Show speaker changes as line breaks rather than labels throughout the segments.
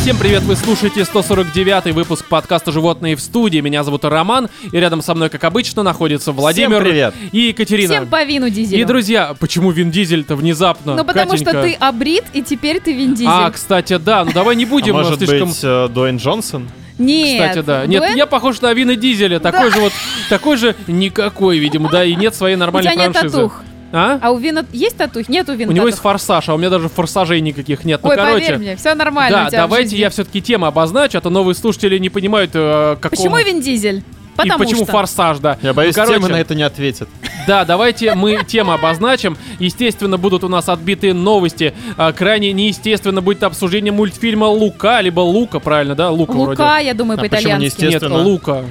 Всем привет, вы слушаете 149-й выпуск подкаста «Животные в студии». Меня зовут Роман, и рядом со мной, как обычно, находится Владимир
привет.
и Екатерина.
Всем по вину
и,
Дизелю.
друзья, почему Вин Дизель-то внезапно?
Ну потому что
Катенька?
ты обрит, и теперь ты Вин Дизель.
А, кстати, да, ну давай не будем
а может
слишком...
быть, э, Дуэйн Джонсон?
Нет.
Кстати, да. Нет,
Дуэн,
я похож на Вина Дизеля. Такой же вот, такой же никакой, видимо, да, и нет своей
у
нормальной
тебя нет
франшизы.
татух.
А?
А у Вина есть татух? Нет у Вина
У него есть
татух.
форсаж, а у меня даже форсажей никаких нет. Ну,
Ой,
короче.
поверь мне, все нормально
Да,
у тебя в
давайте
жизни.
я все-таки тему обозначу, а то новые слушатели не понимают, э, какому...
Почему Вин Дизель? Потому
и почему
что.
форсаж, да.
Я боюсь,
Ну, короче,
темы на это не ответят.
Да, давайте мы тему обозначим. Естественно, будут у нас отбитые новости. А, крайне неестественно будет обсуждение мультфильма Лука, либо Лука, правильно, да? Лука,
Лука,
ну, вроде.
я думаю,
А почему не
по-итальянски.
естественно?
Нет, Лука.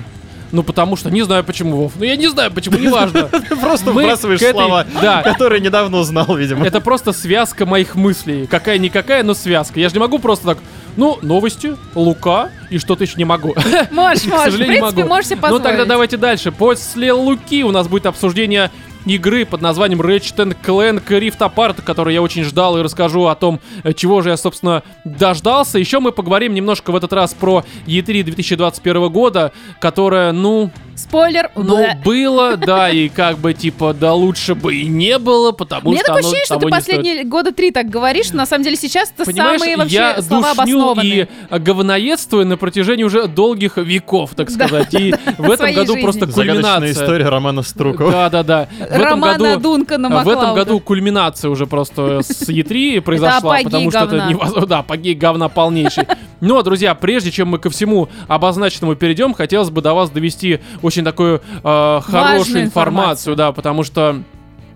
Ну, потому что не знаю почему, Вов. Ну, я не знаю почему, неважно.
Ты просто
Мы
выбрасываешь
к этой-
слова,
да.
которые недавно узнал, видимо.
Это просто связка моих мыслей. Какая-никакая, но связка. Я же не могу просто так, ну, новости, Лука и что-то еще не могу.
Можешь,
К
можешь. Ну, а В
сожалению, не
принципе,
могу.
можешь себе
Ну
позволить.
тогда давайте дальше. После Луки у нас будет обсуждение игры под названием Ratchet Clank Rift Apart, которую я очень ждал и расскажу о том, э, чего же я, собственно, дождался. Еще мы поговорим немножко в этот раз про E E3 2021 года, которая, ну,
Спойлер.
ну,
блэ.
было, да, и как бы, типа, да лучше бы и не было,
У
потому
меня
что
такое
оно
ощущение, что
того
ты
не стоит.
последние года три так говоришь, но на самом деле сейчас это
Понимаешь,
самые вообще
я
слова
душню
обоснованные.
и э, говноедствую на протяжении уже долгих веков, так
Да,
сказать. И в этом
своей
году
жизни.
просто
Загадочная
кульминация.
история Романа Струкова.
Да, да, да. В этом
Романа
году,
Дункана
в этом
Маклауда.
году кульминация уже просто с Е3 произошла,
апогей
потому что это
говна.
невозможно. Да, апогей говна полнейший. Но, друзья, прежде чем мы ко всему обозначенному перейдем, хотелось бы до вас довести очень такую э, хорошую
Важную
информацию,
информацию.
да, потому что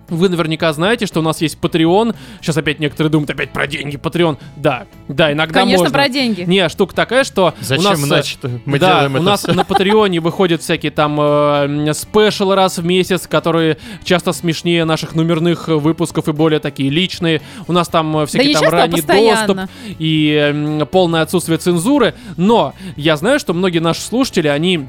вы наверняка знаете, что у нас есть Patreon. Сейчас опять некоторые думают опять про деньги. Patreon. Да, да, иногда
Конечно,
можно.
про деньги.
Не, а штука такая, что у нас...
Зачем
э,
иначе-то? Мы
да,
делаем
у
это
нас
всё.
на Патреоне выходят всякие там э, спешалы раз в месяц, которые часто смешнее наших номерных э, выпусков и более такие личные. У нас там э, всякие
не
там
часто, а
ранний
постоянно.
доступ и э, м, полное отсутствие цензуры. Но я знаю, что многие наши слушатели, они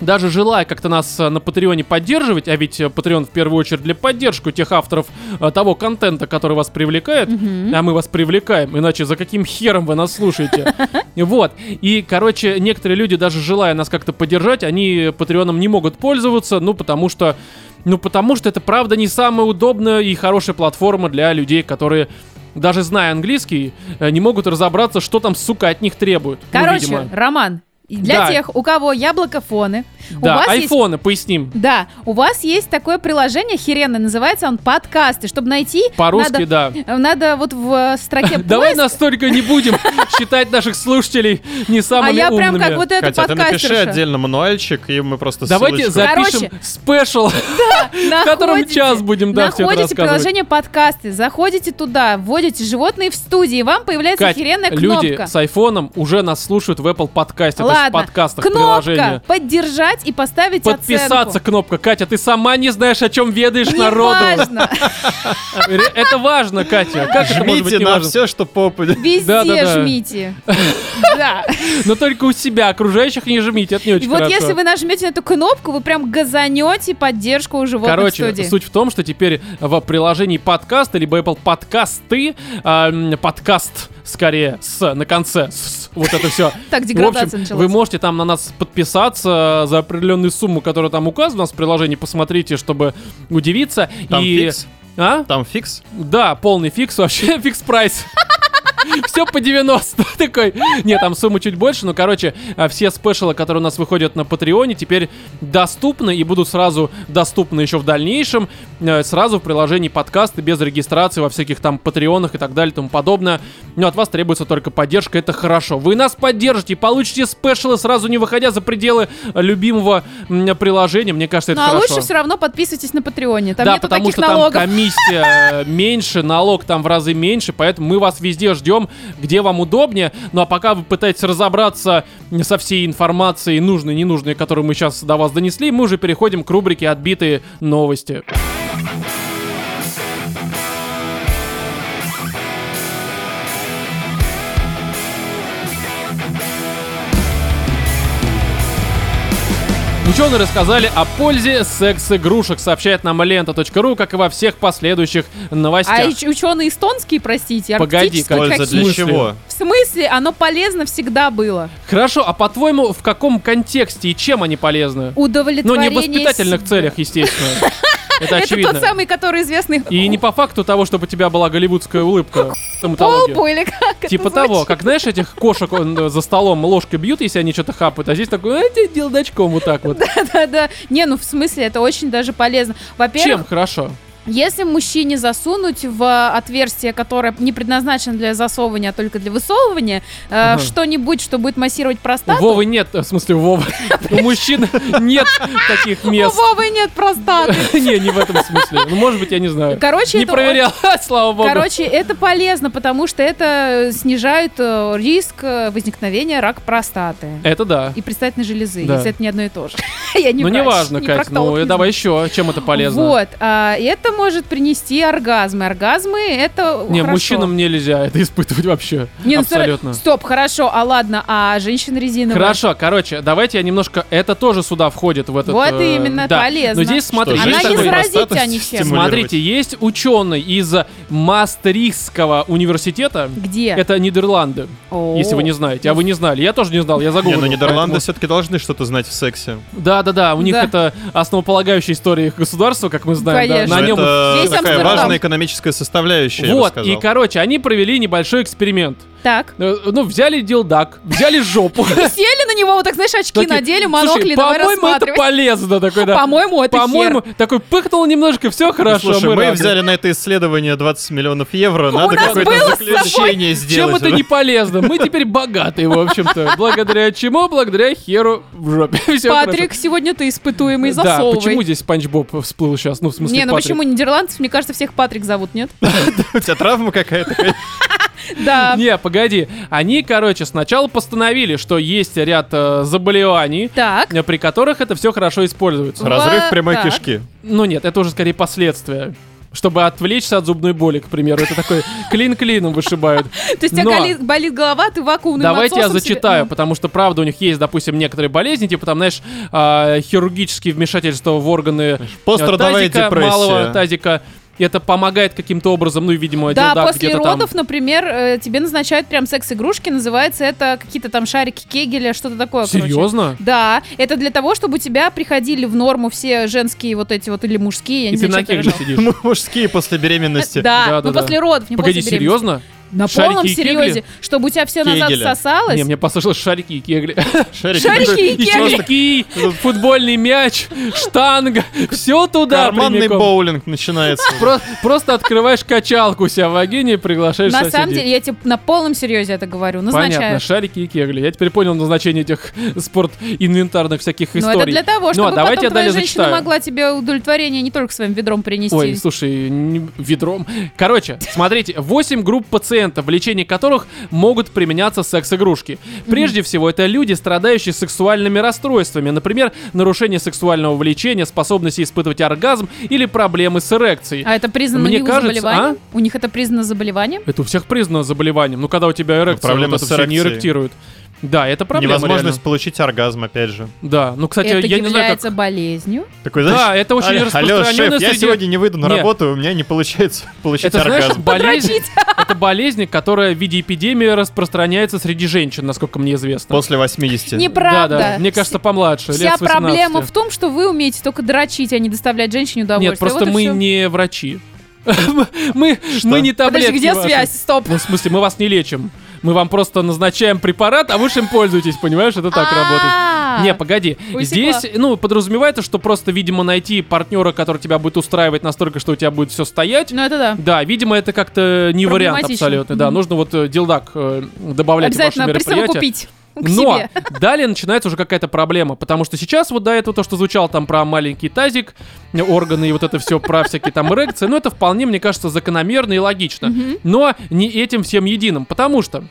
даже желая как-то нас э, на Патреоне поддерживать, а ведь э, Патреон в первую очередь для поддержки тех авторов э, того контента, который вас привлекает, а мы вас привлекаем, иначе за каким хером вы нас слушаете? Вот. И, короче, некоторые люди, даже желая нас как-то поддержать, они Патреоном не могут пользоваться, ну, потому что... Ну, потому что это, правда, не самая удобная и хорошая платформа для людей, которые даже зная английский, э, не могут разобраться, что там, сука, от них требует.
Короче,
ну, видимо.
Роман, и для
Да.
тех, у кого яблокофоны, у
да,
вас есть
айфоны, поясним.
Да, у вас есть такое приложение херенное, называется он подкасты. Чтобы найти,
По-русски,
надо,
да.
надо вот в э, строке
Давай
поиск,
настолько не будем считать наших слушателей не
а
самыми
я прям
умными.
как вот это
Катя, а ты напиши
подкастерша.
отдельно мануальчик, и мы просто
Давайте
ссылочку-
запишем
Короче.
спешл, в
Находите-
котором час будем, да, все это
Находите
рассказывать.
приложение подкасты, заходите туда, вводите животные в студии, и вам появляется
Кать,
херенная
люди
кнопка.
с айфоном уже нас слушают в Apple подкасте, то есть в
Ладно,
подкастах
кнопка
приложения.
поддержать и поставить
Подписаться
оценку.
кнопка. Катя, ты сама не знаешь, о чем ведаешь народу.
Неважно,
Ре- Это важно, Катя. Как это может быть
Жмите
не
на
важно?
все, что попадет.
везде
Да-да-да.
жмите. Да.
Но только у себя, окружающих не жмите, это не
И
очень
вот
хорошо.
если вы нажмете на эту кнопку, вы прям газанете поддержку у животных
Короче,
в студии.
суть в том, что теперь в приложении подкаста, либо Apple подкасты, а, м, подкаст скорее с на конце, с, с, вот это все.
Так,
В
деградация
общем,
началась.
вы можете там на нас подписаться за определенную сумму, которая там указана у нас в приложении. Посмотрите, чтобы удивиться.
Там
И...
фикс.
А?
Там фикс.
Да, полный фикс вообще, фикс прайс. Все по 90 такой. Нет, там сумма чуть больше, но, короче, а, все спешалы, которые у нас выходят на Патреоне, теперь доступны и будут сразу доступны еще в дальнейшем, э, сразу в приложении подкасты, без регистрации во всяких там Патреонах и так далее и тому подобное. Но от вас требуется только поддержка, это хорошо. Вы нас поддержите, получите спешалы, сразу не выходя за пределы э, любимого м, приложения. Мне кажется, это
Ну а
хорошо
лучше все равно подписывайтесь на Патреоне. Там
да,
нету
потому
таких
что
налогов.
там комиссия э, меньше, налог там в разы меньше, поэтому мы вас везде ждем, где вам удобнее. Ну а пока вы пытаетесь разобраться со всей информацией, нужной, ненужной, которую мы сейчас до вас донесли, мы уже переходим к рубрике «Отбитые новости». Ученые рассказали о пользе секс-игрушек, сообщает нам лента.ру, как и во всех последующих новостях.
А и ученые эстонские, простите,
Погоди,
арктические
Польза
какие?
для
смысле?
чего?
В смысле, оно полезно всегда было.
Хорошо, а по-твоему, в каком контексте и чем они полезны? Ну, не
Удовлетворение...
в воспитательных
с-
целях, естественно. Это
Это тот
очевидно.
самый, который известный
И не по факту того, чтобы у тебя была голливудская улыбка. стоматология.
полбу или как это
Типа
звучит?
того, как знаешь, этих кошек он, э, за столом ложкой бьют, если они что-то хапают, а здесь такой, а тебе делдачком вот так вот.
Да-да. Не, ну в смысле, это очень даже полезно. Во-первых,
Чем хорошо?
Если мужчине засунуть в э, отверстие, которое не предназначено для засовывания, а только для высовывания, э,
Ага.
что-нибудь, что будет массировать
У
простату...
Вовы нет, э, в смысле, у Вовы. У мужчин нет таких
У
мест.
Вовы нет простаты.
Не, не в этом смысле. Ну, может быть, я не знаю.
Короче,
Не
это
проверял, слава
о-
богу.
Короче, это полезно, потому что это снижает э, риск э, возникновения рака простаты
Это да.
и предстательной железы,
Э. Да.
если это не одно и то же. Я не
Ну,
врач,
неважно,
не
Кать,
проктолог,
ну,
не
и давай еще, чем это полезно?
Вот, а, и это может принести оргазмы. Оргазмы это
Не,
хорошо.
мужчинам нельзя это испытывать вообще.
Не, ну,
Абсолютно.
стой- Стоп, хорошо, а ладно, а женщина резиновая?
Хорошо, короче, давайте я немножко... Это тоже сюда входит в этот...
Вот
э,
именно,
да.
полезно.
Но здесь, смотри,
Что,
Она
есть
не
женщин
такой-
надо
заразите
простату
они всем.
стимулировать?
Смотрите, есть ученый из Мастерихского университета.
Где?
Это Нидерланды,
О.
если вы не знаете. А вы не знали. Я тоже не знал, я
Не,
загуглил.
ну Нидерланды
поэтому-
все-таки должны что-то знать в сексе.
Да-да-да, у них
Да.
это основополагающая история их государства, как мы знаем. да.
Конечно.
На
Но
нем...
это
Весь
такая
Амстердам.
важная экономическая составляющая, я бы
Вот, и,
сказал.
короче, они провели небольшой эксперимент.
Так.
Э, Ну, взяли дилдак, взяли жопу.
Сели на него, вот так, знаешь, очки
Такие,
надели,
«Слушай,
монокли, давай
по-моему, это
рассматривать.
полезно. Такой, да.
По-моему, это
По-моему,
хер.
такой пыхнул немножко, все
Ну,
хорошо.
Слушай, мы,
рады».
взяли на это исследование 20 миллионов евро, надо
нас было
какое-то
с
заключение сделать.
Чем это
да?
не полезно? Мы теперь богатые, в общем-то. Благодаря чему? Благодаря херу в жопе. Всё
Патрик, сегодня ты испытуемый,
хорошо. Да,
засовывай.
почему здесь Спанч Боб всплыл сейчас? Ну, в смысле,
не, ну
Патрик.
почему нидерландцев, мне кажется, всех Патрик зовут, нет?
У тебя травма какая-то?
Да.
Не, погоди. Они, короче, сначала постановили, что есть ряд э, заболеваний,
Так.
э, при которых это все хорошо используется.
Ра-
Разрыв прямой
Так.
кишки.
Ну нет, это уже скорее последствия. Чтобы отвлечься от зубной боли, к примеру. Это такой клин клином вышибают.
То есть у тебя
Но-
болит- болит голова, ты вакуумным
Давайте я
насосом себе-
зачитаю, потому что, правда, у них есть, допустим, некоторые болезни, типа там, знаешь, а, хирургические вмешательства в органы
Пострадовая
э, тазика,
депрессия.
малого тазика. И Это помогает каким-то образом, ну, и, видимо,
Да,
делдак
после
где-то там.
родов, например, э, тебе назначают прям секс-игрушки, называется это какие-то там шарики Кегеля, что-то такое. короче.
Серьезно?
Да, это для того, чтобы у тебя приходили в норму все женские вот эти вот или мужские, я не
И ты
знаю,
на
что это
кегле
назвал.
сидишь.
М- Мужские после беременности.
Да,
Да,
ну
да, да.
после родов, не
Погоди,
после беременности.
серьезно?
На
Шарики
полном
и кегли?
серьезе, чтобы у тебя все назад
Кегеля.
сосалось.
Не, мне послышалось шарики и кегли.
Шарики и
И
кегли.
кегли, футбольный мяч, штанга, все туда
Карманный
прямиком.
боулинг начинается.
Про- Просто открываешь качалку у себя в вагине и приглашаешь
На
соседей.
самом деле, я тебе на полном серьезе это говорю,
Понятно,
назначают.
шарики и кегли. Я теперь понял назначение этих спорт-инвентарных всяких
Но
историй.
это для того,
Ну, а
чтобы
давайте я
потом твоя
далее
женщина
зачитаю.
могла тебе удовлетворение не только своим ведром принести.
Ой, слушай, не- ведром. Короче, смотрите, 8 групп пациентов, в лечении которых могут применяться секс-игрушки. Прежде всего, это люди, страдающие сексуальными расстройствами, например, нарушение сексуального влечения, способности испытывать оргазм или проблемы с эрекцией.
а это признано
мне
у них
кажется, а?
заболеванием? У них это признано заболеванием?
Это у всех признано заболеванием. Ну, когда у тебя эрекция,
проблема
вот это
с
всё не
эрекцией.
эректирует. Да, это проблема
Невозможность получить оргазм, опять же.
реально. Да, ну, кстати,
это
я не знаю, как...
является болезнью.
Такой,
Да,
знаешь,
это очень
«Алё,
распространённая
шеф, я
среди-
сегодня не выйду на
Не.
работу, у меня не получается получить
Это, знаешь,
оргазм.
болезнь, это болезнь, которая в виде эпидемии распространяется среди женщин, насколько мне известно.
После 80.
Неправда.
Да, да. Мне
Вс-
кажется, помладше.
Вся
лет с 18.
проблема в том, что вы умеете только дрочить, а не доставлять женщине удовольствие.
Нет, просто
Вот и
мы
всё.
не врачи. Мы, мы не таблетки.
Подожди, где
ваши.
связь? Стоп.
Ну, в смысле, мы вас не лечим. Мы вам просто назначаем препарат, а вы же им пользуетесь, понимаешь? Это так работает.
А-а-а.
Не, погоди.
Усекла.
Здесь, ну, подразумевается, что просто, видимо, найти партнера, который тебя будет устраивать настолько, что у тебя будет все стоять.
Ну это да.
Да, видимо, это как-то не вариант
Проблематично.
абсолютно. Да,
Мгм.
нужно вот э, дилдак э, добавлять в ваше
Обязательно
мероприятие.
присовокупить к
Но
себе.
далее начинается уже какая-то проблема, потому что сейчас вот до этого то, что звучало там про маленький тазик, э, органы и вот это все про всякие там эрекции, ну это вполне, мне кажется, закономерно и логично. Но не этим всем единым, потому что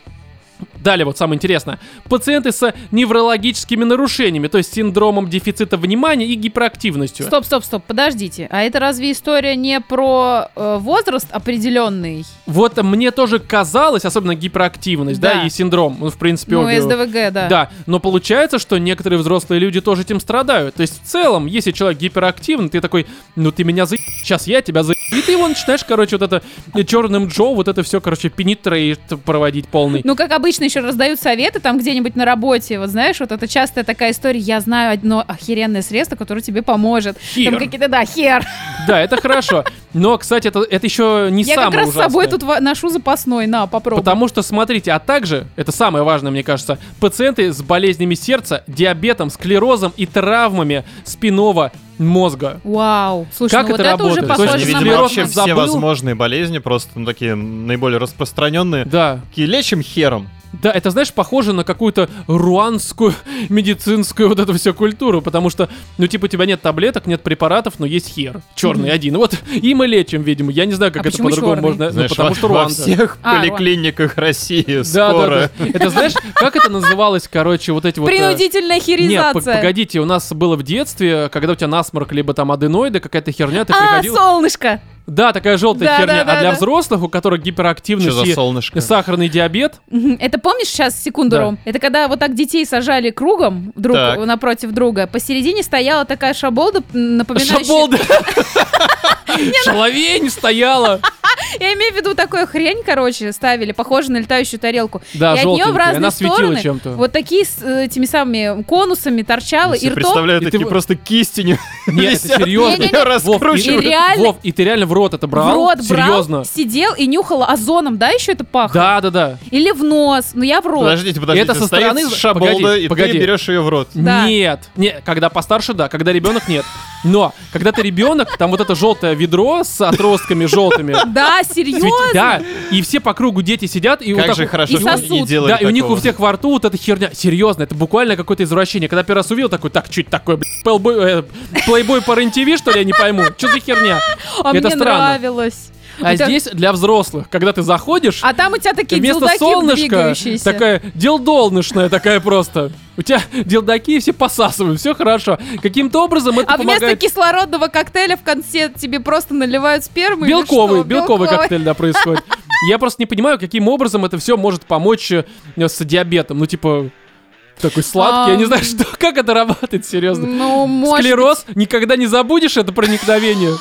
Далее, вот самое интересное. Пациенты с неврологическими нарушениями, то есть синдромом дефицита внимания и гиперактивностью.
Стоп, стоп, стоп, подождите. А это разве история не про э, возраст определенный?
Вот мне тоже казалось, особенно гиперактивность, да,
Да.
и синдром, ну, в принципе,
Ну,
обе-
СДВГ, да.
Да, но получается, что некоторые взрослые люди тоже этим страдают. То есть в целом, если человек гиперактивный, ты такой, ну ты меня за... Сейчас я тебя за... И ты его начинаешь, короче, вот это черным Джо, вот это все, короче, пенитрейт проводить полный.
Ну, как обычно, еще раздают советы там где-нибудь на работе. Вот знаешь, вот это частая такая история. Я знаю одно охеренное средство, которое тебе поможет.
Хер.
Там какие-то, да, хер.
Да, это хорошо. Но, кстати, это, это еще не
Я
самое
как раз с собой
ужасное.
тут ва- ношу запасной. На, попробуй.
Потому что, смотрите, а также, это самое важное, мне кажется, пациенты с болезнями сердца, диабетом, склерозом и травмами спинного мозга.
Вау. Слушай,
Как
ну вот
это
это
работает?
уже
То есть,
похоже
Точно,
Тоже
на
видимо,
наркотик.
вообще
наркотик.
все
Забыл.
возможные болезни, просто ну, такие наиболее распространенные.
Да.
Такие лечим хером.
Да, это, знаешь, похоже на какую-то руанскую медицинскую вот эту всю культуру, потому что, ну, типа, у тебя нет таблеток, нет препаратов, но есть хер. Черный один. Вот и мы лечим, видимо. Я не знаю, как
А
это
почему
по-другому
чёрный?
можно.
Знаешь,
ну, потому
во,
что
во
Руанда.
всех
А, Руанда.
поликлиниках России
Да,
скоро.
да, да. Это знаешь, как это называлось, короче, вот эти вот... э,
Принудительная
Нет, пог-
херизация.
погодите, у нас было в детстве, когда у тебя насморк, либо там аденоиды, какая-то херня, ты
а,
приходил.
солнышко!
Да, такая желтая
Да,
херня.
да,
а
да,
для
да.
взрослых, у которых гиперактивность
Что за
и
солнышко?
сахарный диабет,
Мгм. Это помнишь сейчас, секунду,
Да.
Ром? Это когда вот так детей сажали кругом друг
Так.
напротив друга. Посередине стояла такая шаболда, м, напоминающая...
шаболда. Шаловень стояла.
Я имею в виду такую хрень, короче, ставили, похожую на летающую тарелку.
Да,
и от нее в
желтенькая.
разные
Она светила
стороны
чем-то.
вот такие с э, этими самыми конусами торчала, и
Все
ртом...
представляю,
И ты
такие
вот-
просто кистенью
Нет, это
висят.
серьезно.
Не-не-не.
Я
Вов, и-
И
раскручиваю.
реально-
Вов, и ты реально в рот это брал?
В рот брал,
Серьезно?
сидел и нюхал озоном, да, еще это пахло?
Да, да, да.
Или в нос, ну я в рот.
Подождите, подождите.
Это со
стоит
стороны-
шаболда,
погоди,
и
погоди.
ты берешь ее в рот.
Да.
Нет. Не, когда постарше, да, когда ребенок, нет. Но, когда ты ребенок, там вот это желтое ведро с отростками желтыми.
Да,
Свет-
серьезно?
Да, и все по кругу дети сидят, и вот
Как
так
же
вот-
хорошо,
и
что
сосуд.
они не делали
Да, и у них у
такого.
всех во рту вот эта херня. Серьезно, это буквально какое-то извращение. Когда первый раз увидел, такой, так, что это такое, блядь, Пелбой- э, плейбой по РЕН-ТВ, что ли, я не пойму. Что за херня?
А
Это
мне
странно.
нравилось.
А
У тебя-
здесь для взрослых, когда ты заходишь,
А там у тебя такие
вместо
дилдаки
солнышка
двигающиеся.
такая делдолнышная такая просто. У тебя делдаки все посасывают, все хорошо. Каким-то образом это
А вместо
помогает.
кислородного коктейля в конце тебе просто наливают сперму или
Белковый,
что?
белковый коктейль, да, происходит. Я просто не понимаю, каким образом это все может помочь э, с диабетом. Ну, типа, такой сладкий, я не знаю, что, как это работает, серьезно.
Ну, может,
Склероз, никогда не забудешь это проникновение.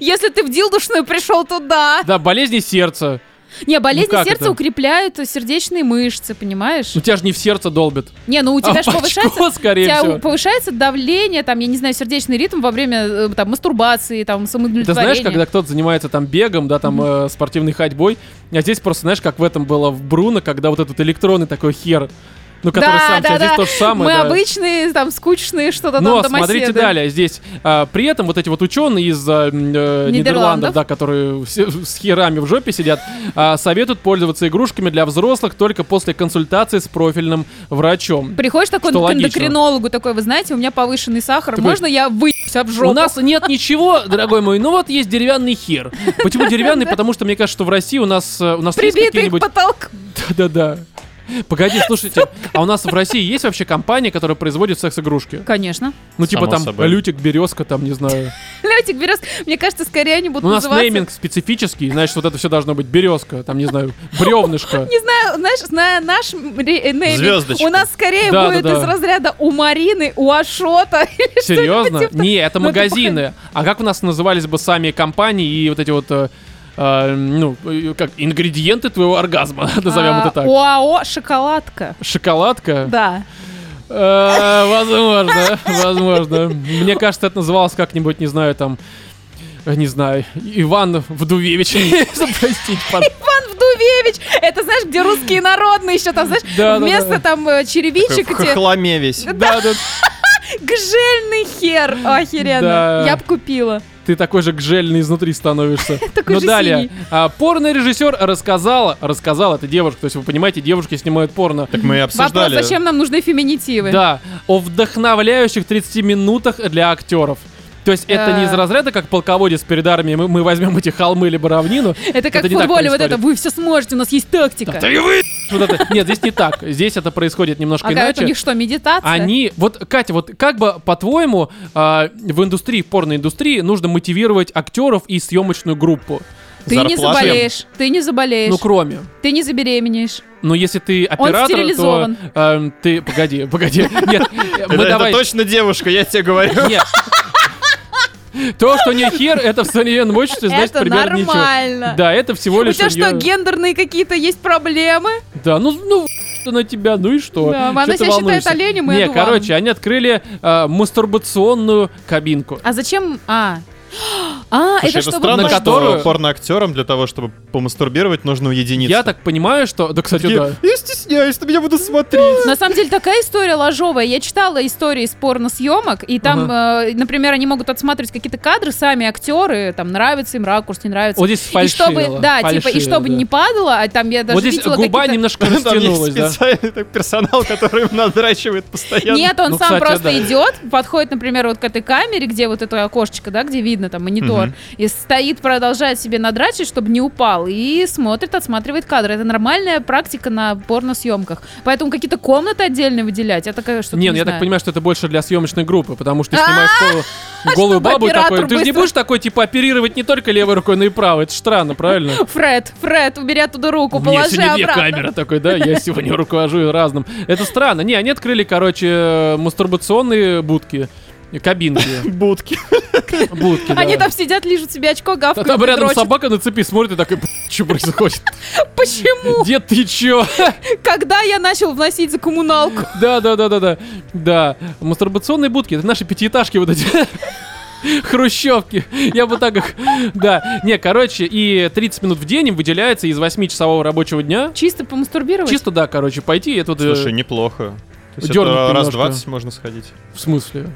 если ты в дилдушную пришел, то да.
Да, болезни сердца.
Не, болезни
Ну, как
сердца
это?
укрепляют сердечные мышцы, понимаешь?
У Ну, тебя же не в сердце долбит.
Не, ну у тебя
а
же
в
повышается...
очко,
у
скорее
тебя
всего.
повышается давление, там, я не знаю, сердечный ритм во время э, там, мастурбации, там,
Ты
самоудовлетворения.
знаешь, когда кто-то занимается там бегом, да, там э, спортивной ходьбой, а здесь просто, знаешь, как в этом было в Бруно, когда вот этот электронный такой хер, ну, который
Да,
сам,
да,
тебя, здесь
да.
то же самое.
Мы
да.
обычные, там, скучные, что-то
Но
там, домоседы.
смотрите далее, здесь а, при этом вот эти вот ученые из а, м, э, Нидерландов,
Нидерландов.
да, которые все с херами в жопе сидят, а, советуют пользоваться игрушками для взрослых только после консультации с профильным врачом.
Приходишь такой
Что
к
логично.
эндокринологу, такой, вы знаете, у меня повышенный сахар,
Ты
можно я выебусь об жопу?
У нас нет ничего, дорогой мой, ну вот есть деревянный хер. Почему деревянный? Потому что мне кажется, что в России у нас э, у нас есть
Прибитый к
какие-нибудь
потолку.
Да-да-да. Погоди, слушайте, а у нас в России есть вообще компания, которая производит секс-игрушки?
Конечно.
Ну, типа
Само
там
собой.
Лютик, Березка, там, не знаю.
Лютик берез. Мне кажется, скорее они будут
Ну, у нас
называться...
нейминг специфический, значит, вот это все должно быть Березка, там, не знаю, Бревнышко.
Не знаю, знаешь, зная наш м, ре- э, нейминг,
Звездочка.
у нас скорее
Да, да,
будет
да.
из разряда у Марины, у Ашота.
Серьезно? Не, это
Ну, это
магазины. А как у нас назывались бы сами компании и вот эти вот, э, э, ну, э, как, ингредиенты твоего оргазма, назовем
А,
это так.
УАО «Шоколадка».
Шоколадка?
Да.
Э, Возможно, возможно. Мне кажется, это называлось как-нибудь, не знаю, там... э, Не знаю, Иван Вдувевич. Простите, пожалуйста.
Иван Вдувевич. Это, знаешь, где русские народные еще там, знаешь,
Да, да,
вместо
да.
там э, черевичек
В
эти
хламе весь.
Да, да.
гжельный хер.
Да.
Охеренно. Я бы купила.
Ты такой же гжельный изнутри становишься.
Такой
Но
же
далее.
синий.
А, Порно-режиссер рассказала, рассказала, это девушка, то есть вы понимаете, девушки снимают порно.
Так мы и
Вопрос,
обсуждали.
зачем нам нужны феминитивы?
Да, о вдохновляющих 30 минутах для актеров. То есть это не из
Э.
разряда, как полководец перед армией, мы, мы возьмем эти холмы либо равнину.
Это как
Это
в
не так
футболе вот
происходит.
это, вы все сможете, у нас есть тактика.
Да и вы! Вот это- Нет, здесь не так. Здесь это происходит немножко
А как у
иначе.
них что, медитация?
Они, вот, Катя, вот как бы, по-твоему, а, в индустрии, порноиндустрии нужно мотивировать актеров и съемочную группу?
Ты не
Зарплаты.
заболеешь, ты не заболеешь,
Ну, кроме.
ты не забеременеешь.
Но если ты
Он
оператор, то
стерилизован.
эм, ты... Погоди, погоди. Нет, мы
это,
давай...
это точно девушка, я тебе говорю.
Нет. То, что не хер, это в современном обществе, значит,
это
примерно ничего.
нормально.
Да, это всего
У
лишь...
тебя что,
её-
гендерные какие-то есть проблемы?
Да, ну, ну, что на тебя, ну и что?
Да,
Чё
она
ты
себя считает
волнуешься?
оленем и
Не,
одуванным.
короче, они открыли э, мастурбационную кабинку.
А зачем... А, а
Слушай,
это
это
чтобы...
странно,
на
что
которую-
порноактерам для того, чтобы помастурбировать, нужно уединиться.
Я так понимаю, что... Да, кстати,
Такие,
да.
Я стесняюсь, что меня будут смотреть.
На самом деле такая история ложовая. Я читала истории из порносъемок, и там, э, например, они могут отсматривать какие-то кадры, сами актеры, там нравится им ракурс, не нравится.
Вот здесь
и
фальшиво.
чтобы, да, типа, и
фальшиво,
чтобы
да.
не падало, а там я даже
Вот здесь
видела
губа
какие-то-
немножко
Там есть
растянулась, Ну, да.
специальный так, персонал, который им надрачивает постоянно.
Нет, он
Ну,
сам
кстати,
просто
да.
идет, подходит, например, вот к этой камере, где вот это окошечко, да, где видно там монитор,
Мгм.
и стоит, продолжает себе надрачить, чтобы не упал, и смотрит, отсматривает кадры. Это нормальная практика на порносъемках. Поэтому какие-то комнаты отдельно выделять, это такая что-то
Не,
не
ну я так
знаю.
понимаю, что это больше для съемочной группы, потому что ты снимаешь голую- голую
А Чтобы
бабу и
оператор
такой. Ты же не
быстро-
будешь такой, типа, оперировать не только левой рукой, но и правой. Это ж странно, правильно?
Фред, Фред, убери оттуда руку,
У меня
положи
сегодня две
обратно.
камеры такой, да, я сегодня руковожу разным. Это странно. Не, они открыли, короче, э, мастурбационные будки, э, кабинки,
Будки.
будки, да.
Они там сидят, лижут себе очко,
А
гавкают.
там
и
рядом
дрочат.
собака на цепи смотрит и такой, что происходит?
Почему?
Дед, ты чё?
Когда я начал вносить за коммуналку?
Да, да, да, да, да. Да. Мастурбационные будки это наши пятиэтажки вот эти. Хрущевки. Я бы так их... Да. Не, короче, и 30 минут в день им выделяется из 8-часового рабочего дня.
Чисто помастурбировать?
Чисто, да, короче, пойти. Это вот, э,
Слушай, неплохо. То есть
Дёрнуть
это раз
немножко.
20 можно сходить.
в смысле?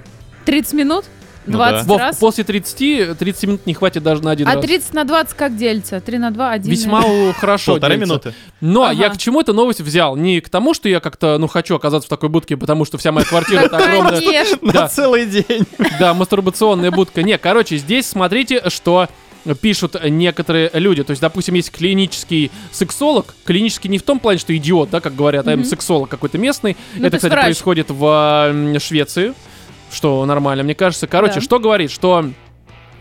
30 минут?
Ну
20
Вов,
раз?
после 30, 30 минут не хватит даже на один
А
раз.
30 на 20 как делится? 3 на 2, 1
Весьма у- хорошо.
Полторы
делится.
минуты.
Но я
Ага.
к чему эту новость взял? Не к тому, что я как-то, ну, хочу оказаться в такой будке, потому что вся моя квартира это огромная.
Конечно.
Да.
На целый день.
Да, мастурбационная будка. Не, короче, здесь смотрите, что пишут некоторые люди. То есть, допустим, есть клинический сексолог. Клинический не в том плане, что идиот, да, как говорят, а именно
Мгм.
сексолог какой-то местный.
Ну, то
Это,
есть
кстати,
врач.
происходит в м, Швеции, что нормально, мне кажется. Короче,
Да.
что говорит, что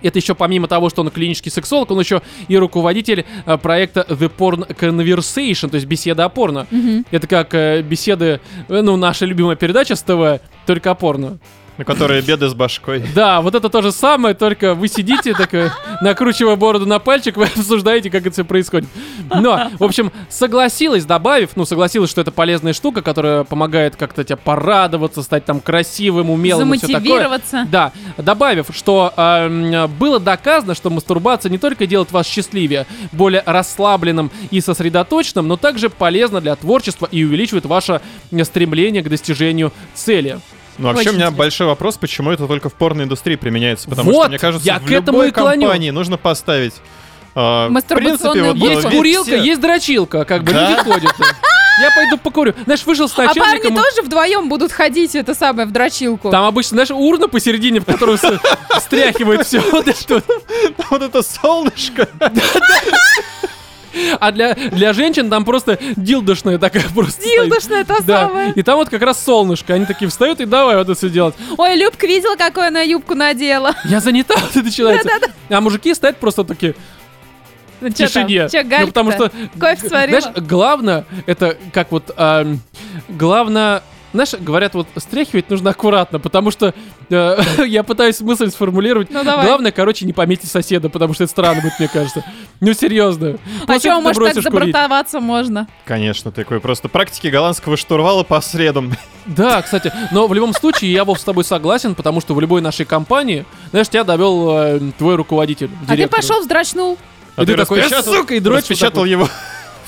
это еще помимо того, что он клинический сексолог, он еще и руководитель э, проекта The Porn Conversation, то есть беседа о порно.
Мгм.
Это как э, беседы, э, ну, наша любимая передача с ТВ, только о порно.
На которые беды с башкой.
Да, вот это то же самое, только вы сидите, так, э, накручивая бороду на пальчик, вы обсуждаете, как это все происходит. Но, в общем, согласилась, добавив, ну, согласилась, что это полезная штука, которая помогает как-то тебя порадоваться, стать там красивым, умелым и все такое.
Замотивироваться.
Да, добавив, что эм, было доказано, что мастурбация не только делает вас счастливее, более расслабленным и сосредоточенным, но также полезна для творчества и увеличивает ваше э, стремление к достижению цели.
Ну, вообще,
Очень
у меня
интересно.
большой вопрос, почему это только в порноиндустрии применяется. Потому
Вот,
что, мне кажется,
я
в
к этому
любой
и клоню.
компании нужно поставить... а, в принципе, вот,
Мастурбационную будку.
Ну, Есть
вот
курилка,
все-
есть дрочилка, как бы
Да?
люди ходят. Я пойду покурю. Знаешь, вышел с
А парни
начальником.
тоже вдвоем будут ходить это самое в дрочилку.
Там обычно, знаешь, урна посередине, в которую с- стряхивает все вот это. вот.
Вот это солнышко.
А для, для женщин там просто дилдошная такая просто стоит.
Дилдушная та
Да,
самая.
и там вот как раз солнышко. Они такие встают и давай вот это все делать.
Ой, Любка видела, какую она юбку надела?
Я занята, вот это начинается. А мужики стоят просто такие
Ну,
в
чё там?
тишине.
Чё
Ну, потому
галька-то?
что
Кофе сварила?
Знаешь, главное, это как вот... ам, главное... Знаешь, говорят, вот стряхивать нужно аккуратно, потому что э, я пытаюсь мысль сформулировать.
Ну, давай.
Главное, короче, не пометить соседа, потому что это странно будет, мне кажется. Ну, серьезно.
А
После этого
чё,
ты
может, так
бросишь курить.
забратоваться можно?
Конечно, такой просто практики голландского штурвала по средам.
Да, кстати. Но в любом случае, я, Вов, с тобой согласен, потому что в любой нашей компании, знаешь, тебя довел э, твой руководитель,
А ты
директор.
пошел вздрачнул.
И ты такой, «Э,
А распечатал-
сука, и дрочишь вот так
распечатал
вот.
его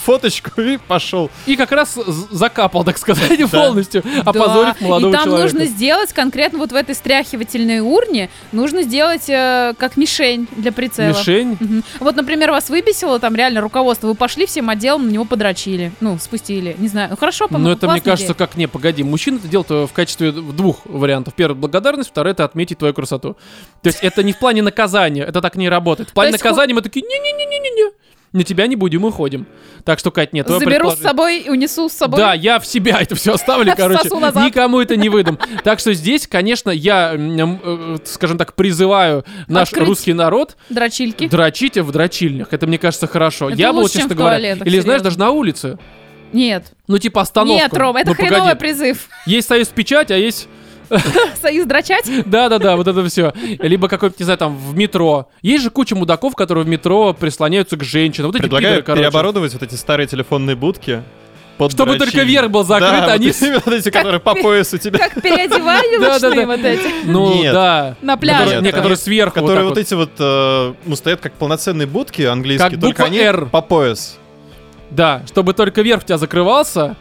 фоточку и пошел.
И как раз з- закапал, так сказать,
Да.
полностью, опозорив
Да,
А молодого
И там
человека.
нужно сделать конкретно вот в этой стряхивательной урне, нужно сделать э, как мишень для прицела.
Мишень.
Мгм. Вот, например, вас выбесило там реально руководство, вы пошли всем отделом, на него подрочили, ну, спустили, не знаю, ну, хорошо, по-моему,
Но это, мне
классная
кажется,
идея.
как... Не, погоди, мужчина это делает э, в качестве д- двух вариантов. Первый — благодарность, второй — это отметить твою красоту. То есть это не в плане наказания, это так не работает. В плане
есть
наказания мы такие «не-не-не-не-не-не». На тебя не будем, уходим. Так что, Кать, нет, твое
Заберу с
предположение-
собой и унесу с собой.
Да, я в себя это все оставлю, короче.
Всосу назад.
Никому это не выдам. Так что здесь, конечно, я, м, м, э, скажем так, призываю наш
Открыть.
русский народ
Дрочильки.
дрочить в дрочильнях. Это, мне кажется, хорошо.
Это
я бы, вот,
лучше, чем
честно
в
говоря, или,
туалетах,
знаешь,
серьезно.
даже на улице.
Нет.
Ну, типа остановка.
Нет, Ром, это
Ну, погоди.
хреновый призыв.
Есть союз печать, а есть...
Союз дрочать?
Да-да-да, вот это все. Либо какой-то, не знаю, там, в метро. Есть же куча мудаков, которые в метро прислоняются к женщинам. Вот эти
Предлагаю
пидоры, короче.
переоборудовать вот эти старые телефонные будки под
Чтобы
дрочильни.
только верх был закрыт,
Да,
а
вот
низ-
эти- вот эти, которые по поясу тебя.
Как переодевания
Да-да-да.
ночные вот эти.
Ну,
Нет.
да.
На
Которые,
пляже.
не,
Нет,
которые
они-
сверху. вот
Которые
так
вот эти вот, э, ну, стоят как полноценные будки английские,
Как
только
буква
они
«Р».
по пояс.
Да, чтобы только верх у тебя закрывался.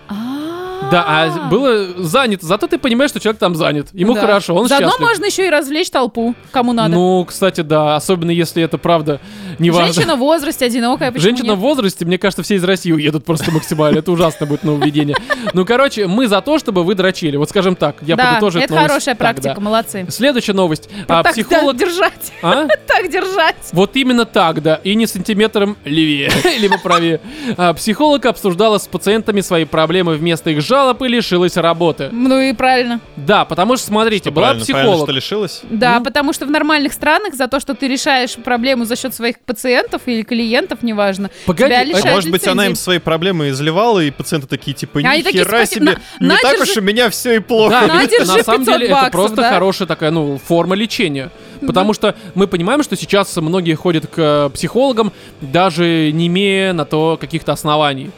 Да, а было занято. Зато ты понимаешь, что человек там занят. Ему
Да.
хорошо, он
Заодно
счастлив.
можно еще и развлечь толпу, кому надо.
Ну, кстати, да, особенно если это правда не важно.
Женщина в возрасте одинокая, почему
Женщина в
нет?
возрасте, мне кажется, все из России уедут просто максимально. Это ужасно будет нововведение. Ну, короче, мы за то, чтобы вы дрочили. Вот скажем так, я
да,
подытожу эту
это
новость
хорошая
так,
практика,
да.
молодцы.
Следующая новость. А,
Вот так да,
психолог...
держать,
А?
так держать.
Вот именно так, да, и не сантиметром левее, либо правее. А, психолог обсуждала с пациентами свои проблемы вместо их жалоб и лишилась работы.
Ну и правильно.
Да, потому что, смотрите,
Что,
была
правильно, правильно,
психолог.
что лишилась?
Да,
Ну.
потому что в нормальных странах за то, что ты решаешь проблему за счет своих пациентов или клиентов, неважно,
Погоди,
тебя
а
А
лишают
может быть, она им
лицензии.
свои проблемы изливала, и пациенты такие, типа,
И они такие,
нихера
спаси-
себе,
на-
не
на,
так
держи».
уж у меня все и плохо.
Да,
На,
ведь это,
Ну, держи
на самом
500
деле это
баксов,
просто
да.
хорошая такая, ну, форма лечения. Потому что мы понимаем, что сейчас многие ходят к э, психологам, даже не имея на то каких-то оснований.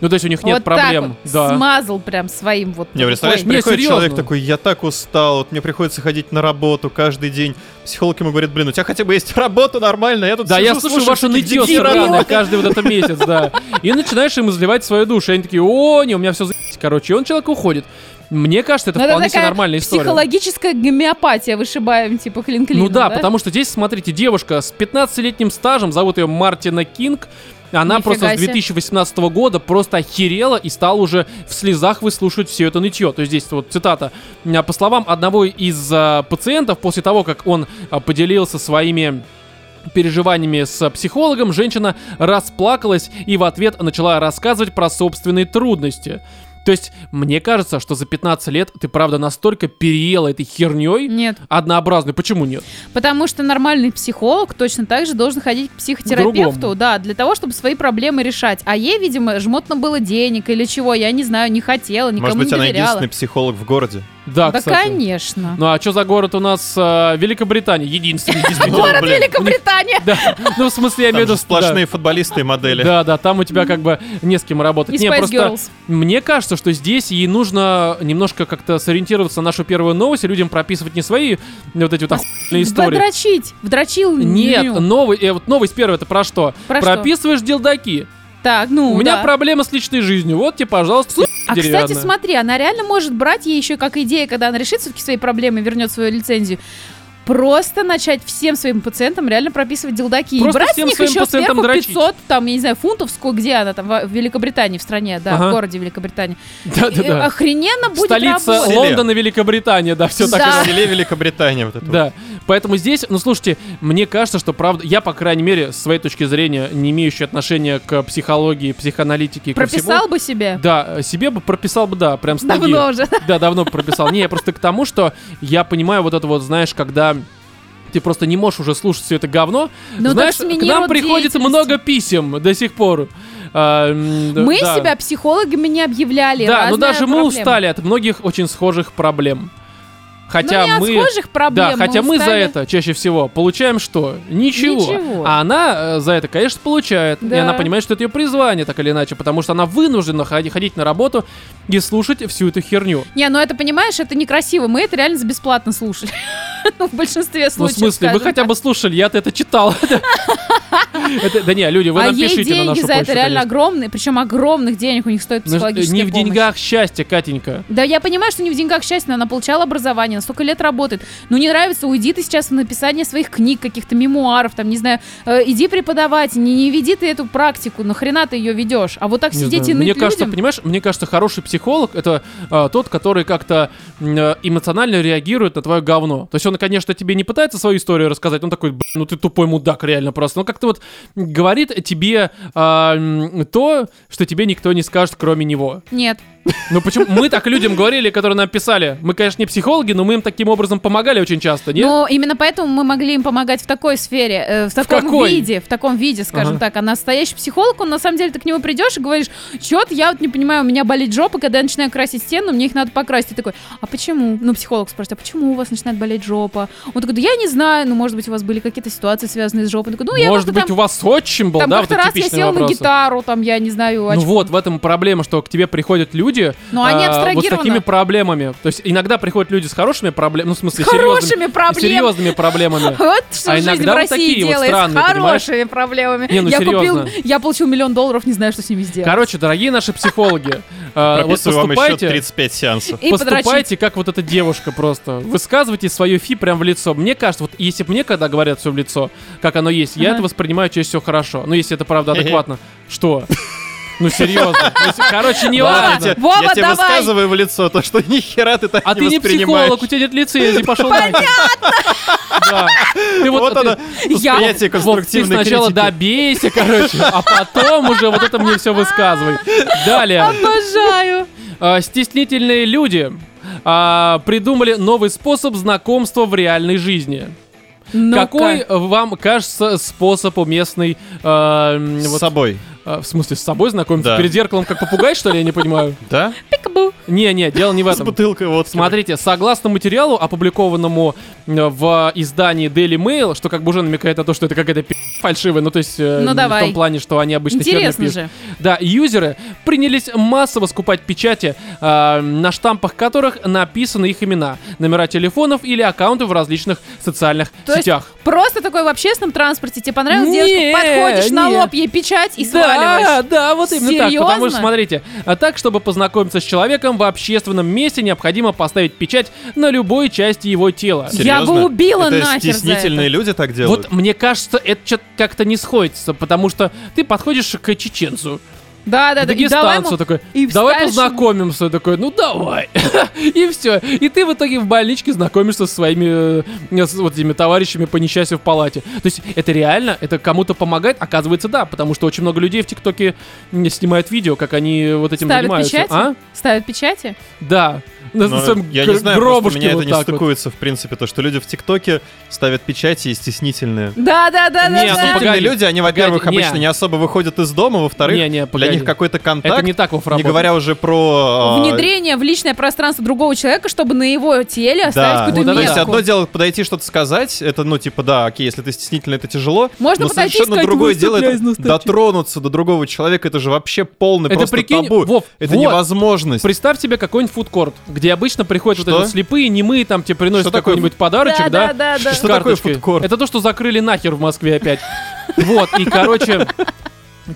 Ну, то есть у них нет
вот
проблем.
Так вот,
да.
Смазал прям своим вот.
Не, представляешь,
Ой, не,
приходит
серьезно.
человек такой, я так устал, вот мне приходится ходить на работу каждый день. Психолог ему говорит, блин, у тебя хотя бы есть работа нормальная, я тут
Да,
сижу,
я слушаю
слушаю
ваше
всяких
нытье
дебилов».
сраное каждый вот этот месяц, да. И начинаешь им изливать свою душу. И они такие, о, не, у меня все за***". Короче, и он человек уходит. Мне кажется, это
Ну,
вполне себе
такая
нормальная история.
психологическая гомеопатия, вышибаем типа хлин
Ну да, потому что здесь, смотрите, девушка с 15-летним стажем, зовут ее Мартина Кинг, она
Нифига
просто с
себе.
2018 года просто охерела и стала уже в слезах выслушивать все это нытье. То есть здесь вот цитата. А, По словам одного из а, пациентов, после того, как он а, поделился своими переживаниями с психологом, женщина расплакалась и в ответ начала рассказывать про собственные трудности. То есть, мне кажется, что за 15 лет ты, правда, настолько переела этой херней,
Нет,
однообразный. Почему нет?
потому что нормальный психолог точно так же должен ходить к
К
психотерапевту,
другому.
да, для того, чтобы свои проблемы решать. А ей, видимо, жмотно было денег или чего, я не знаю, не хотела, никому
Может быть,
не
она
доверяла.
единственный психолог в городе.
Да,
да,
кстати.
конечно.
Ну а что за город у нас? а, Великобритания. Единственный, действительно.
Город
Великобритания!
Да. Ну, в смысле, я имею
Там
в виду...
же
что- да.
сплошные футболисты и модели.
Да, да, там у тебя как бы не с кем работать.
И
Не,
Spice
просто
Girls.
мне кажется, что здесь ей нужно немножко как-то сориентироваться на нашу первую новость и людям прописывать не свои ну, вот эти вот охуенные истории.
Подрочить! Вдрочил
Нет,
ню.
новый, э, вот новость первая это про что?
Про что?
Прописываешь делдаки.
Так, ну
У меня
да.
проблема с личной жизнью. Вот тебе, пожалуйста,
А, кстати,
деревянная.
смотри, она реально может брать ей еще как идея, когда она решит все-таки свои проблемы, вернет свою лицензию, просто начать всем своим пациентам реально прописывать делдаки.
Просто
и брать
всем
с них
своим
еще
пациентам
сверху
дрочить.
500, там, я не знаю, фунтов, сколько, где она там, во- в Великобритании, в стране, да,
Ага.
в городе Великобритании.
Да, да,
И
да.
Охрененно э, а, будет
Столица
работать.
Селе.
Лондона, Великобритания, да, все так и
Да.
В селе Великобритания вот это вот.
Да, поэтому здесь, ну слушайте, мне кажется, что правда, я, по крайней мере, с своей точки зрения, не имеющий отношения к психологии, психоаналитике и ко
Прописал
всему,
бы себе.
да, э, себе бы прописал бы, да, прям с ноги.
Давно уже.
Да, давно бы прописал. Не, я просто к тому, что я понимаю вот это вот, знаешь, когда ты просто не можешь уже слушать все это говно.
Ну, так
знаешь,
смени
к нам
род
приходит
деятельности.
много писем до сих пор. А, м, да,
Мы
да.
себя психологами не объявляли.
Да, но
Разная
даже мы
проблема.
устали от многих очень схожих проблем.
Ну,
Хотя
не от
мы...
схожих проблем.
Да, хотя мы за
устали.
это чаще всего получаем что? Ничего.
Ничего.
А она э, за это, конечно, получает. И
Да.
она понимает, что это ее призвание, так или иначе, потому что она вынуждена ходи- ходить на работу и слушать всю эту херню.
Не, ну это, понимаешь, это некрасиво. Мы это реально за бесплатно слушали. Ну, в большинстве
Ну, в
случаев.
смысле, вы
скажем
хотя
так.
бы слушали, я-то это читал. Это- Да не, люди, вы
а
нам
ей
пишите на
деньги
нашу
за это
почту, конечно.
реально огромные, причем огромных денег у них стоит
Ну, ж-
психологическая
Не в
помощь.
деньгах счастье, Катенька.
Да, я понимаю, что не в деньгах счастье, но она получала образование, на столько лет работает. Ну, не нравится, уйди ты сейчас в написание своих книг, каких-то мемуаров, там, не знаю, э, иди преподавать, не, не веди ты эту практику, нахрена ты ее ведешь? А вот так
Не
сидеть
знаю.
и
Мне
ныть
кажется,
людям?
понимаешь, мне кажется, хороший психолог это а, тот, который как-то м, э, эмоционально реагирует на твое говно. То есть он, конечно, тебе не пытается свою историю рассказать, он такой, «Блин, ну ты тупой мудак, реально просто. Он как-то вот говорит тебе а, м, то, что тебе никто не скажет, кроме него.
Нет.
Ну почему? Мы так людям говорили, которые нам писали. Мы, конечно, не психологи, но мы им таким образом помогали очень часто, нет?
Но именно поэтому мы могли им помогать в такой сфере, э, в таком
какой?
виде, в таком виде, скажем
Ага.
так. А настоящий психолог, он на самом деле, ты к нему придешь и говоришь, чё то я вот не понимаю, у меня болит жопа, когда я начинаю красить стену, мне их надо покрасить. Ты такой, а почему? Ну, психолог спрашивает, а почему у вас начинает болеть жопа? Он такой, да я не знаю, ну, может быть, у вас были какие-то ситуации, связанные с жопой. Он такой, ну, я
Может
как-то
быть,
там,
у вас отчим был,
там
да, вот
как-то
это
раз я
типичные
сел на
вопросы.
гитару, там, я не знаю, а
Ну
очко».
вот, в этом и проблема, что к тебе приходят люди
Но Ну, они
а, вот с
абстрагированы.
такими проблемами. То есть иногда приходят люди с хорошими проблемами, ну в смысле
С хорошими
серьезными,
проблемами.
серьезными проблемами.
Вот что
А
жизнь в
иногда вот
России
такие вот
делает
странные,
с
понимаешь?
хорошими проблемами.
Не, ну
я
серьезно.
купил, я получил миллион долларов, не знаю, что с ними сделать.
Короче, дорогие наши психологи, э, вот
Прописываю вам еще
поступайте,
35 сеансов.
И подрочить.
поступайте как вот эта девушка просто. Высказывайте свое фи прям в лицо. Мне кажется, вот если бы мне когда говорят все в лицо, как оно есть, я
Ага.
это воспринимаю чаще всего хорошо. Ну если это правда адекватно. Что? Ну серьезно. Ну, с- Короче, не
Вова,
ладно.
Я те-
Вова,
я тебе
давай!
высказываю в лицо то, что ни хера ты так
А ты не
воспринимаешь.
психолог, у тебя нет лицензии, пошел Понятно! Да. Ты вот,
Вот
ты-
оно,
Я-
восприятие
Вов, ты
конструктивной
сначала
критики.
добейся, короче, а потом уже вот это мне все высказывай. Далее.
Обожаю.
А, Стеснительные люди а, придумали новый способ знакомства в реальной жизни.
Ну-ка.
Какой вам кажется способ уместный? а, м,
С
вот,
собой.
а, в смысле, с собой знакомиться?
Да.
Перед зеркалом как попугай, что ли? Я не понимаю.
Да?
Пикабу.
Не-не, дело не в
С
этом.
бутылкой вот.
Смотрите, согласно материалу, опубликованному э, в издании Daily Mail, что как бы уже намекает на то, что это какая-то пи*** фальшивая, ну то есть э,
Ну,
в
давай.
том плане, что они обычно херню
Интересно
пишут.
же.
Да, юзеры принялись массово скупать печати, э, на штампах которых написаны их имена, номера телефонов или аккаунты в различных социальных
То есть
сетях.
Просто такой в общественном транспорте тебе понравилась
Не,
девушка, подходишь на
не.
лоб ей печать и
Да,
сваливаешь.
да, вот именно так. Потому что,
Серьезно?
смотрите, а так, чтобы познакомиться с человеком в общественном месте, необходимо поставить печать на любой части его тела.
Я бы
Серьезно?
убила
Это
нахер за
стеснительные
это.
люди так делают?
Вот мне кажется, это что-то как-то не сходится, потому что ты подходишь к чеченцу,
Да, да,
к
да. И давай
дагестанцу,
ему-
такой,
и
давай
вставишь ему-
познакомимся, такой, ну давай, и все. И ты в итоге в больничке знакомишься со своими э, с вот этими товарищами по несчастью в палате. То есть это реально, это кому-то помогает, оказывается, да, потому что очень много людей в ТикТоке м, снимают видео, как они вот этим
Ставят
занимаются.
печати?
А?
Ставят печати.
Да. На
Но
своем
я
гр-
не знаю, просто у
гробушке
меня это
вот
не
так вот.
стыкуется, в принципе, то, что люди в ТикТоке ставят печати и стеснительные.
Да, да, да, да.
Не, ну,
да.
погоди.
Стеснительные люди, они, во-первых,
погоди, не.
обычно не особо выходят из дома, во-вторых,
Не-не,
для
погоди.
них какой-то контакт,
Это не так, Вов,
не
работает.
говоря уже про... а,
Внедрение в личное пространство другого человека, чтобы на его теле
Да,
оставить
Вот
какую-то
это
то есть
мерку.
одно дело подойти что-то сказать, это ну типа да, окей, если ты стеснительно, это тяжело.
Можно
но
подойти и
совершенно
сказать,
другое дело
«Выступляй
это
на встрече».
дотронуться до другого человека, это же вообще полный
Это
просто
прикинь,
табу.
Вов,
это
вот.
невозможность.
Представь себе какой-нибудь фудкорт, где обычно приходят вот
Что?
эти вот слепые, немые, там тебе приносят
Что такое
какой-нибудь подарочек, да?
Да, да, да, да.
с
Что такое
карточкой.
фудкорт?
Это то, что закрыли нахер в Москве опять. Вот, и, короче,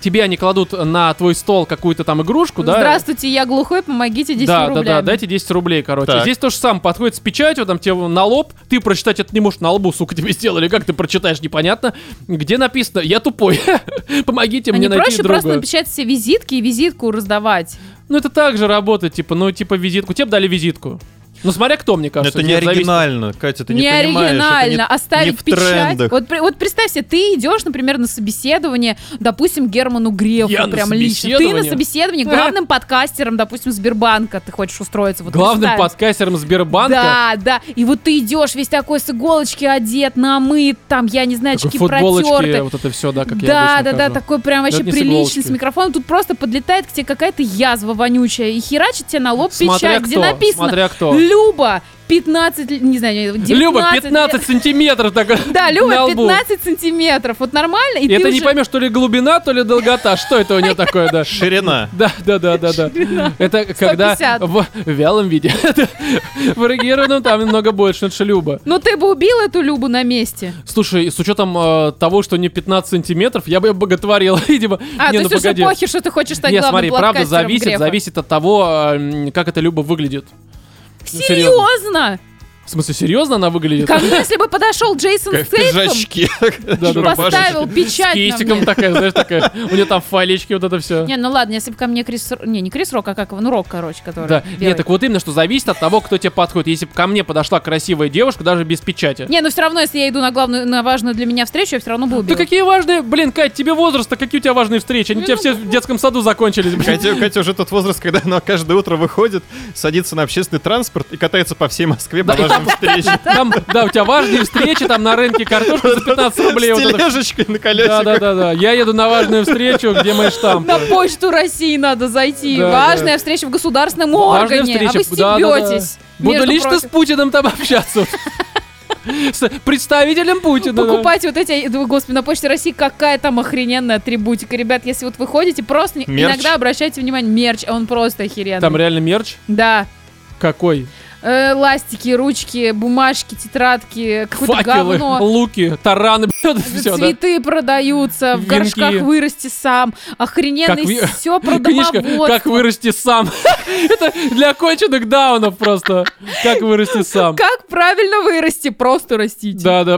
тебе они кладут на твой стол какую-то там игрушку, да?
Здравствуйте, я глухой, помогите 10
да,
рублями.
да, да, дайте 10 рублей, короче.
Так.
Здесь то же самое, подходит с печатью, там тебе на лоб, ты прочитать это не можешь, на лбу, сука, тебе сделали, как ты прочитаешь, непонятно, где написано, я тупой, помогите
А
мне
не
найти
проще
друга.
просто напечатать все визитки и визитку раздавать.
Ну это так же работает, типа, ну типа визитку, тебе бы дали визитку. Ну смотря кто, мне
Но
кажется.
это не
тебе зависит.
оригинально, Катя, ты не,
не
понимаешь. это не-
оригинально, оставить
не в
печать.
трендах.
Вот, при- вот представь себе, ты идешь, например, на собеседование, допустим, Герману Грефу,
Я на
прям лично. Ты на
собеседование?
собеседовании главным подкастером, допустим, Сбербанка, ты хочешь устроиться. Вот
Главным
представь.
подкастером Сбербанка.
Да, да. И вот ты идешь весь такой с иголочки одет, намыт, там, я не знаю,
Такой
очки
футболочки,
протерты.
вот это все, да, как я
да, да,
обычно
да,
хожу.
такой прям вообще
это не с
приличный
иголочки.
с микрофоном. Тут просто подлетает к тебе какая-то язва вонючая и херачит тебе на лоб
Смотря
печать, где
кто,
написано
смотря кто.
Люба, 15, л- не знаю, не, 19
Люба,
лет.
15 сантиметров так
Да,
на
Люба,
лбу.
15 сантиметров. Вот нормально, и
И
ты
это не
уже-
поймешь, то ли глубина, то ли долгота. Что это у нее такое, да?
Ширина.
Да, да, да, да, да. Это когда
150.
в вялом виде. В эрегированном там немного больше, это же Люба.
Ну ты бы убил эту Любу на месте.
Слушай, с учетом э, того, что не 15 сантиметров, я бы ее боготворил, видимо.
А,
Не,
то
ну
есть уже
погоди.
похер, что ты хочешь стать
Не,
главным
смотри, правда
планкастером
зависит,
Грефа.
зависит от того, э, м, как эта Люба выглядит. Ну, серьезно.
Серьезно?
В смысле, серьезно она выглядит?
Ко мне, если бы подошел Джейсон
Как в
Стейтем,
пиджачке.
да, да.
поставил
С
печать на
кейсиком
мне.
такая, знаешь, такая. У нее там файлечки, вот это все.
Не, ну ладно, если бы ко мне Крис... Р- Не, не Крис Рок, а как его? Ну, Рок, короче, который
Да,
белый.
нет, так вот именно, что зависит от того, кто тебе подходит. Если бы ко мне подошла красивая девушка, даже без печати.
Не, ну все равно, если я иду на главную, на важную для меня встречу, я все равно бы
Да
убила.
какие важные, блин, Кать, тебе возраст, а какие у тебя важные встречи? Они у тебя
Ну,
все в детском саду закончились, блин.
Катя, Катя уже тот возраст, когда она каждое утро выходит, садится на общественный транспорт и катается по всей Москве
Да,
по
и
важным встречам.
Там, да, у тебя важные встречи, там на рынке картошку за 15 рублей.
С
вот это.
тележечкой
Да, да,
на колесиках.
да, да. Я еду на важную встречу, где мой штамп.
На почту России надо зайти.
Да,
Важная встреча в государственном
Важная
органе, а вы
встреча, да, да, да.
стебетесь.
Буду
между
лично с
прочим.
Путиным там общаться. С представителем Путина. да.
Покупать вот эти, я думаю, господи, на почте России какая там охрененная атрибутика. Ребят, если вот вы ходите, просто не-
Мерч.
иногда обращайте внимание, мерч, он просто охеренный.
Там реально мерч?
Да.
Какой?
Э, ластики, ручки, бумажки, тетрадки, какое-то
Факелы,
говно.
луки, тараны, блин, все, да?
Цветы продаются, в
Венки.
горшках вырасти сам,
Как
охрененный
вы-
все про
Книжка
домоводство.
«Как вырасти сам». Это для конченых даунов просто. «Как вырасти сам».
Как правильно вырасти, просто растите.
Да, да.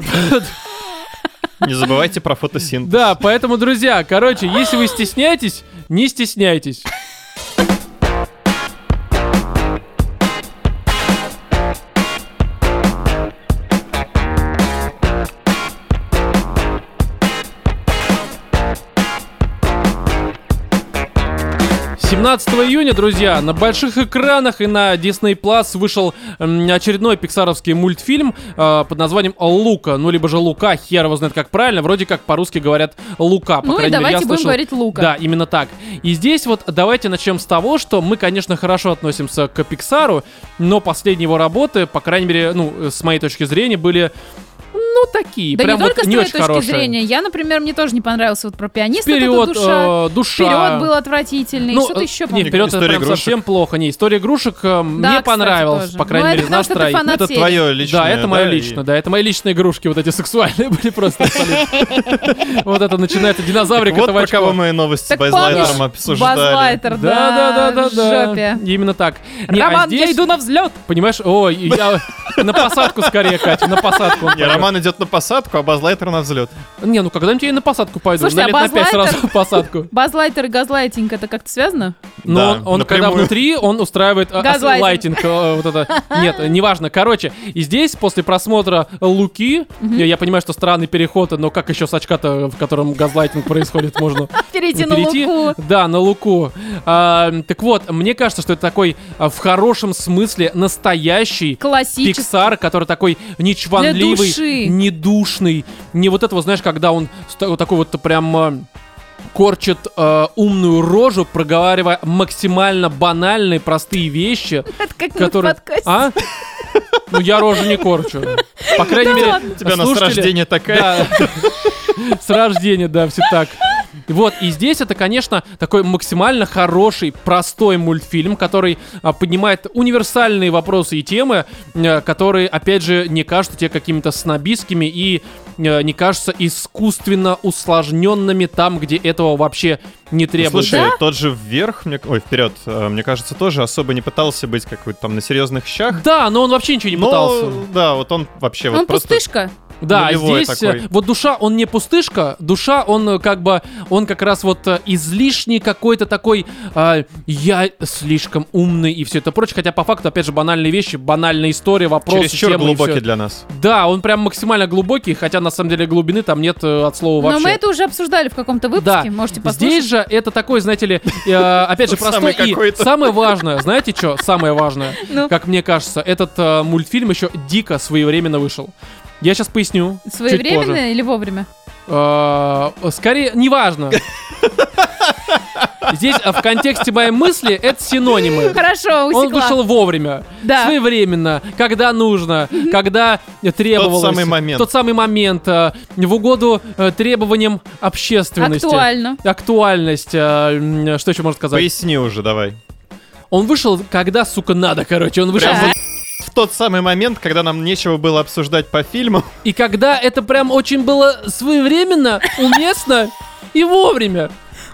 Не забывайте про фотосинтез.
Да, поэтому, друзья, короче, если вы стесняетесь, не стесняйтесь. Семнадцатого июня, друзья, на больших экранах и на Disney Plus вышел м, очередной пиксаровский мультфильм э, под названием Лука, ну либо же Лука, хер его знает как правильно, вроде как по-русски говорят Лука, А, по
ну и
крайней мере,
давайте
я
будем
слышал.
говорить Лука.
Да, именно так. И здесь вот давайте начнем с того, что мы, конечно, хорошо относимся к Пиксару, но последние его работы, по крайней мере, ну, э, с моей точки зрения, были, ну, такие.
Да
прям
не
вот
только с
не
твоей
очень
точки
хорошие.
зрения. Я, например, мне тоже не понравился вот про пианиста вот эта
Вперед,
душа.
э, душа.
Вперед был отвратительный.
Ну,
Что-то
э,
еще,
не,
по-моему.
вперед это
История
прям
игрушек.
совсем плохо. Не, история игрушек э, мне
кстати,
понравилась,
тоже.
по крайней
Ну, это
мере,
потому,
наш
что ты
троих.
фанат
Это
серии.
твое личное.
да, это мое
и-
личное, да, это мои личные игрушки, вот эти сексуальные были просто абсолютно. Вот это начинается динозаврик
Вот
этого
про кого мы и новости с
Так помнишь,
Байзлайтером обсуждали.
Базлайтер,
Да, да, да, да,
в
да.
жопе.
Именно так. Не, а
Роман, я
здесь,
иду на взлет.
Понимаешь, ой, я на посадку скорее, Катя, на посадку. он
Не,
пойдет.
Роман идет на посадку, а Базлайтер на взлет.
Не, ну когда-нибудь я и на посадку пойду.
Слушай,
на
а
лет на пять
Базлайтер-
сразу в посадку.
Базлайтер и газлайтинг, это как-то связано?
Но
Да,
Ну, он, он
напрямую.
когда внутри, он устраивает э, ос-
Газлайтинг.
лайтинг. э, вот это. Нет, э, неважно. Короче, и здесь после просмотра Луки, я, я понимаю, что странный переход, но как еще с очка-то, в котором газлайтинг происходит, можно
Перейти
Ну,
на
перейти.
луку.
Да, на луку. А, так вот, мне кажется, что это такой а, в хорошем смысле настоящий
Классический.
Пиксар, который такой не
Для
чванливый,
души.
не душный, не вот этого, знаешь, когда он ста- вот такой вот прям э, корчит э, умную рожу, проговаривая максимально банальные, простые вещи,
Это как мы в
которые...
подкасте.
А? Ну, я рожу не корчу. По крайней
Да
мере,
ладно.
У тебя на
слушатели-
рождения такая.
да. С рождения, да, все так. Вот, и здесь это, конечно, такой максимально хороший, простой мультфильм, который а, поднимает универсальные вопросы и темы, э, которые, опять же, не кажутся тебе какими-то снобистскими и э, не кажутся искусственно усложненными там, где этого вообще не требуется.
Слушай, тот же вверх, мне, ой, вперед, э, мне кажется, тоже особо не пытался быть какой-то там на серьезных щах.
Да, но он вообще ничего не
но,
пытался.
Ну, да, вот он вообще
Он
вот просто...
Ну, пустышка.
Да, а
Нулевой
здесь
такой.
э, вот душа, он не пустышка, душа, он э, как бы, он как раз вот э, излишний какой-то такой, э, я слишком умный и все это прочее, хотя по факту, опять же, банальные вещи, банальная история, вопросы,
чересчур
темы и всё.
глубокий для нас.
Да, он прям максимально глубокий, хотя на самом деле глубины там нет э, от слова
Но
вообще.
мы это уже обсуждали в каком-то выпуске,
Да.
можете
Здесь
послушать.
же это такой, знаете ли, э, опять же,
Тут самый
простой и
какой-то.
самое важное, знаете что, самое важное,
Ну.
как мне кажется, этот э, мультфильм еще дико своевременно вышел. Я сейчас поясню. чуть позже.
Своевременно или вовремя?
Э, Скорее, неважно. Здесь а, в контексте моей мысли это синонимы.
Хорошо, усекла.
Он вышел вовремя,
Да.
своевременно, когда нужно, когда э, требовалось.
самый момент.
Тот самый момент, э, в угоду э, требованиям общественности.
Актуально.
Актуальность, э, м, что еще можно сказать?
Поясни уже, давай.
Он вышел, когда, сука, надо, короче, он вышел.
Прям
вот-
вот-
В тот самый момент, когда нам нечего было обсуждать по фильму,
И когда это прям очень было своевременно, уместно и вовремя.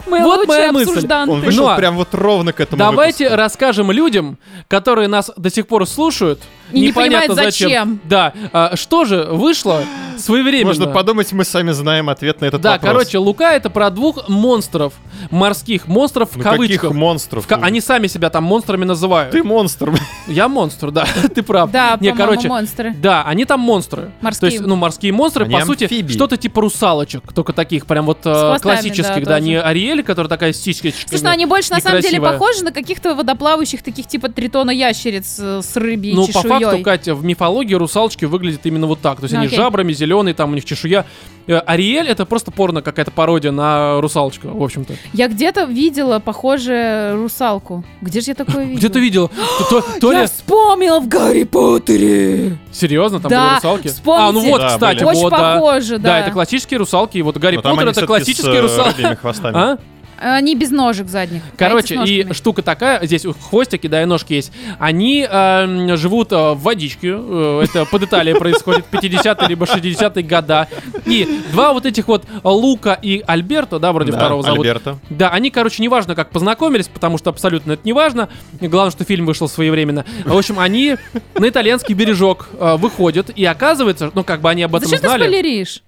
Мы
Вот
лучшие
моя мысль.
обсужданты.
он вышел
Но-
прям вот ровно к этому
Давайте
выпуску.
расскажем людям, которые нас до сих пор слушают.
И не
непонятно
понимают, зачем.
Да, а, что же вышло своевременно?
Можно подумать, мы сами знаем ответ на этот
да,
вопрос.
короче, Лука это про двух монстров. Морских монстров в
ну,
кавычках.
каких монстров?
В ка- Они сами себя там монстрами называют.
Ты монстр.
Я монстр, да, ты прав.
Да,
Не,
по-моему,
короче,
монстры.
Да, они там монстры.
Морские.
То есть, ну, морские монстры,
Они
по сути,
амфибии.
что-то типа русалочек, только таких, прям вот э,
хвостами,
классических,
да,
да,
тоже.
не Ариэль, которая такая с сиськочками.
Слушай, ну они больше на самом деле
некрасивая.
похожи на каких-то водоплавающих таких типа тритона ящериц э, с рыбьей
Ну, по
чешуей.
факту, Катя, в мифологии русалочки выглядят именно вот так. То есть
Ну,
они
окей.
с жабрами, зеленые, там у них чешуя. Э, Ариэль это просто порно, какая-то пародия на русалочку, в общем-то.
Я где-то видела похожую русалку. Где же я такое видела?
Где ты видела? То- то- то
Я
ли-
вспомнила в Гарри Поттере.
Серьезно, там
Да,
были русалки?
вспомните.
А, ну вот,
Да,
кстати,
были.
Очень
вот, да.
похожи, да.
Да, это классические русалки, и вот Гарри
Но там
Поттер
они
это
всё-таки с,
классические
э,
русалки.
рыбьими хвостами.
А?
Они без ножек задних. а эти
Короче,
с
и
ножками.
штука такая, здесь у- хвостики, да, и ножки есть. Они эм, живут э, в водичке, э, это под Италией происходит, 50-е либо 60-е года. И два вот этих вот Лука и Альберто, да, вроде
Да,
второго зовут.
Альберта.
Да, они, короче, неважно, как познакомились, потому что абсолютно это неважно. Главное, что фильм вышел своевременно. В общем, они на итальянский бережок э, выходят, и оказывается, ну, как бы они об этом
Зачем ты
знали.
спойлеришь?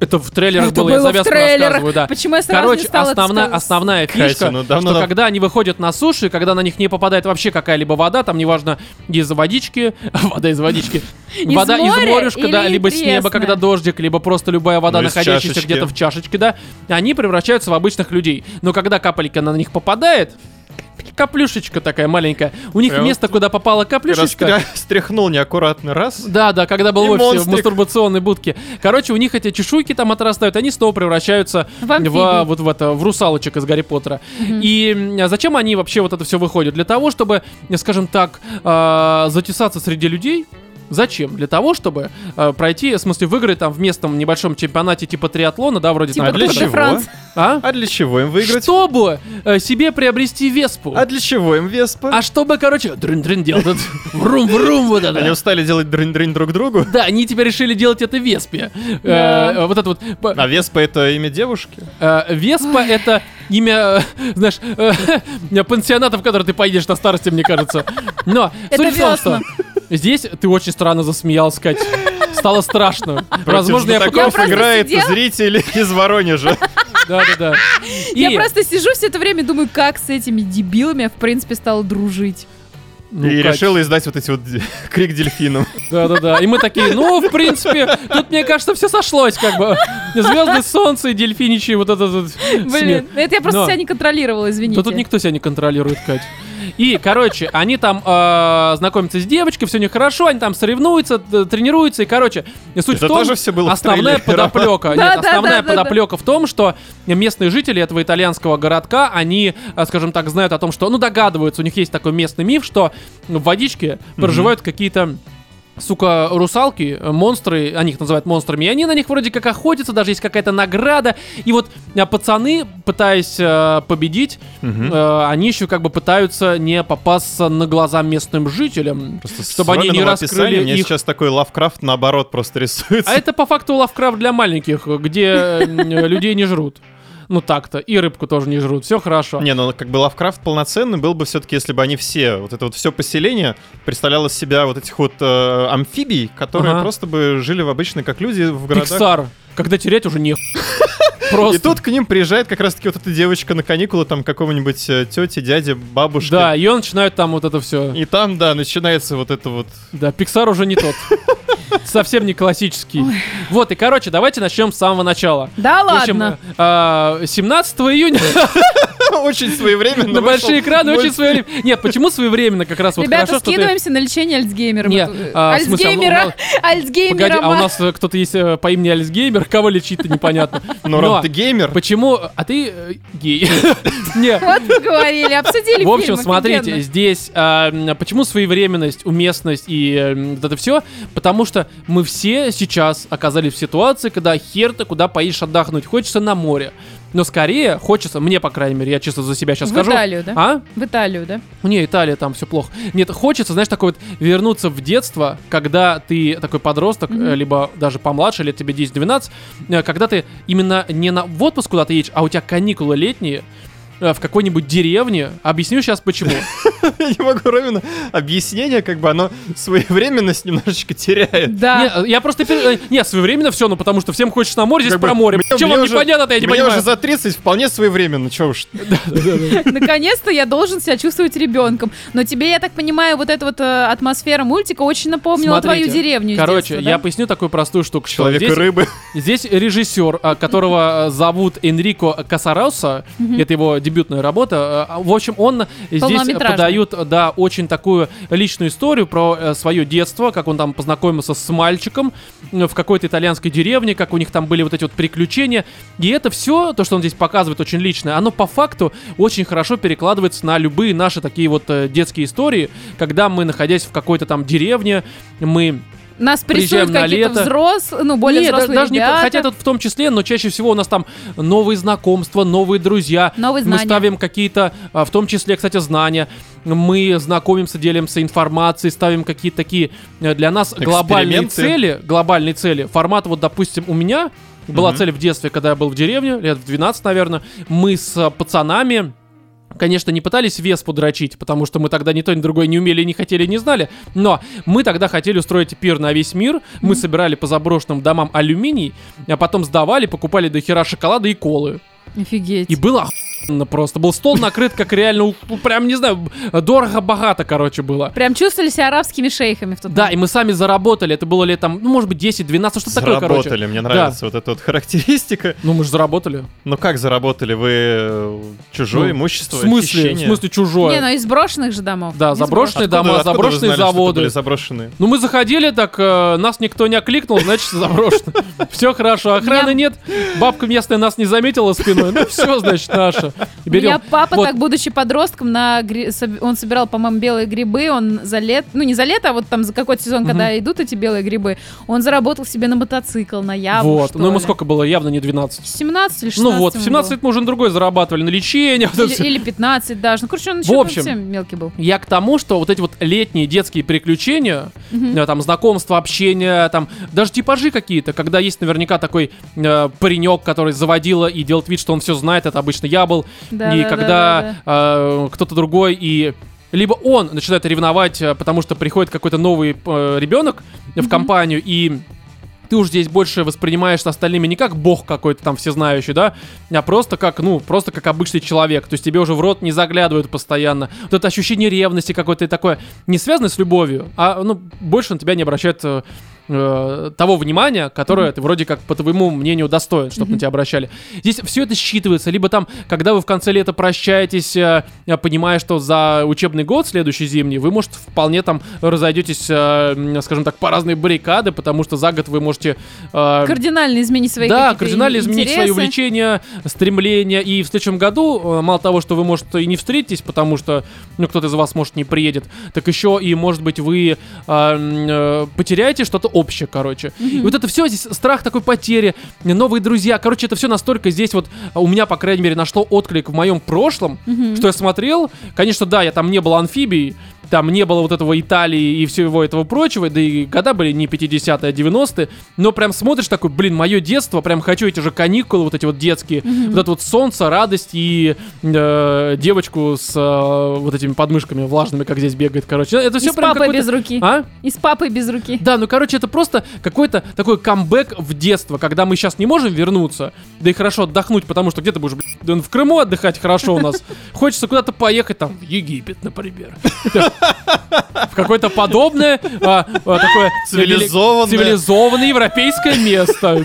Это в трейлерах
Это
было, я
было в
завязку
трейлерах.
рассказываю, да.
Почему я сразу
Короче,
не стала это
основная,
сказать?
основная
Катя,
фишка,
ну давно
что
нам-
когда они выходят на сушу, и когда на них не попадает вообще какая-либо вода, там неважно, из водички, вода из водички,
Из
вода из
моря
морюшка, да,
или
либо с неба,
пресная?
когда дождик, либо просто любая вода,
Ну, из
находящаяся
чашечки.
где-то в чашечке, да, они превращаются в обычных людей. Но когда капелька на них попадает, каплюшечка такая маленькая, у них
Прям
место, куда попала каплюшечка,
Раскря- Стряхнул неаккуратно, раз.
да, да, когда был
И
в офисе в
монстрик.
мастурбационной будке. Короче, у них эти чешуйки там отрастают, они снова превращаются
В
в, а,
амфибий.
вот в это, в русалочек из Гарри Поттера. И м, а зачем они вообще вот это все выходят? Для того, чтобы, скажем так, э, затесаться среди людей. Зачем? Для того, чтобы э, пройти, в смысле, в игры там в местном небольшом чемпионате типа триатлона, да, вроде
Типа
А
там.
для
Тур де
чего?
Франс.
А?
А для чего им выиграть?
Чтобы э, себе приобрести веспу.
А для чего им Веспа?
А чтобы, короче, дрын-дрын делать. этот Врум-врум вот это.
Они устали делать дрынь-дрынь друг другу?
Да, они теперь решили делать это Веспе. Э,
Да.
Вот это вот. п-
А Веспа это имя девушки?
э, Веспа это имя, э, знаешь, э, пансионата, в который ты поедешь на старости, мне кажется. Но
Это
суть в том, что
весна.
здесь ты очень странно засмеялся, Кать. Стало страшно. Возможно, я
знатоков.
потом...
таков
просто
играет
сидела.
зрители из Воронежа.
Да, да, да.
Я
И-
просто сижу все это время и думаю, как с этими дебилами я, в принципе, стала дружить.
Ну,
И
Кать,
решила издать вот эти вот д- крик дельфином.
Да, да, да. И мы такие, ну, в принципе, тут, мне кажется, все сошлось, как бы. Звезды, солнце и дельфиничий вот этот вот смех.
Блин, это я просто
Но-
себя не контролировала, извините.
Да тут никто себя не контролирует, Кать. И, короче, они там э, знакомятся с девочкой, все у них хорошо, они там соревнуются, т- тренируются, и, короче, суть
Это
в том,
тоже все было в
основная
трейлере.
подоплека,
Да,
нет,
да,
основная
да, да, да.
подоплека в том, что местные жители этого итальянского городка, они, э, скажем так, знают о том, что, ну, догадываются, у них есть такой местный миф, что в водичке проживают какие-то сука, русалки, э, монстры, они их называют монстрами, и они на них вроде как охотятся, даже есть какая-то награда. И вот э, пацаны, пытаясь э, победить,
Мгм.
э, они еще как бы пытаются не попасться на глаза местным жителям,
Просто с
чтобы они не
Роминым
раскрыли
описанием Мне
их.
сейчас такой Лавкрафт наоборот просто рисуется.
А это по факту лавкрафт для маленьких, где э, э, людей не жрут. Ну так-то, и рыбку тоже не жрут, все хорошо.
Не, ну как бы Лавкрафт полноценный был бы все-таки, если бы они все, вот это вот все поселение представляло из себя вот этих вот э, амфибий, которые
Ага.
просто бы жили в обычной, как люди в городах.
Пиксар, когда терять уже не
И
Просто.
тут к ним приезжает как раз-таки вот эта девочка на каникулы, там какого-нибудь э, тети, дяди, бабушки.
Да, и он начинает там вот это все.
И там, да, начинается вот это вот...
Да, Pixar уже не тот. Совсем не классический. Вот, и э, короче, давайте начнем с самого начала.
Да
В общем,
ладно.
э, 17 июня
Очень своевременно.
На большие экраны очень
своевременно.
своевременно. Нет, почему своевременно как раз вот
Ребята,
хорошо, что ты...
скидываемся на лечение Альцгеймера.
Не,
Вот, э,
а, в смысле, а у нас-
Альцгеймера, Альцгеймера.
Погоди, а у нас э, кто-то есть э, по имени Альцгеймер, кого лечит-то непонятно.
Но, Ну, Ром, ты геймер.
Почему? А ты э, гей. Не,
Вот поговорили, обсудили
В
фильм,
общем,
офигенно.
смотрите, здесь а, м, почему своевременность, уместность и э, вот это все? Потому что мы все сейчас оказались в ситуации, когда хер ты куда поедешь отдохнуть. Хочется на море. Но скорее хочется, мне, по крайней мере, я чисто за себя сейчас
В
скажу.
Италию, да?
А?
В Италию, да?
Не, Италия, там все плохо. Нет, хочется, знаешь, такой вот вернуться в детство, когда ты такой подросток,
Мгм.
э, либо даже помладше, лет тебе 10-12, э, когда ты именно не на в отпуск куда-то едешь, а у тебя каникулы летние, э, в какой-нибудь деревне. Объясню сейчас почему.
Я не могу, Ромина. Объяснение, как бы, оно своевременность немножечко теряет.
Да.
Не, э, я просто... пер- э, Не, своевременно все, ну потому что всем хочется на море, здесь
Как бы,
про море.
мне-
Чем
мне
вам
уже-
непонятно-то, я не
Мне уже
понимаю. Ну,
за 30 вполне своевременно, чё уж.
Наконец-то я должен себя чувствовать ребенком. Но тебе, я так понимаю, вот эта вот э, атмосфера мультика очень напомнила твою
Смотрите,
деревню. из
Короче,
детства, да?
я поясню такую простую штуку. что
Человек и
здесь-
рыбы.
Здесь режиссер, а, которого э, зовут Энрико Касарауса, это его дебютная работа. э, В общем, он здесь
Полнометражный.
подает, да, очень такую личную историю про э, свое детство, как он там познакомился с мальчиком э, в какой-то итальянской деревне, как у них там были вот эти вот приключения. И это все, то, что он здесь показывает, очень личное, оно по факту очень хорошо перекладывается на любые наши такие вот э, детские истории, когда мы, находясь в какой-то там деревне, мы
Нас
приезжаем
прессуют
на
какие-то
лето.
взрослые, ну, более
Не, да-
взрослые
даже не
ребята.
то- хотя тут в том числе, но чаще всего у нас там новые знакомства, новые друзья.
Новые
Мы
знания.
ставим какие-то, а, в том числе, кстати, знания. Мы знакомимся, делимся информацией, ставим какие-то такие э, для нас глобальные
Эксперименты.
цели. Глобальные цели. Формат, вот, допустим, у меня была
Мгм.
цель в детстве, когда я был в деревне, лет в 12, наверное. Мы с э, пацанами Конечно, не пытались вес подрочить, потому что мы тогда ни то, ни другое не умели, не хотели, не знали. Но мы тогда хотели устроить пир на весь мир. Мы собирали по заброшенным домам алюминий, а потом сдавали, покупали до хера шоколада и колы.
Офигеть.
И было охуенно просто. Был стол накрыт, как реально, у- у- прям, не знаю, дорого-богато, короче, было.
Прям чувствовали себя арабскими шейхами в тот
Да,
момент.
и мы сами заработали. Это было лет там, ну, может быть, 10-12, что-то такое, короче.
Заработали, мне нравится вот эта вот характеристика.
Ну, мы же заработали.
Ну как заработали? Вы э, чужое
Ну, В
имущество,
смысле? В
хищение?
смысле чужое?
Не, ну из брошенных же домов.
Да,
Из
заброшенные
Откуда-
дома,
откуда вы
заброшенные
знали, что это
заводы.
были заброшенные?
Ну мы заходили, так э, нас никто не окликнул, значит заброшено. Все хорошо, охраны нет, бабка местная нас не заметила спиной, ну все, значит, наша. И
У меня
Берем.
папа,
Вот.
так будучи подростком, на гри- соб- он собирал, по-моему, белые грибы. Он за лет, ну не за лето, а вот там за какой-то сезон, когда идут эти белые грибы, он заработал себе на мотоцикл, на яму.
Вот,
что
ну ему
ли.
сколько было, явно не 12.
17 или 16.
Ну вот, в
ему
17
было.
лет мы уже на другой зарабатывали, на лечение. вот это всё.
Или, или 15 даже. Ну, короче, он еще
общем,
совсем мелкий был.
Я к тому, что вот эти вот летние детские приключения, э, там знакомство, общение, там даже типажи какие-то, когда есть наверняка такой э, паренек, который заводила и делает вид, что он все знает, это обычно я был,
Да,
и
да, да,
когда
да,
э, кто-то другой и либо он начинает ревновать, э, потому что приходит какой-то новый э, ребенок в компанию и ты уж здесь больше воспринимаешь с остальными не как бог какой-то там всезнающий, да, а просто как, ну, просто как обычный человек. То есть тебе уже в рот не заглядывают постоянно. Вот это ощущение ревности какое-то и такое, не связано с любовью, а, ну, больше на тебя не обращает э, э, того внимания, которое ты вроде как по твоему мнению достоин, чтобы на тебя обращали. Здесь все это считывается, либо там, когда вы в конце лета прощаетесь, э, э, понимая, что за учебный год следующий зимний, вы, может, вполне там разойдетесь, э, м, скажем так, по разные баррикады, потому что за год вы можете... э,
Кардинально изменить свои
да,
какие-то
кардинально изменить свои
интересы.
увлечения, стремления. И в следующем году, э, мало того, что вы, может, и не встретитесь, потому что ну, кто-то из вас, может, не приедет, так еще и, может быть, вы э, м, э, потеряете что-то общее, короче. И вот это все здесь страх такой потери, новые друзья. Короче, это все настолько здесь вот а, у меня, по крайней мере, нашло отклик в моем прошлом, что я смотрел. Конечно, да, я там не был амфибией, там не было вот этого Италии и всего этого прочего, да и года были не 50-е, а 90-е, но прям смотришь такой, блин, мое детство, прям хочу эти же каникулы, вот эти вот детские, вот это вот солнце, радость и э, девочку с э, вот этими подмышками влажными, как здесь бегает, короче. Это
И
все
с
прям
папой
какой-то-
без руки.
А?
И с папой без руки.
Да, ну короче, это просто какой-то такой камбэк в детство, когда мы сейчас не можем вернуться, да и хорошо отдохнуть, потому что где ты будешь блядь, Да он в Крыму отдыхать хорошо у нас. Хочется куда-то поехать, там, в Египет, например. В какое-то подобное, а, а, такое
Цивилизованное.
цивилизованное европейское место.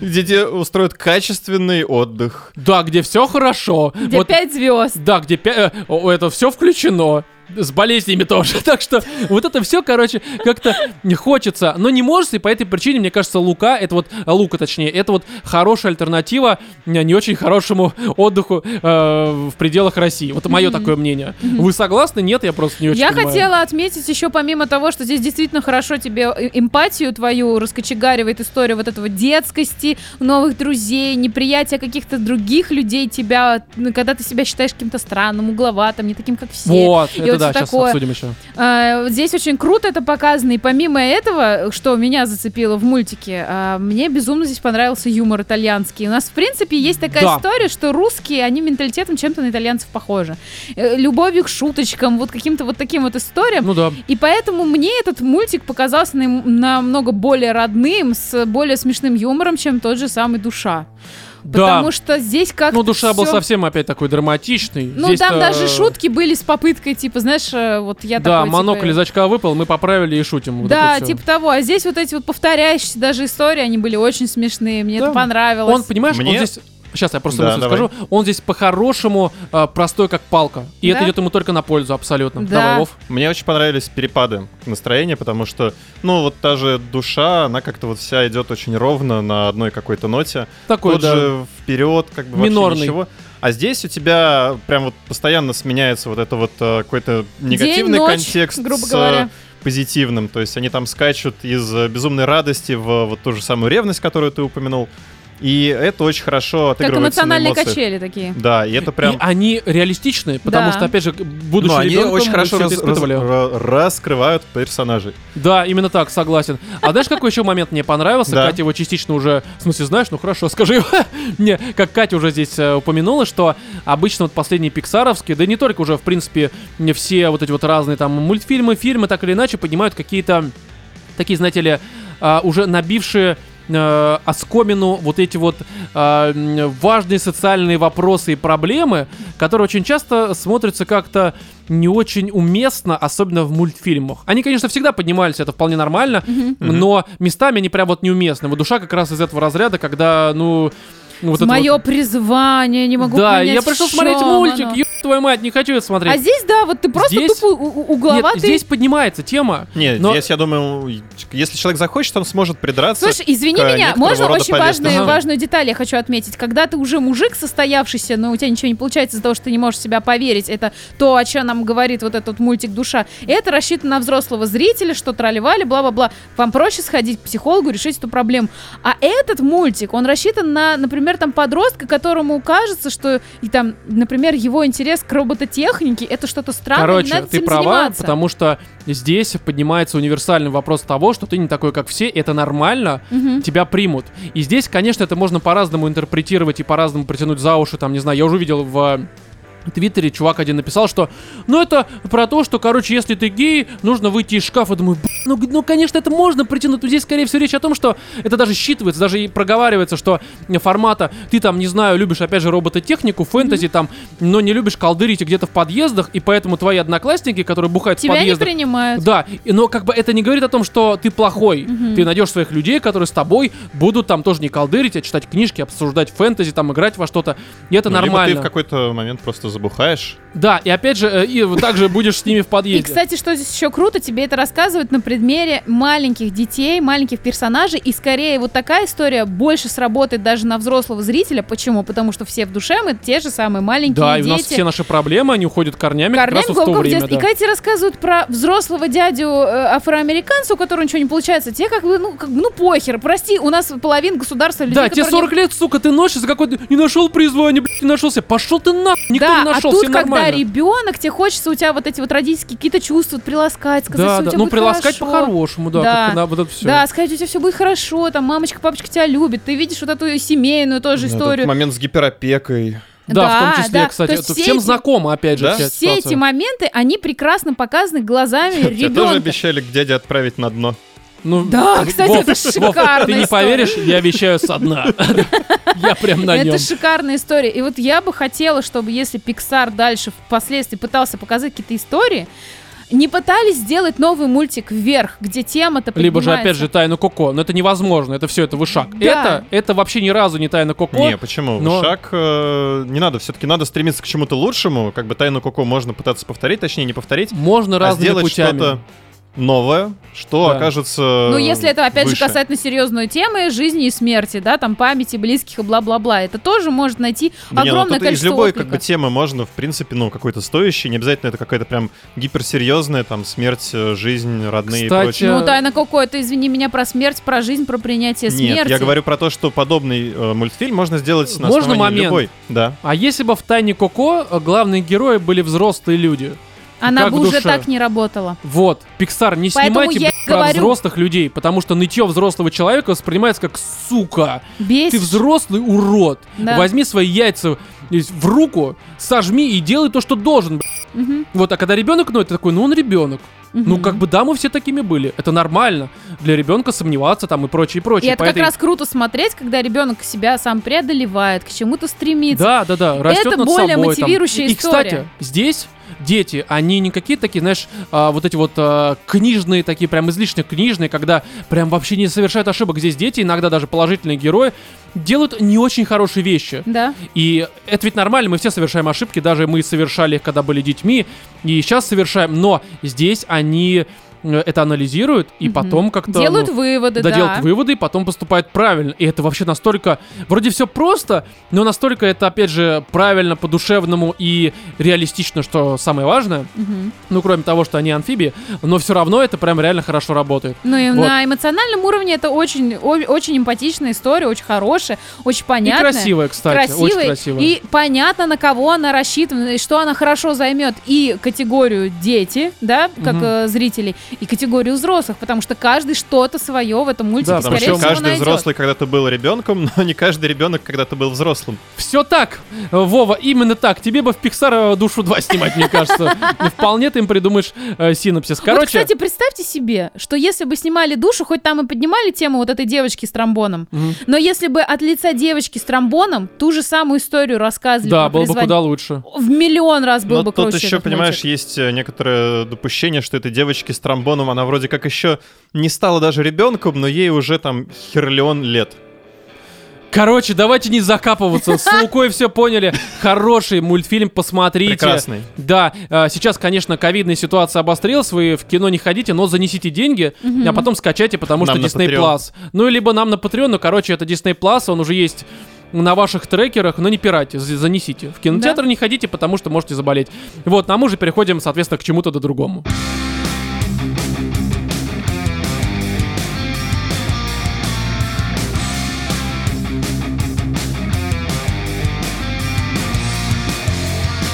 Где тебе устроят качественный отдых.
Да, где все хорошо.
Где
Вот-
пять звезд.
Да, где пя- э, о, это все включено. С болезнями тоже. Так что вот это все, короче, как-то не хочется. Но не может, и по этой причине, мне кажется, Лука, это вот, а, Лука точнее, это вот хорошая альтернатива э, не очень хорошему отдыху э, в пределах России. Вот мое такое мнение. Вы согласны? Нет, я просто не очень
Я
понимаю.
хотела отметить еще помимо того, что здесь действительно хорошо тебе э- эмпатию твою раскочегаривает история вот этого детскости, новых друзей, неприятия каких-то других людей тебя, ну, когда ты себя считаешь каким-то странным, угловатым, не таким, как все.
Вот,
и
это
вот
да,
всё
сейчас
такое.
обсудим еще.
А, вот Здесь очень круто это показано, и помимо этого, что меня зацепило в мультике, а, мне безумно здесь понравился юмор итальянский. У нас, в принципе, есть такая
Да.
история, что русские, они менталитетом чем-то на итальянцев похожи. Э, Любовью к шуточкам, вот каким-то вот таким вот историям.
Ну да.
И поэтому мне этот мультик показался нам- намного более родным, с более смешным юмором, чем тот же самый «Душа».
да.
Потому что здесь как
Ну, душа был
всё-
совсем опять такой драматичный.
Ну,
Здесь-то,
там даже
э,
шутки были с попыткой, типа, знаешь, э, вот я
Да,
такой, типа,
монокль из очка выпал, мы поправили и шутим. Вот
да,
это всё.
типа того. А здесь вот эти вот повторяющиеся даже истории, они были очень смешные. Мне
Да.
это понравилось.
Он, понимаешь,
Мне-
он здесь... Сейчас я просто
Да,
мысль
давай.
скажу. Он здесь по-хорошему э, простой, как палка. И это
Да?
идет ему только на пользу абсолютно.
Да.
Давай, Вов.
Мне очень понравились перепады настроения, потому что, ну, вот та же душа, она как-то вот вся идет очень ровно на одной какой-то ноте.
Такой,
Тот
да.
же вперед, как бы
Минорный.
вообще ничего. А здесь у тебя прям вот постоянно сменяется вот это вот э, какой-то негативный
ночь,
контекст
грубо
с э,
говоря.
позитивным. То есть они там скачут из э, безумной радости в э, вот ту же самую ревность, которую ты упомянул. И это очень хорошо
Как
отыгрывается на
эмоциональные
эмоциях.
качели такие.
Да, и это прям...
И а, они реалистичны, потому
Да.
что, опять же, будучи
Ну, они
ребенком,
очень
мы всё
хорошо
это
раз- раз-
испытывали.
ра- раскрывают персонажей.
Да, именно так, согласен. А знаешь, какой еще момент мне понравился?
Да.
Катя его частично уже... В смысле, знаешь? Ну хорошо, скажи. Не, как Катя уже здесь э, упомянула, что обычно вот последние пиксаровские, да и не только уже, в принципе, не все вот эти вот разные там мультфильмы, фильмы, так или иначе, поднимают какие-то такие, знаете ли, а, уже набившие э, оскомину вот эти вот а, м, важные социальные вопросы и проблемы, которые очень часто смотрятся как-то не очень уместно, особенно в мультфильмах. Они, конечно, всегда поднимались, это вполне нормально, но местами они прям вот неуместны. Вот душа как раз из этого разряда, когда, ну... ну, Вот это
Мое
вот-
призвание, не могу
Да,
понять,
я
в
пришел
чём
смотреть мультик,
оно.
ёб твою мать, не хочу это смотреть.
А здесь, да, вот ты просто
Здесь-
тупо у- у-
Нет,
угловатый.
здесь поднимается тема.
Не,
но-
здесь, я думаю, если человек захочет, он сможет придраться.
Слушай, извини
к
меня,
некоторого
можно
рода
очень
повестке?
важную,
Ага.
важную деталь я хочу отметить. Когда ты уже мужик состоявшийся, но у тебя ничего не получается из-за того, что ты не можешь в себя поверить, это то, о чем нам говорит вот этот мультик «Душа». Это рассчитано на взрослого зрителя, что тролливали, бла-бла-бла. Вам проще сходить к психологу, решить эту проблему. А этот мультик, он рассчитан на, например, там подростка, которому кажется, что, и там, например, его интерес к робототехнике, это что-то странное, не
Короче,
надо
ты
этим
права,
заниматься.
потому что здесь поднимается универсальный вопрос того, что ты не такой, как все, это нормально,
Мгм.
тебя примут. И здесь, конечно, это можно по-разному интерпретировать и по-разному притянуть за уши, там, не знаю, я уже видел в э, Твиттере чувак один написал, что Ну это про то, что, короче, если ты гей, нужно выйти из шкафа. Думаю, «Б***, ну, г- ну, конечно, это можно притянуть. Но здесь, скорее всего, речь о том, что это даже считывается, даже и проговаривается, что формата ты там, не знаю, любишь, опять же, робототехнику, фэнтези там, но не любишь колдырить где-то в подъездах, и поэтому твои одноклассники, которые бухают в
Тебя не
подъездах,
принимают.
да, и- но как бы это не говорит о том, что ты плохой. Ты найдешь своих людей, которые с тобой будут там тоже не колдырить, а читать книжки, обсуждать фэнтези, там играть во что-то. И это
Ну, либо
нормально.
ты в какой-то момент просто забухаешь.
Да, и опять же, э, и также будешь с ними в
И,
подъезде.
кстати, что здесь еще круто, тебе это рассказывают на предмере маленьких детей, маленьких персонажей, и скорее вот такая история больше сработает даже на взрослого зрителя. Почему? Потому что все в душе мы те же самые маленькие
Да, и
дети.
у нас все наши проблемы, они уходят корнями,
Корнями
как раз вот в то
глубоко в
время.
детстве.
да.
И Кате рассказывают про взрослого дядю э, афроамериканца, у которого ничего не получается. Те как бы, ну, как, бы, ну похер, прости, у нас половина государства людей,
Да, тебе
которые не-
40 лет, сука, ты носишь за какой-то... Не нашел призвание, блядь, не нашелся. Пошел ты на... Никто
да,
не нашел,
а тут,
все
когда
нормально.
ребенок, тебе хочется у тебя вот эти вот родительские какие-то чувства вот приласкать, сказать,
да,
что у
да,
тебя
ну
а будет
приласкать
хорошо.
по-хорошему, да,
Да.
как и на- вот это все.
Да, сказать, у тебя все будет хорошо, там мамочка, папочка тебя любит, ты видишь вот эту семейную тоже
Ну,
историю.
Этот момент с гиперопекой.
в том
Да,
числе,
да.
кстати.
То есть
это
все
всем
эти-
знакомо, опять же,
Да?
вся эта
Все эти
ситуация.
моменты, они прекрасно показаны глазами
Тебя тоже
ребенка.
обещали к дяде отправить на дно.
Ну,
Да, кстати,
Вов,
это шикарная
ты не
Типа, история.
поверишь, я вещаю со дна. Я прям на нем.
Это шикарная история. И вот я бы хотела, чтобы если Pixar дальше впоследствии пытался показать какие-то истории, не пытались сделать новый мультик вверх, где тема-то
Либо же, опять
поднимается.
же, тайна Коко. Но это невозможно, это все, это вышаг.
а. Да.
Это, это вообще ни разу не тайна Коко.
Не, почему?
но-
Шаг э, не надо. Все-таки надо стремиться к чему-то лучшему. Как бы тайну Коко можно пытаться повторить, точнее, не повторить,
Можно
а
разными
сделать
путями.
что-то новое, что
Да.
окажется.
Ну, если это, опять
выше.
же, касательно серьезной темы жизни и смерти, да, там памяти близких и бла-бла-бла, это тоже может найти
Да не, ну,
огромное
тут из
количество
любой как
отклика.
бы темы можно, в принципе, ну, какой-то стоящий, не обязательно это какая-то прям гиперсерьезная, там, смерть, э, жизнь, родные
Кстати,
и прочее.
Ну, тайна Коко, это, извини меня, про смерть, про жизнь, про принятие смерти.
Нет, я говорю про то, что подобный э, мультфильм можно сделать на
Можно
основании
момент?
любой. Да.
А если бы в тайне Коко э, главные герои были взрослые люди?
Она
как
бы
в
уже
душе.
так не работала.
Вот, Pixar, не
Поэтому
снимайте
я
б***ь, про
говорю.
взрослых людей, потому что нытье взрослого человека воспринимается как «сука».
Бесит.
Ты взрослый урод.
Да.
Возьми свои яйца э, в руку, сожми и делай то, что должен. б***ь.
Мгм,
Вот, а когда ребенок ноет, ты такой, ну он ребенок.
мгм.
Ну, как бы да, мы все такими были. Это нормально. Для ребенка сомневаться там и прочее, и
И
прочее.
это
По
как
этой-
раз круто смотреть, когда ребенок себя сам преодолевает, к чему-то стремится.
Да, да, да. Растет
Это
над
более
собой, там.
мотивирующая
И, кстати,
история.
здесь дети, они не какие-то такие, знаешь, а, вот эти вот а, книжные такие, прям излишне книжные, когда прям вообще не совершают ошибок. Здесь дети, иногда даже положительные герои, делают не очень хорошие вещи.
Да.
И это ведь нормально, мы все совершаем ошибки, даже мы совершали их, когда были детьми, и сейчас совершаем, но здесь они э, это анализируют и
Мгм.
потом как-то... ну,
Делают выводы, да.
доделать выводы и потом поступает правильно. И это вообще настолько... Вроде все просто, но настолько это, опять же, правильно, по-душевному и реалистично, что самое важное.
Мгм.
Ну, кроме того, что они амфибии, но все равно это прям реально хорошо работает.
Ну и
Вот.
на эмоциональном уровне это очень, о- очень эмпатичная история, очень хорошая,
И
очень понятная.
красивая, кстати, очень красивая.
И понятно, на кого она рассчитана, и что она хорошо займет и категорию дети, да, как
Мгм.
э, зрителей, и категорию взрослых, потому что каждый что-то свое в этом мультике,
Да,
Потому
скорее
что
всего,
каждый
найдет.
взрослый когда-то был ребенком, но не каждый ребенок когда-то был взрослым.
Все так, э, Вова, именно так. Тебе бы в Pixar э, душу 2 снимать, мне кажется. Вполне ты им придумаешь э, синапсис.
Вот,
Короче,
кстати, представьте себе, что если бы снимали душу, хоть там и поднимали тему вот этой девочки с тромбоном,
мгм.
но если бы от лица девочки с тромбоном ту же самую историю рассказывали
да,
про
было бы
призвание,
куда лучше.
в миллион раз был
Но
бы
тут
круче
еще,
этот
понимаешь,
мультик.
есть э, некоторое допущение, что этой девочке с тромбоном она вроде как еще не стала даже ребенком, но ей уже там херлион лет.
Короче, давайте не закапываться. С Лукой все поняли. Хороший мультфильм, посмотрите.
Прекрасный.
Да, э, сейчас, конечно, ковидная ситуация обострилась, вы в кино не ходите, но занесите деньги,
Мгм.
а потом скачайте, потому
Нам
что
на
Disney
Patreon.
Plus. Ну, и либо нам на Patreon, ну, короче, это Disney Plus, он уже есть на ваших трекерах, но не пирайте, за- занесите. В кинотеатр не ходите, потому что можете заболеть. Вот, а мы уже переходим, соответственно, к чему-то да другому.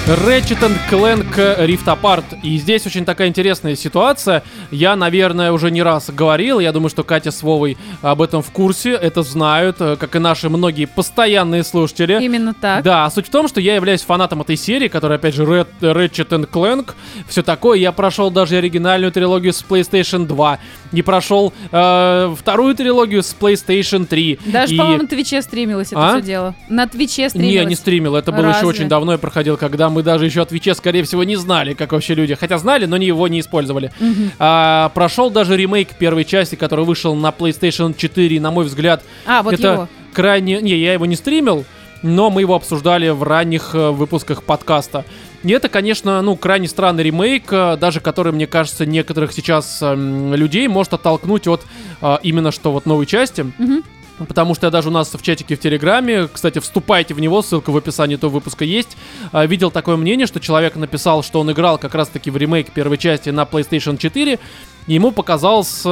Ratchet Clank Rift Apart. И здесь очень такая интересная ситуация. Я, наверное, уже не раз говорил, я думаю, что Катя с Вовой об этом в курсе, это знают, э, как и наши многие постоянные слушатели.
Именно так.
Да, а суть в том, что я являюсь фанатом этой серии, которая, опять же, Red, Ratchet and Clank, все такое. Я прошел даже оригинальную трилогию с PlayStation 2, не прошел э, вторую трилогию с PlayStation 3.
Даже,
И-
по-моему, на Твиче стримилось это
А?
все дело. На Твиче
не,
стримилось.
не стримил, это было еще
Разве?
очень давно, я проходил, когда мы даже еще о Твиче, скорее всего, не знали, как вообще люди. Хотя знали, но не его не использовали.
Мгм.
А, прошел даже ремейк первой части, который вышел на PlayStation 4, и, на мой взгляд,
А, вот
это
его.
крайне... Не, я его не стримил, но мы его обсуждали в ранних э, выпусках подкаста. И это, конечно, ну, крайне странный ремейк, э, даже который, мне кажется, некоторых сейчас эм, людей может оттолкнуть от э, именно что вот новой части.
Мгм.
Потому что я даже у нас в чатике в Телеграме, кстати, вступайте в него, ссылка в описании этого выпуска есть. А, Видел такое мнение, что человек написал, что он играл как раз-таки в ремейк первой части на PlayStation 4, и ему показалась э,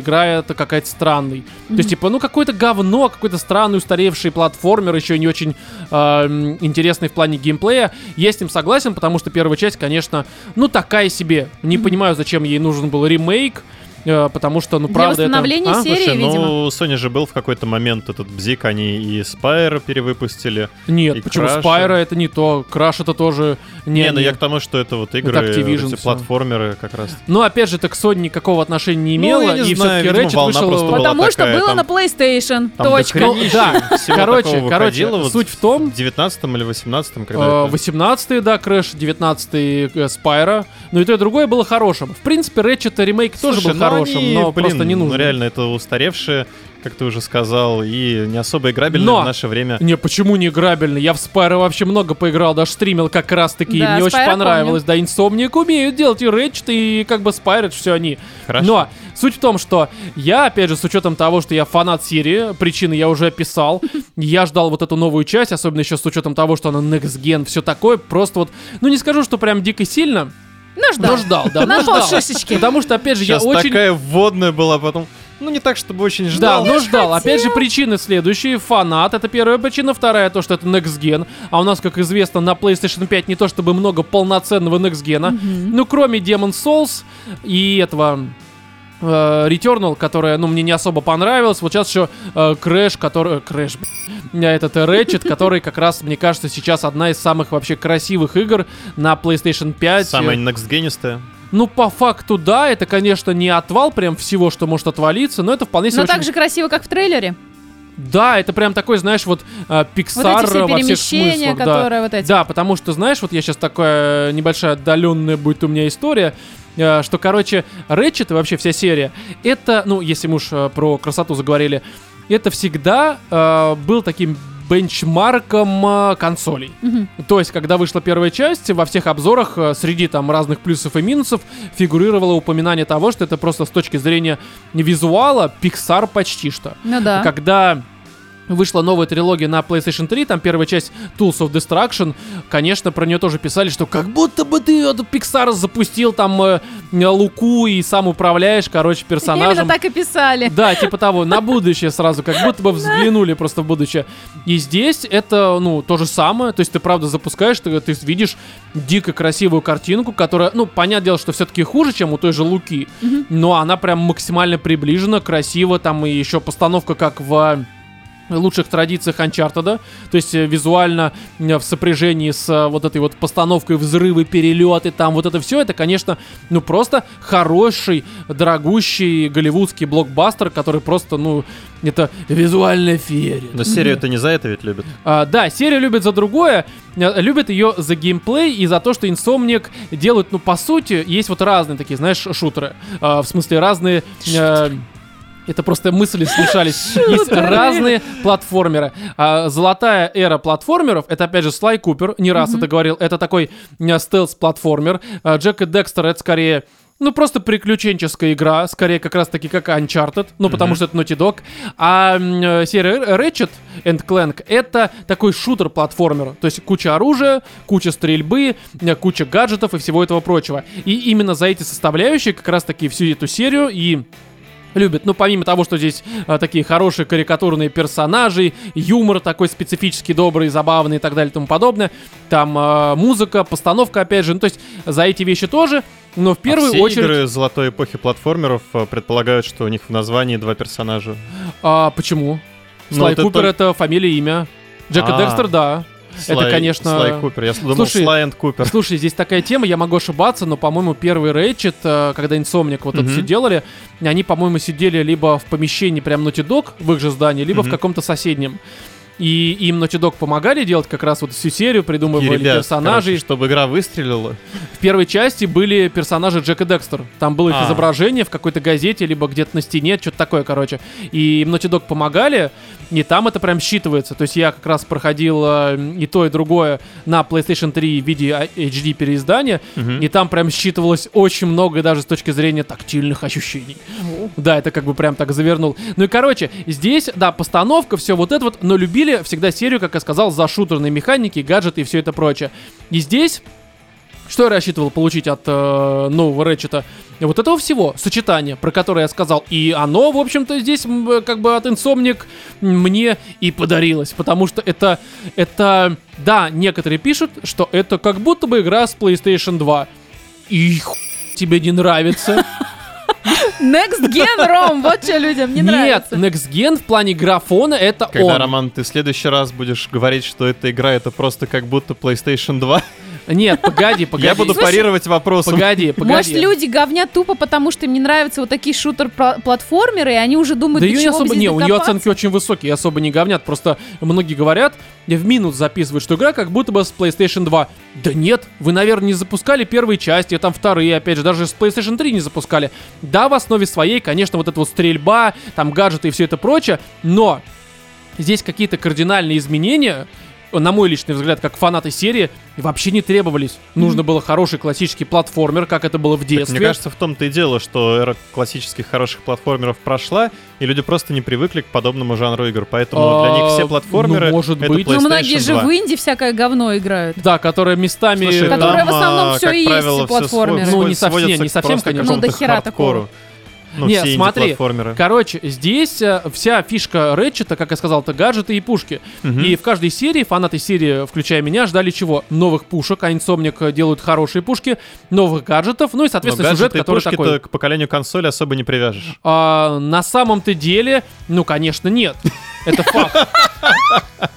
игра это какая-то странной. То есть, типа, ну какое-то говно, какой-то странный устаревший платформер, еще не очень э, м, интересный в плане геймплея. Я с ним согласен, потому что первая часть, конечно, ну такая себе. Не понимаю, зачем ей нужен был ремейк. э, потому что, ну,
Для
правда, это...
восстановления
А?
сил. Серии,
Слушай, ну,
видимо.
Sony же был в какой-то момент этот бзик, они и Spyro перевыпустили.
Нет,
И
почему
Crash.
Спайра это не то, Краш это тоже не...
Не, ну
не.
я к тому, что это вот игры,
Activision
вот эти
всё.
платформеры как раз.
Но Ну, опять же, так Sony никакого отношения не
Ну,
имела,
я не
и
знаю,
все-таки
видимо,
Ratchet
волна
вышел... э,
просто была
Потому что
такая,
было
там-
на PlayStation.
там
Точка.
Ну, да,
Всего
короче,
такого
короче,
выходило вот
суть в том,
В 19 или 18 когда
э,
это-
18-й, да, Крэш, 19-й Спайра. Ну и то, и другое было хорошим. В принципе, Ratchet ремейк тоже
Слушай,
был
ну
хорошим,
они,
но
блин,
просто не
ну
нужно.
реально, это устаревшие, как ты уже сказал, и не особо играбельные
Но!
в наше время.
Не, почему не играбельный? Я в Спайра вообще много поиграл, даже стримил как раз таки, и
Да,
мне очень
Spyro
понравилось. Да, Insomniac умеют делать и Ratchet, и как бы Spyro, все они.
Хорошо.
Но суть в том, что я, опять же, с учетом того, что я фанат серии, причины я уже описал, я ждал вот эту новую часть, особенно еще с учетом того, что она Next Gen, все такое, просто вот, ну не скажу, что прям дико сильно,
Ну,
но
ждал.
ждал, да,
На
но ждал.
полшишечки.
Потому что, опять же, я
Сейчас
очень...
такая вводная была, потом... Ну, не так, чтобы очень
Да, ну,
ждал.
но ждал. Опять же, причины следующие. Фанат, это первая причина. Вторая, то, что это Next Gen. А у нас, как известно, на PlayStation 5 не то чтобы много полноценного Next Gen. Ну, кроме Demon Souls и этого э, Returnal, которая, ну, мне не особо понравилась. Вот сейчас еще э, Crash, который... э, Crash, б***ь, а этот э, Ratchet, который как раз, мне кажется, сейчас одна из самых вообще красивых игр на PlayStation 5.
Самая некстгенистая.
Ну, по факту, да, это, конечно, не отвал прям всего, что может отвалиться, но это вполне себе
Но
очень
так же красиво, как в трейлере.
да, это прям такой, знаешь, вот э,
Вот
Pixar
эти все
во всех
перемещения,
смыслах. да.
которые вот эти.
Да, потому что, знаешь, вот я сейчас такая небольшая отдаленная будет у меня история, э, что, короче, Ratchet и вообще вся серия, это, ну, если мы уж э, про красоту заговорили, это всегда э, был таким бенчмарком э, консолей.
Мгм.
То есть, когда вышла первая часть, во всех обзорах э, среди там разных плюсов и минусов фигурировало упоминание того, что это просто с точки зрения визуала Pixar почти что
Ну да.
когда вышла новая трилогия на PlayStation 3, там первая часть Tools of Destruction, конечно, про нее тоже писали, что как будто бы ты от Pixar запустил там э, Луку и сам управляешь, короче,
Именно
персонажем.
так и писали.
Да, типа того, на будущее сразу, как будто бы взглянули просто в будущее. И здесь это, ну, то же самое, то есть ты правда запускаешь, ты, ты видишь дико красивую картинку, которая, ну, понятное дело, что все-таки хуже, чем у той же Луки,
Мгм.
но она прям максимально приближена, красиво, там и еще постановка как в лучших традициях Uncharted, то есть э, визуально э, в сопряжении с э, вот этой вот постановкой взрывы, перелеты, там вот это все, это, конечно, ну просто хороший, дорогущий голливудский блокбастер, который просто, ну, это визуальная феерия.
Но серию-то не за это ведь любят.
А, да, серия любит за другое, э, любит ее за геймплей и за то, что Insomniac делают, ну, по сути, есть вот разные такие, знаешь, шутеры. А, в смысле, разные... э, это просто мысли смешались. Есть
Шутеры.
разные платформеры. А, золотая эра платформеров, это опять же Слай Купер, не раз это говорил, это такой э, стелс-платформер. А, Джек и Декстер это скорее ну, просто приключенческая игра, скорее как раз-таки как Uncharted, ну, потому что это Naughty Dog. А м, э, серия Р- Ratchet and Clank — это такой шутер-платформер, то есть куча оружия, куча стрельбы, э, куча гаджетов и всего этого прочего. И именно за эти составляющие как раз-таки всю эту серию и любят. Ну, помимо того, что здесь э, такие хорошие карикатурные персонажи, юмор такой специфический, добрый, забавный и так далее и тому подобное, там э, музыка, постановка, опять же, ну, то есть за эти вещи тоже, но в первую
а все
очередь...
игры золотой эпохи платформеров э, предполагают, что у них в названии два персонажа.
А, почему?
Ну,
Слай
это
Купер
только-
это фамилия, имя. Джека
А.
Декстер, да.
Слай-
конечно-
Слай Купер. Я думал,
Слушай,
Слай энд Купер.
Слушай, здесь такая тема, я могу ошибаться, но, по-моему, первый Рэйчет, когда Инсомник вот это
Мгм.
все делали, они, по-моему, сидели либо в помещении прям Naughty Dog в их же здании, либо в
Мгм.
каком-то соседнем. И им Naughty Dog помогали делать как раз вот всю серию,
И,
придумывали
ребят,
персонажей.
короче, чтобы игра выстрелила.
В первой части были персонажи Джека Декстер. Там было их
А.
изображение в какой-то газете, либо где-то на стене, что-то такое, короче. И им Naughty Dog помогали, и там это прям считывается. То есть я как раз проходил э, и то, и другое на PlayStation 3 в виде а, HD переиздания,
Мгм.
и там прям считывалось очень много даже с точки зрения тактильных ощущений. Да, это как бы прям так завернул. Ну и короче, здесь, да, постановка, все вот это вот, но любили всегда серию, как я сказал, за шутерные механики, гаджеты и все это прочее. И здесь... Что я рассчитывал получить от э, нового Рэчета? Вот этого всего сочетание, про которое я сказал. И оно, в общем-то, здесь м, э, как бы от Инсомник мне и подарилось. Потому что это, это... Да, некоторые пишут, что это как будто бы игра с PlayStation 2. И хуй тебе не нравится.
Next Gen Ром, вот что людям не
Нет,
нравится.
Next Gen в плане графона это
Когда,
он.
Роман, ты в следующий раз будешь говорить, что эта игра это просто как будто PlayStation 2,
Нет, погоди, погоди.
я буду
Слушай,
парировать вопросом.
Погоди, погоди.
Может, люди говнят тупо, потому что им не нравятся вот такие шутер-платформеры, и они уже думают,
да
до
ее не
чего бы
особо
здесь
не, у нее
докопаться.
оценки очень высокие, особо не говнят. Просто многие говорят, и в минус записывают, что игра как будто бы с PlayStation 2. Да нет, вы, наверное, не запускали первые части, а там вторые, опять же, даже с PlayStation 3 не запускали. Да, в основе своей, конечно, вот эта вот стрельба, там гаджеты и все это прочее, но здесь какие-то кардинальные изменения, на мой личный взгляд, как фанаты серии, вообще не требовались. Нужно было хороший классический платформер, как это было в
Так
детстве.
Мне кажется, в том-то и дело, что эра классических хороших платформеров прошла, и люди просто не привыкли к подобному жанру игр. Поэтому для
А,
них все
ну,
платформеры
может
это
быть.
Ну,
PlayStation
многие же
2.
в Индии всякое говно играют.
Да, которая местами...
Слушай,
э,
там,
Которые в основном
а,
всё
как
и есть
правило, всё
платформеры.
сводится-
Ну, не совсем,
сводится
не совсем,
просто к
конечно.
Ну, до
какому-то
хера
хардкору.
такого.
Ну,
Не,
все
смотри,
платформеры
Короче, здесь э, вся фишка Рэтчета, как я сказал, это гаджеты и пушки. И в каждой серии фанаты серии, включая меня, ждали чего? Новых пушек, а Insomniac э, делают хорошие пушки, новых гаджетов, ну и, соответственно, сюжет, который
пушки
такой.
к поколению консоли особо не привяжешь.
А, на самом-то деле, ну, конечно, нет. Это факт.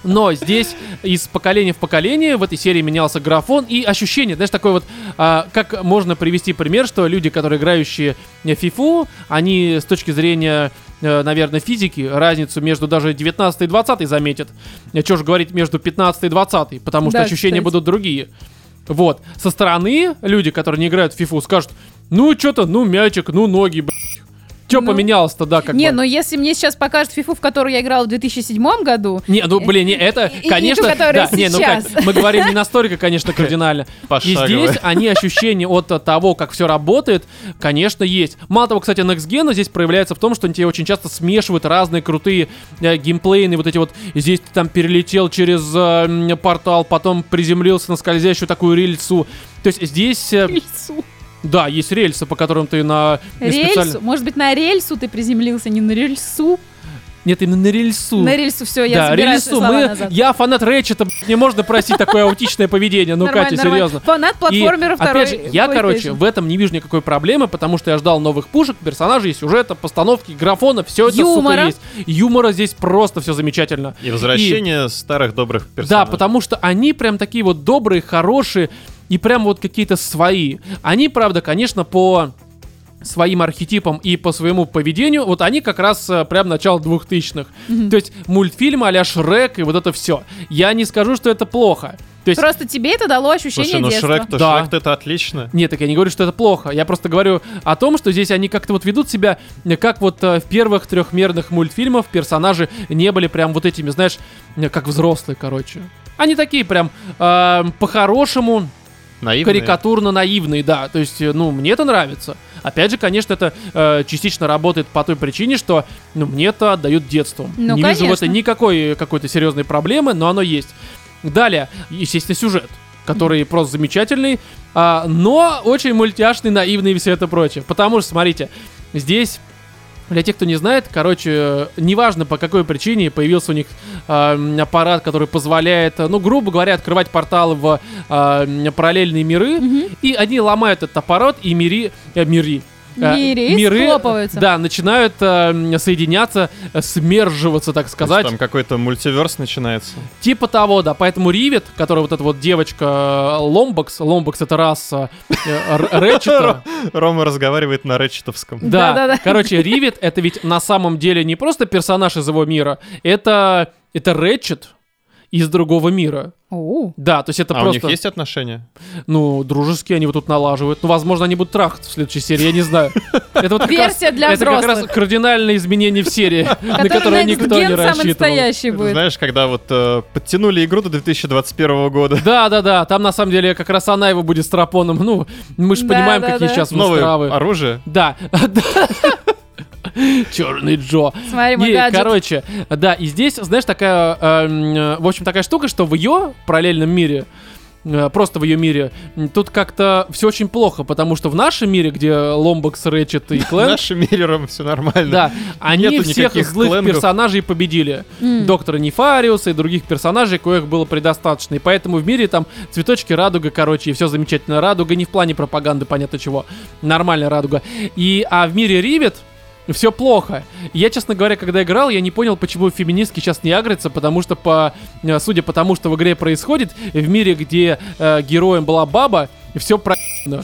Но здесь из поколения в поколение в этой серии менялся графон и ощущение, знаешь, такое вот, а, как можно привести пример, что люди, которые играющие э, в фифу, они с точки зрения, э, наверное, физики, разницу между даже 19 и 20 заметят. Чего же говорить между 15 и 20, потому что
Да,
ощущения
кстати.
будут другие. Вот. Со стороны люди, которые не играют в фифу, скажут, ну, что-то, ну, мячик, ну, ноги, блядь. Че
Ну.
поменялось-то, да, как
не,
бы?
ну если мне сейчас покажут фифу, в которую я играла в 2007 году,
Не, ну блин, не, это,
э, И- и
конечно,
ту, которая
да, не, ну как,
сейчас.
мы говорим не настолько, конечно, кардинально. И
Пошагово.
здесь они ощущения от э, того, как все работает, конечно, есть. Мало того, кстати, Next Gen здесь проявляется в том, что они тебе очень часто смешивают разные крутые э, геймплейные вот эти вот. Здесь ты там перелетел через э, м, портал, потом приземлился на скользящую такую рельсу. То есть здесь, э,
рельсу.
да, есть рельсы, по которым ты на на
Рельсу? Может быть, на рельсу ты приземлился, не на рельсу?
Нет, именно на рельсу.
На рельсу, все, я
да,
забираю
рельсу.
свои слова
Мы...
назад.
Я фанат Рэчета, блядь, не можно просить такое аутичное поведение. Ну,
Нормально,
Катя,
нормально.
серьезно.
Фанат платформера
И, опять же, я, короче, в этом не вижу никакой проблемы, потому что я ждал новых пушек, персонажей, сюжета, постановки, графона, все это,
Юмора.
сука, есть. Юмора здесь просто все замечательно.
И возвращение старых добрых
Да,
персонажей.
потому что они прям такие вот добрые, хорошие и прям вот какие-то свои. Они, правда, конечно, по своим архетипам и по своему поведению, вот они как раз э, прям начало 2000-х. То есть мультфильмы а-ля Шрек и вот это все. Я не скажу, что это плохо. То есть
Просто тебе это дало ощущение
Слушай, ну
детства.
Шрек-то,
Да.
Шрек-то это отлично.
Нет, так я не говорю, что это плохо. Я просто говорю о том, что здесь они как-то вот ведут себя, э, как вот э, в первых трехмерных мультфильмах персонажи не были прям вот этими, знаешь, э, как взрослые, короче. Они такие прям э, по-хорошему,
Наивные.
карикатурно наивные, да. То есть, э, ну, мне это нравится. Опять же, конечно, это э, частично работает по той причине, что ну, мне это отдают детством.
Ну,
не вижу в
конечно.
это никакой э, какой-то серьезной проблемы, но оно есть. Далее, естественно, сюжет, который просто замечательный, а, но очень мультяшный, наивный и все это прочее. Потому что, смотрите, здесь для тех, кто не знает, короче, э, неважно по какой причине появился у них э, аппарат, который позволяет, э, ну, грубо говоря, открывать порталы в э, параллельные миры, и они ломают этот аппарат, и мири... э, мири э,
Мири схлопываются.
Да, начинают э, соединяться, э, смерживаться, так
То есть
сказать.
Там какой-то мультиверс начинается.
Типа того, да. Поэтому Ривет, которая вот эта вот девочка э, Ломбокс, Ломбокс это раса э, Р- Рэтчета.
Рома разговаривает на речетовском.
Да,
Да-да-да.
Короче, Ривет это ведь на самом деле не просто персонаж из его мира, это это Рэтчет из другого мира.
Оу.
Да, то есть это
а у
просто,
них есть отношения?
ну, дружеские они вот тут налаживают. Ну, возможно, они будут трахаться в следующей серии, я не знаю. Это вот как раз-
Версия для
это как раз
взрослых.
кардинальное изменение в серии, на которое
Который Next
никто не
Gen самый
рассчитывал.
настоящий будет.
Знаешь, когда вот э, подтянули игру до 2021 года.
Да, да, да. Там на самом деле как раз она его будет страпоном. Ну, мы же
Да,
понимаем,
да,
какие
да.
сейчас у нас
Новое
травы.
оружие.
Да. Черный Джо.
Смотри, мой
И,
гаджет.
короче, да, и здесь, знаешь, такая, эм, э, в общем, такая штука, что в ее параллельном мире э, просто в ее мире, м, тут как-то все очень плохо, потому что в нашем мире, где Ломбокс, Рэчет и
С
Клэн,
нашим миллером все нормально.
да, они
Нету
всех
никаких
злых
Клэнгов.
персонажей победили.
М.
Доктора Нефариуса и других персонажей, коих было предостаточно. И поэтому в мире там цветочки, радуга, короче, и все замечательно. Радуга не в плане пропаганды, понятно чего. Нормальная радуга. И, а в мире Ривет все плохо. Я, честно говоря, когда играл, я не понял, почему феминистки сейчас не агрятся, потому что, по, э, судя по тому, что в игре происходит, в мире, где э, героем была баба, все про***но.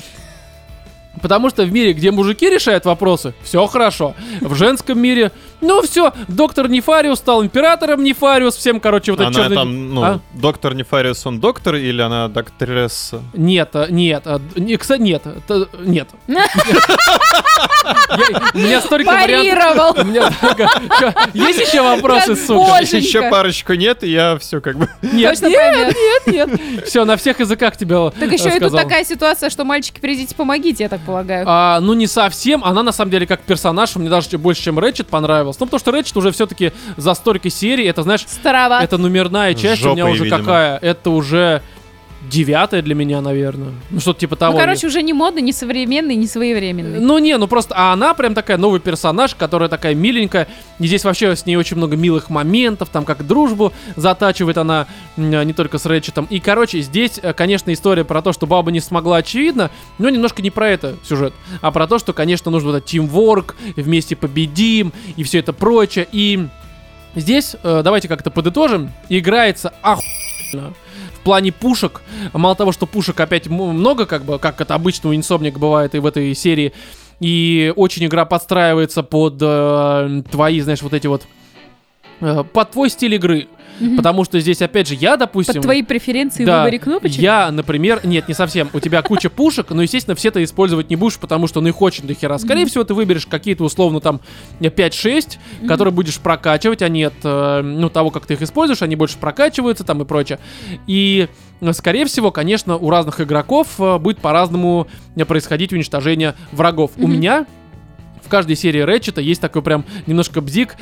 Потому что в мире, где мужики решают вопросы, все хорошо. В женском мире, ну все, доктор Нефариус стал императором Нефариус, всем, короче, вот этот
она
черный...
там, ну,
А?
доктор Нефариус, он доктор или она докторесса?
Нет, а, нет, а, д- не, кстати, нет, т- нет. Я- У меня столько вариантов.
Парировал.
У меня столько- Есть еще вопросы,
Как
сука?
больно.
Еще
Боженька.
парочку нет, и я все как бы...
Нет,
Точно поймёт.
нет, нет. Все, на всех языках тебя
Так еще и тут
рассказал.
такая ситуация, что мальчики, придите, помогите, я так полагаю.
А, ну, не совсем. Она, на самом деле, как персонаж, мне даже больше, чем Рэчет понравилась. Ну, потому что Рэчет уже все-таки за столько серий, это, знаешь,
Старова.
это номерная часть у меня
жопой,
уже
видимо.
какая? Это уже девятая для меня, наверное. Ну, что-то типа того.
Ну, короче, уже не модно, не современный, не своевременный.
Ну не, ну просто, а она прям такая новый персонаж, которая такая миленькая. И здесь вообще с ней очень много милых моментов, там как дружбу затачивает она м, э, не только с Рэчетом. И, короче, здесь, э, конечно, история про то, что баба не смогла, очевидно, но немножко не про это сюжет, а про то, что, конечно, нужно вот этот тимворк, вместе победим и все это прочее. И здесь, э, давайте как-то подытожим, играется охуенно. В плане пушек, мало того, что пушек опять м- много, как бы, как это обычно у Insomniac бывает и в этой серии, и очень игра подстраивается под э, твои, знаешь, вот эти вот... э, под твой стиль игры.
Мгм.
Потому что здесь, опять же, я, допустим...
Под твои преференции в
Да.
выборе кнопочек?
Я, например, нет, не совсем. У тебя куча пушек, но, естественно, все ты использовать не будешь, потому что ну их очень до хера. Скорее всего, ты выберешь какие-то, условно, там 5-6, которые будешь прокачивать, они от, э, ну, того, как ты их используешь, они больше прокачиваются там и прочее. И, э, скорее всего, конечно, у разных игроков э, будет по-разному э, происходить уничтожение врагов. У
Мгм.
меня в каждой серии Рэчета есть такой прям немножко бзик.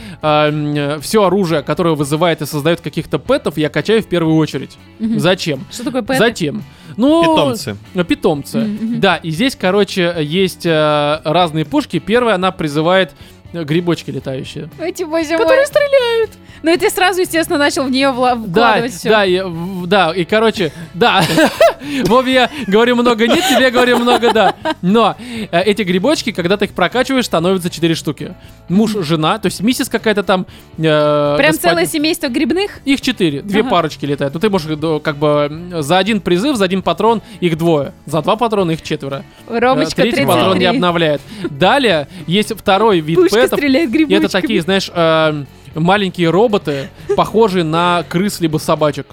все оружие, которое вызывает и создает каких-то пэтов, я качаю в первую очередь.
Мгм.
Зачем?
Что такое пэт?
Затем. Ну,
Питомцы.
э, Питомцы.
Мгм, мгм.
Да, и здесь, короче, есть э, разные пушки. Первая, она призывает э, грибочки летающие.
Эти, боже Которые стреляют. Ну, и ты сразу, естественно, начал в нее вла-
Да,
вкладывать все.
да, и, в- да, и короче, да. Вове я говорю много нет, тебе говорю много да. Но э, эти грибочки, когда ты их прокачиваешь, становятся 4 штуки. Муж, жена, то есть миссис какая-то там. э,
Прям
господин-
целое семейство грибных?
Их четыре, две
Ага.
парочки летают. Ну ты можешь э, как бы м, за один призыв, за один патрон их двое, за два патрона их четверо.
Ромочка
Э, Третий патрон не
33.
обновляет. Далее есть второй вид
Пушка
пэтов.
стреляет
И
грибочками.
это такие, знаешь, эм, маленькие роботы, похожие на крыс либо собачек.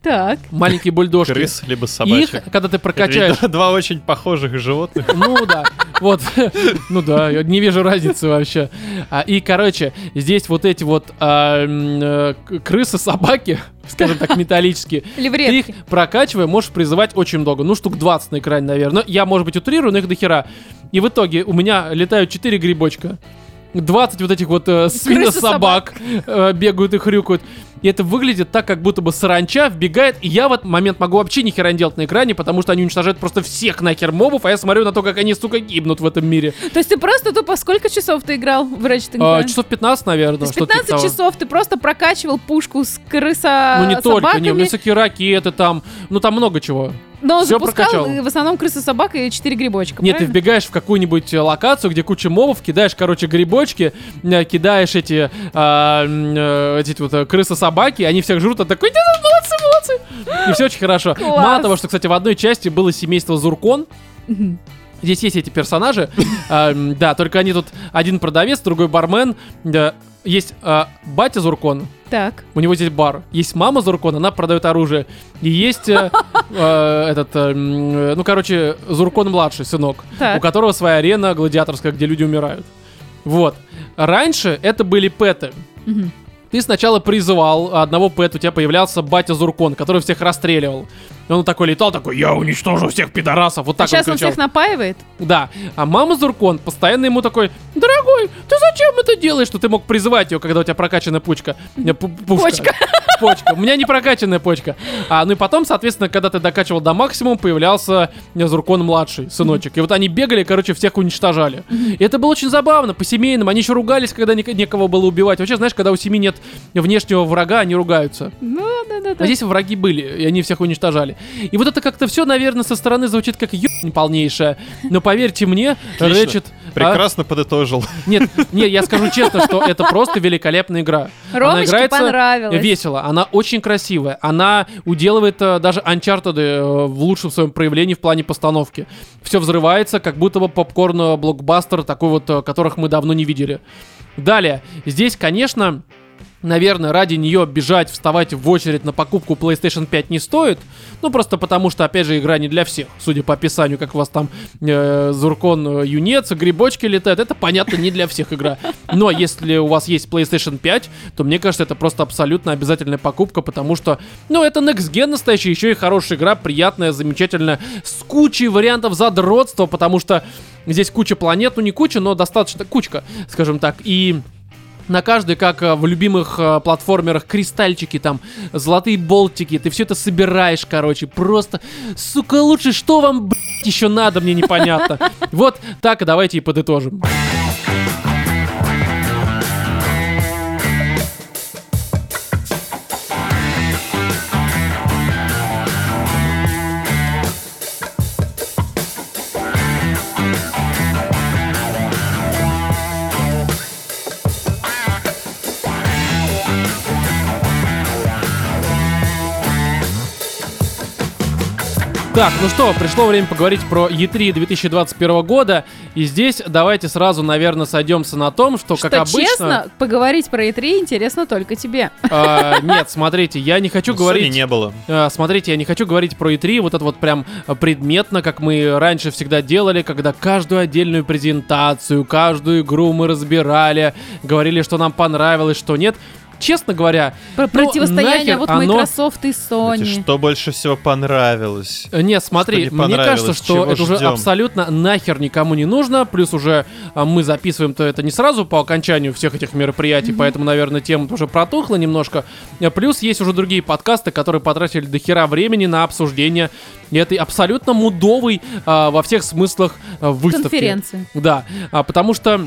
Так.
Маленькие бульдожки.
Крыс, либо
Их,
собачек.
когда ты
Это ведь
прокачаешь...
два- Два очень похожих животных.
Ну да, вот, ну да, я не вижу разницы вообще. А, и, короче, здесь вот эти вот а, м, э, к- крысы-собаки, скажем так, металлические, ты их
Левретки.
прокачивая, можешь призывать очень много. Ну, штук 20 на экране, наверное. Я, может быть, утрирую, но их дохера. И в итоге у меня летают 4 грибочка. 20 вот этих вот э, свинособак э, бегают и хрюкают. И это выглядит так, как будто бы саранча вбегает, и я в этот момент могу вообще ни хера не делать на экране, потому что они уничтожают просто всех нахер мобов, а я смотрю на то, как они, сука, гибнут в этом мире.
То есть ты просто тупо сколько часов ты играл в Ratchet and
А,
Clank?
часов 15,
То
наверное.
есть
что-то типа
15
того.
часов ты просто прокачивал пушку с крыса
Ну не только, не, у меня
собаками,
всякие ракеты там, ну там много чего.
но он
всё
запускал
прокачал.
э, в основном крыса собак и 4 грибочка,
Нет, ты
правильно?
вбегаешь в какую-нибудь э, локацию, где куча мобов, кидаешь, короче, грибочки, э, кидаешь эти, а, м, э, эти вот э, крысы-собаки, они всех жрут, а ты такой, «Да, молодцы, молодцы! И все очень хорошо.
Класс.
Мало того, что, кстати, в одной части было семейство Зуркон,
Мгм.
Здесь есть эти персонажи. А, м, Да, только они тут один продавец, другой бармен. Да, Есть а, батя Зуркон,
Так.
у него здесь бар. Есть мама Зуркон, она продает оружие. И есть э, э, этот, э, м, э, ну, короче, Зуркон младший, сынок,
Так.
у которого своя арена гладиаторская, где люди умирают. Вот. Раньше это были пэты.
Мгм.
Ты сначала призывал одного пэта, у тебя появлялся батя Зуркон, который всех расстреливал. И он такой летал, такой, я уничтожу всех пидорасов. Вот так
А сейчас
он
он
кричал.
всех напаивает.
Да. А мама Зуркон постоянно ему такой, дорогой, ты зачем это делаешь, что ты мог призывать ее, когда у тебя прокачанная пучка? Э, пу- пушка.
Почка.
Почка. У меня не прокачанная почка. А, ну и потом, соответственно, когда ты докачивал до максимума, появлялся э, Зуркон-младший, сыночек. И вот они бегали, короче, всех уничтожали. И это было очень забавно, по-семейному. Они еще ругались, когда нек- некого было убивать. Вообще, знаешь, когда у семьи нет внешнего врага, они ругаются.
Ну, да, да,
А
да.
здесь враги были, и они всех уничтожали. И вот это как-то все, наверное, со стороны звучит как ебань полнейшая. Но поверьте мне,
Отлично.
Рэчет... а?
Прекрасно подытожил.
Нет, нет, я скажу честно, что это просто великолепная игра. Она
Ромочке
играется
понравилось.
Весело, она очень красивая, она уделывает э, даже Uncharted э, в лучшем своем проявлении в плане постановки. Все взрывается, как будто бы попкорн э, блокбастер, такой вот, э, которых мы давно не видели. Далее, здесь, конечно, наверное, ради нее бежать, вставать в очередь на покупку PlayStation 5 не стоит. Ну, просто потому что, опять же, игра не для всех. Судя по описанию, как у вас там э, Зуркон э, юнец, грибочки летают, это, понятно, не для всех игра. Но если у вас есть PlayStation 5, то мне кажется, это просто абсолютно обязательная покупка, потому что, ну, это Next Gen настоящий, еще и хорошая игра, приятная, замечательная, с кучей вариантов задротства, потому что здесь куча планет, ну, не куча, но достаточно кучка, скажем так, и... На каждой, как э, в любимых э, платформерах, кристальчики там, золотые болтики, ты все это собираешь, короче, просто, сука, лучше, что вам, блядь, еще надо, мне непонятно. Вот так, давайте и подытожим. Так, ну что, пришло время поговорить про E3 2021 года. И здесь давайте сразу, наверное, сойдемся на том, что,
Что,
Ну, как обычно...
честно, поговорить про E3 интересно только тебе.
а, нет, смотрите, я не хочу
Sony
говорить...
Ну, не было.
Э, Смотрите, я не хочу говорить про E3, вот это вот прям э, предметно, как мы раньше всегда делали, когда каждую отдельную презентацию, каждую игру мы разбирали, говорили, что нам понравилось, что нет. Честно говоря,
Про противостояние
Ну, нахер
вот
оно-
Microsoft и Sony.
Знаете, Что больше всего понравилось?
э, нет, смотри,
не
мне кажется,
понравилось, чего
что это уже
ждём?
абсолютно нахер никому не нужно, плюс уже э, мы записываем-то это не сразу по окончанию всех этих мероприятий, поэтому, наверное, тема уже протухла немножко, Э, плюс есть уже другие подкасты, которые потратили до хера времени на обсуждение этой абсолютно мудовой э, во всех смыслах э, выставки.
Конференции.
Да, а, потому что,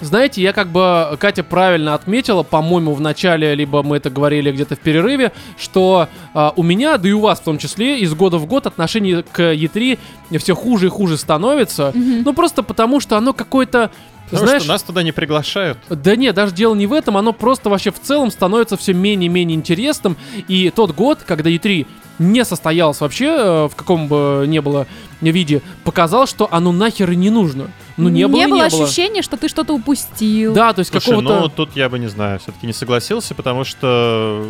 знаете, я как бы, Катя правильно отметила, по-моему, в начале, либо мы это говорили где-то в перерыве, что а, у меня, да и у вас в том числе, из года в год отношение к E3 все хуже и хуже становится. Ну, просто потому что оно какое-то...
Потому
знаешь,
что нас туда не приглашают.
да нет, даже дело не в этом, оно просто вообще в целом становится все менее-менее интересным. И тот год, когда E3 не состоялось вообще, э, в каком бы ни было виде, показал, что оно нахер и не нужно. Ну не было, и не было.
ощущения, что ты что-то упустил.
Да, то есть
Слушай,
какого-то...
ну тут я бы не знаю, все-таки не согласился, потому что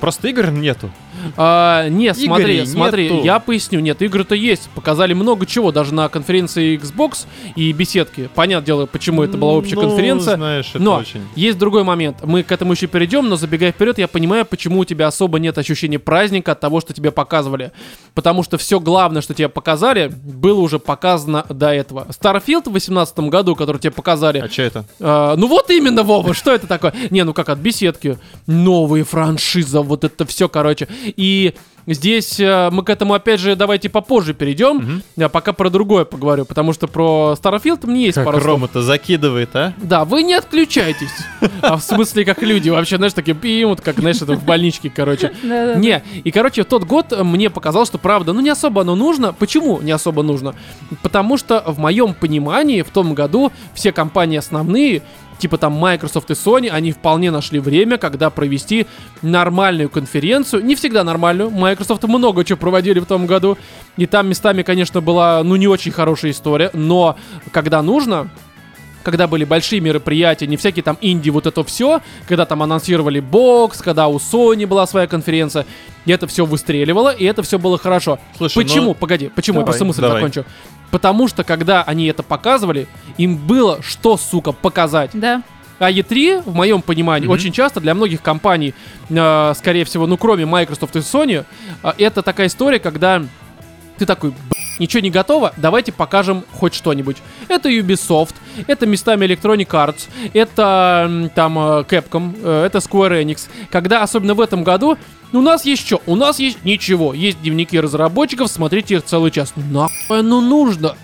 просто игр нету.
А, не,
Игорей
смотри,
нету.
смотри, я поясню. Нет, игры-то есть. Показали много чего, даже на конференции Xbox и беседки. Понятное дело, почему это была общая
Ну,
конференция.
знаешь, это
Но
очень...
есть другой момент. Мы к этому еще перейдем, но забегая вперед, я понимаю, почему у тебя особо нет ощущения праздника от того, что тебе показывали. Потому что все главное, что тебе показали, было уже показано до этого. Starfield в 2018 году, который тебе показали,
А что это?
а, ну вот именно, Вова, что это такое? Не, ну как от беседки. Новые франшиза, вот это все, короче. И здесь э, мы к этому, опять же, давайте попозже перейдем. Я пока про другое поговорю, потому что про Starfield мне есть
Как
пару слов.
Рома-то закидывает, а?
Да, вы не отключайтесь. А в смысле, как люди вообще, знаешь, такие пим, вот как, знаешь, это в больничке, короче.
Да-да-да.
Не, и, короче, в тот год э, мне показалось, что правда, ну не особо оно нужно. Почему не особо нужно? Потому что в моем понимании в том году все компании основные, типа там Microsoft и Sony, они вполне нашли время, когда провести нормальную конференцию. Не всегда нормальную. Microsoft много чего проводили в том году. И там местами, конечно, была, ну, не очень хорошая история. Но когда нужно, когда были большие мероприятия, не всякие там инди, вот это все, когда там анонсировали бокс, когда у Sony была своя конференция, и это все выстреливало, и это все было хорошо.
Слушай,
почему?
ну-
Погоди, почему? я
Давай,
просто мысль
давай.
закончу. Потому что, когда они это показывали, им было что, сука, показать.
Да.
А E3, в моем понимании,
Мгм.
очень часто для многих компаний, э, скорее всего, ну кроме Microsoft и Sony, э, это такая история, когда ты такой, «Б***ь, ничего не готово, давайте покажем хоть что-нибудь. Это Ubisoft, это местами Electronic Arts, это м, там э, Capcom, э, это Square Enix. Когда, особенно в этом году, у нас есть что? У нас есть ничего. Есть дневники разработчиков, смотрите их целый час. Ну, Нахуй оно нужно?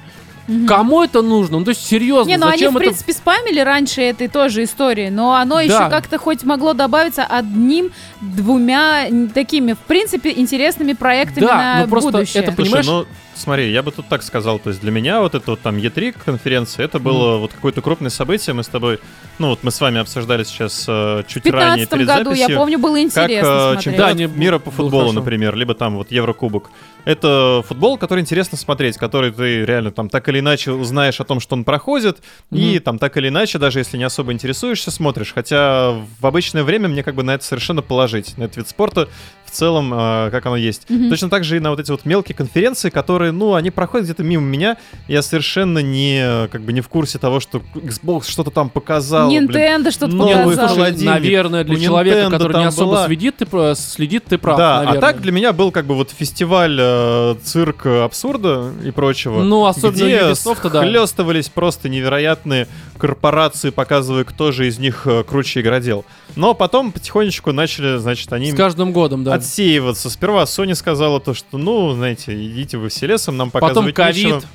Кому это нужно? Ну, то есть, серьезно,
Не, ну они,
зачем
в
это...
принципе, спамили раньше этой тоже истории, но оно еще как-то хоть могло добавиться одним-двумя н- такими, в принципе, интересными проектами
Да,
на
ну просто
будущее.
это-
Слушай,
понимаешь?
ну, смотри, я бы тут так сказал, то есть для меня вот это вот там E3 конференция, это было вот какое-то крупное событие, мы с тобой, ну вот мы с вами обсуждали сейчас э,
в
чуть ранее
2015
перед
году,
записью.
я помню, было
как
интересно
э,
смотреть.
чемпионат
Да, не
мира по
было
футболу,
хорошо.
например, либо там вот Еврокубок. Это футбол, который интересно смотреть, который ты реально там так или иначе узнаешь о том, что он проходит, и
Мгм.
там так или иначе, даже если не особо интересуешься, смотришь. Хотя в обычное время мне как бы на это совершенно положить, на этот вид спорта в целом, э, как оно есть.
Мгм.
Точно так же и на вот эти вот мелкие конференции, которые, ну, они проходят где-то мимо меня, я совершенно не, э, как бы не в курсе того, что Xbox что-то там показал. блин,
Nintendo что-то
новый
Не, ну,
показал.
слушай,
показало.
холодильник.
наверное, для
У
человека,
Nintendo
который не
там
особо
была-
следит, ты, про- следит, ты прав,
да,
наверное.
а так для меня был как бы вот фестиваль э, цирк э, абсурда и прочего.
Ну, особенно
где
Ubisoft, да.
схлёстывались просто невероятные корпорации, показывая, кто же из них э, круче игродел. Но потом потихонечку начали, значит, они
С каждым годом, да.
отсеиваться. Сперва Sony сказала то, что, ну, знаете, идите вы все лесом, нам
Потом
показывать нечего.
ковид.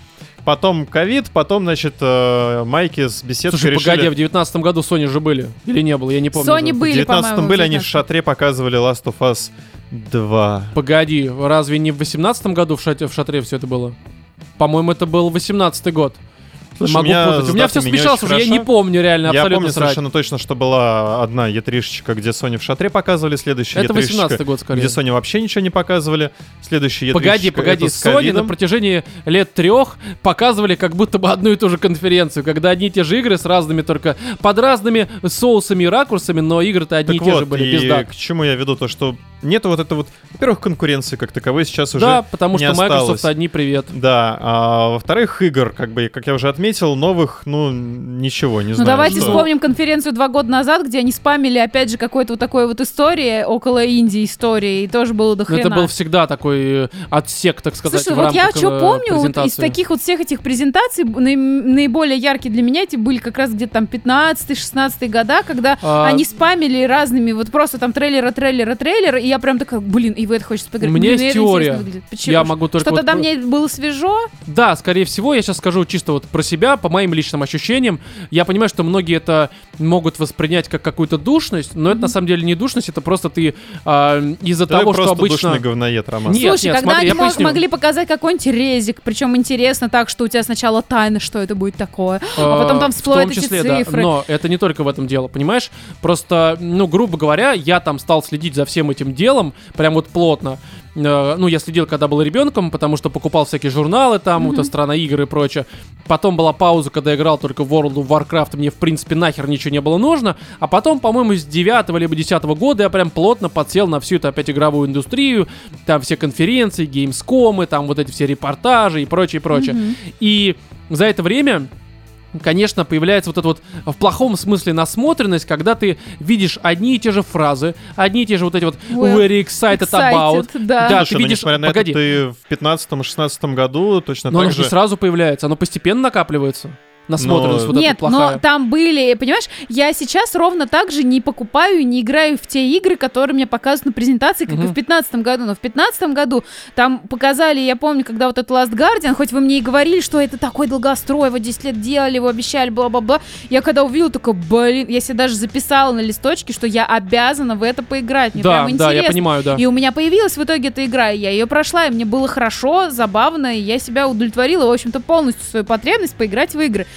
Потом ковид, потом, значит, э, Майки с беседкой
Слушай,
решили...
погоди, а в девятнадцатом году Sony же были? Или не было? Я не помню.
Sony
уже.
в
были,
19
по-моему,
были, они в
19-м.
шатре показывали Last of Us 2.
Погоди, разве не в восемнадцатом году в шатре, в шатре все это было? По-моему, это был восемнадцатый год.
Слушай,
Могу
меня
путать.
с
У меня все
датами не
смешалось
очень
уже, я
хорошо.
не помню реально,
Я
абсолютно
помню
срать.
совершенно точно, что была одна ятришечка, где Sony в шатре показывали, следующая
Это
«Е3-шечка»,
18-й год скорее.
где Sony вообще ничего не показывали, следующая
Погоди,
«Е3-шечка»
погоди,
это с
Sony на
ковидом.
протяжении лет трех показывали как будто бы одну и ту же конференцию, когда одни и те же игры с разными только под разными соусами и ракурсами, но игры-то одни
так
и те
вот,
же были,
и
пизда.
к чему я веду, то что нет вот это вот, во-первых, конкуренции как таковой сейчас уже
Да, потому
не
что Microsoft
осталось.
одни привет.
Да, а во-вторых, игр, как бы, как я уже отметил, новых, ну, ничего, не
Ну
знаю.
давайте
что.
вспомним конференцию два года назад, где они спамили опять же какой-то вот такой вот истории около Индии истории, и тоже было до
Но
хрена.
Ну, это был всегда такой э, отсек, так сказать,
Слушай,
в
вот я
рамках,
что
э,
помню, вот из
презентации.
таких вот всех этих презентаций б- наим- наиболее яркие для меня эти были как раз где-то там 15-16 года, когда
А-
они спамили разными, вот просто там трейлера, трейлера, трейлера, и я прям такая, блин, и в это хочется поиграть.
У меня
Блин,
есть
ну это интересно
теория.
выглядит. Почему?
Я могу только...
Что-то
вот
там
про-
мне было свежо.
Да, скорее всего, я сейчас скажу чисто вот про себя, по моим личным ощущениям. Я понимаю, что многие это могут воспринять как какую-то душность, но это на самом деле не душность, это просто ты а, из-за
Ты
того,
просто
что обычно...
душный говноед, Роман.
Нет,
Слушай,
нет,
когда
смотри, я
они мо-
поясню.
могли показать какой-нибудь резик, причем интересно так, что у тебя сначала тайна, что это будет такое, а потом там
Э, в
всплывают
том
эти
числе, да.
цифры.
Но это не только в этом дело, понимаешь? Просто, ну, грубо говоря, я там стал следить за всем этим делом, прям вот плотно. Э, Ну, я следил, когда был ребенком, потому что покупал всякие журналы там, вот «Страна игр» и прочее. Потом была пауза, когда я играл только в World of Warcraft, мне, в принципе, нахер ничего не было нужно. А потом, по-моему, с 9 либо 10 года я прям плотно подсел на всю эту опять игровую индустрию. Там все конференции, геймскомы, там вот эти все репортажи и прочее, прочее. И за это время конечно, появляется вот эта вот в плохом смысле насмотренность, когда ты видишь одни и те же фразы, одни и те же вот эти вот
Well,
very excited, about.
Excited, да.
Да,
Слушай,
ты
ну,
видишь,
несмотря на
погоди,
это, ты в 15-16 году точно
но оно
так
же
же...
не сразу появляется, оно постепенно накапливается. Насмотренность
Но-
вот
Нет,
эта плохая.
но там были, понимаешь, я сейчас ровно так же не покупаю и не играю в те игры, которые мне показывают на презентации, как и в
Мгм.
2015 году. Но в 2015 году там показали, я помню, когда вот этот Last Guardian, хоть вы мне и говорили, что это такой долгострой, вот 10 лет делали, его обещали, бла-бла-бла. Я когда увидела, такая, блин, я себе даже записала на листочке, что я обязана в это поиграть. Мне
да,
прям
да,
интересно.
я понимаю, да.
И у меня появилась в итоге эта игра, и я ее прошла, и мне было хорошо, забавно, и я себя удовлетворила, в общем-то, полностью свою потребность поиграть в игры.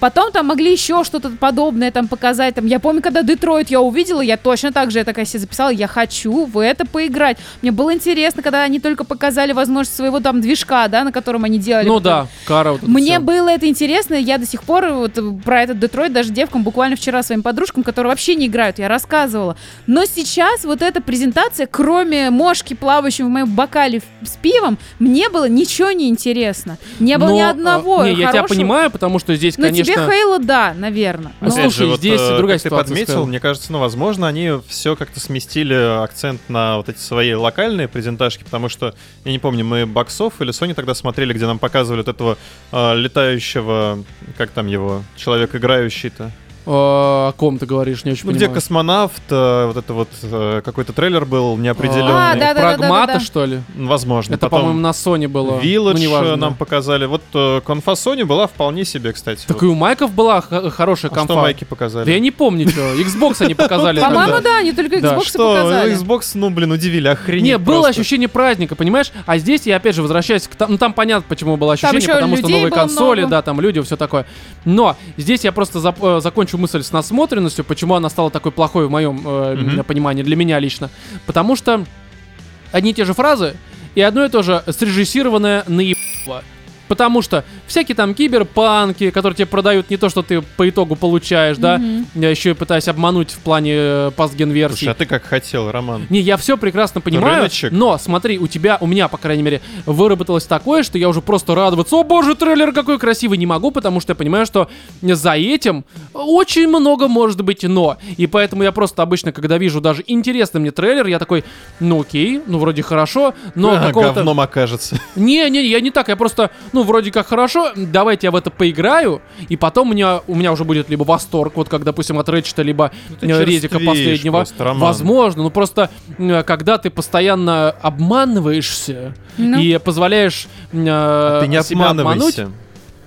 Потом там могли еще что-то подобное там показать. Там, я помню, когда Детройт я увидела, я точно так же я такая себе записала, я хочу в это поиграть. Мне было интересно, когда они только показали возможность своего там движка, да, на котором они делали.
Ну
вот
да, кара вот это
мне
всё.
было это интересно, я до сих пор вот э, про этот Детройт даже девкам буквально вчера своим подружкам, которые вообще не играют, я рассказывала. Но сейчас вот эта презентация, кроме мошки, плавающей в моем бокале в- с пивом, мне было ничего не интересно. Не было
Но,
ни
а,
одного
не, я тебя
хорошего.
понимаю, потому что здесь,
Ну,
конечно,
Для Хейла, да, наверное.
Ну,
Опять
слушай, здесь
э,
другая
как ты
ситуация с
подметил,
Хэллоуином.
мне кажется, ну, возможно, они все как-то сместили акцент на вот эти свои локальные презентажки, потому что, я не помню, мы боксов или Sony тогда смотрели, где нам показывали вот этого э, летающего, как там его, человек играющий-то.
э, О ком ты говоришь, не очень
Ну, где
понимаю.
космонавт, э, вот это вот э, какой-то трейлер был неопределенный.
А, да, да.
Прагмата, что ли?
Возможно.
Это,
Потом
по-моему, на Sony было.
Village
Ну, неважно,
э,
да.
нам показали. Вот э, конфа Sony была вполне себе, кстати.
Так и
Вот.
у Майков была х-
А
хорошая
что
конфа.
майки показали?
Да я не помню, что. Xbox они показали.
По-моему, да, они только
Да,
Xbox
Что,
показали.
Xbox, ну, блин, удивили, охренеть
Не, было
просто.
ощущение праздника, понимаешь? А здесь я опять же возвращаюсь к там, ну там понятно, почему было
Там
ощущение,
еще
потому что
людей
новые
было
консоли,
много.
да, там люди, все такое. Но здесь я просто зап- э, закончу мысль с насмотренностью, почему она стала такой плохой в моем э,
Мгм.
м, понимании, для меня лично. Потому что одни и те же фразы и одно и то же срежиссированное наебало. Потому что всякие там киберпанки, которые тебе продают не то, что ты по итогу получаешь, да,
Мгм.
я еще и пытаюсь обмануть в плане э, пастген-версии.
Слушай, а ты как хотел, Роман.
Не, я все прекрасно понимаю,
Рыночек.
но смотри, у тебя, у меня, по крайней мере, выработалось такое, что я уже просто радоваться, о боже, трейлер какой красивый, не могу, потому что я понимаю, что за этим очень много может быть но. И поэтому я просто обычно, когда вижу даже интересный мне трейлер, я такой, ну окей, ну вроде хорошо, но
А,
какого-то...
говном окажется.
Не-не-не, я не так, я просто, ну, вроде как хорошо, давайте я в это поиграю, и потом у меня, у меня уже будет либо восторг, вот как, допустим, от Рэчета, либо
ты
э, Резика
черствеешь
последнего.
просто, Роман.
Возможно, ну просто, э, когда ты постоянно обманываешься
Ну.
и позволяешь э,
А Ты не
себя обмануть,
обманывайся.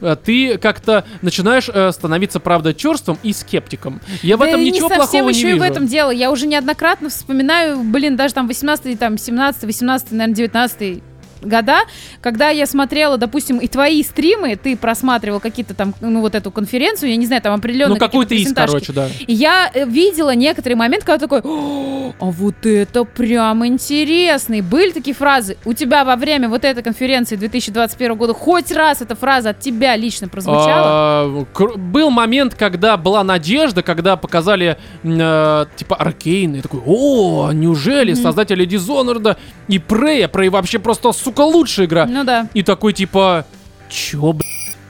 э, ты как-то начинаешь э, становиться, правда, черством и скептиком. Я в этом
Да и
ничего
не совсем
плохого не
еще
вижу. Ну,
и в этом дело. Я уже неоднократно вспоминаю, блин, даже там 18 там 17 18 наверное, 19 года, когда я смотрела, допустим, и твои стримы, ты просматривал какие-то там, ну, вот эту конференцию, я не знаю, там определенно
ну, какой-то из, короче, да.
Я э, видела некоторые моменты, когда такой, «О, а вот это прям интересно. И были такие фразы. У тебя во время вот этой конференции 2021 года хоть раз эта фраза от тебя лично прозвучала?
А, кр- Был момент, когда была надежда, когда показали э, типа Аркейн, и такой, о, неужели
Мгм.
создатели Dishonored и Прея, Prey вообще просто, сука, лучшая игра.
Ну да.
И такой типа, чё, б***ь,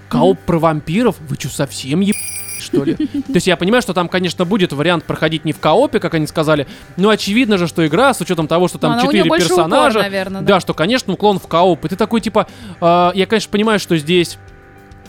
кооп про вампиров? Вы чё, совсем еб***ь, что ли? То есть я понимаю, что там, конечно, будет вариант проходить не в коопе, как они сказали, но очевидно же, что игра, с учетом того, что там
Она у
четыре
нее больше упор,
персонажа,
наверное, да.
да, что, конечно, уклон в кооп. И ты такой, типа, э, я, конечно, понимаю, что здесь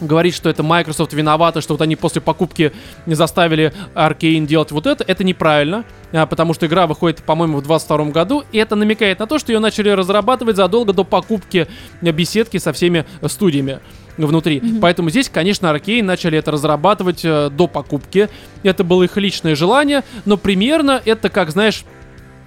говорить, что это Microsoft виновата, что вот они после покупки не заставили Arkane делать вот это, это неправильно, а, потому что игра выходит, по-моему, в 2022 году, и это намекает на то, что ее начали разрабатывать задолго до покупки э, беседки со всеми э, студиями внутри. Поэтому здесь, конечно, Аркей начали это разрабатывать э, до покупки. Это было их личное желание, но примерно это, как знаешь,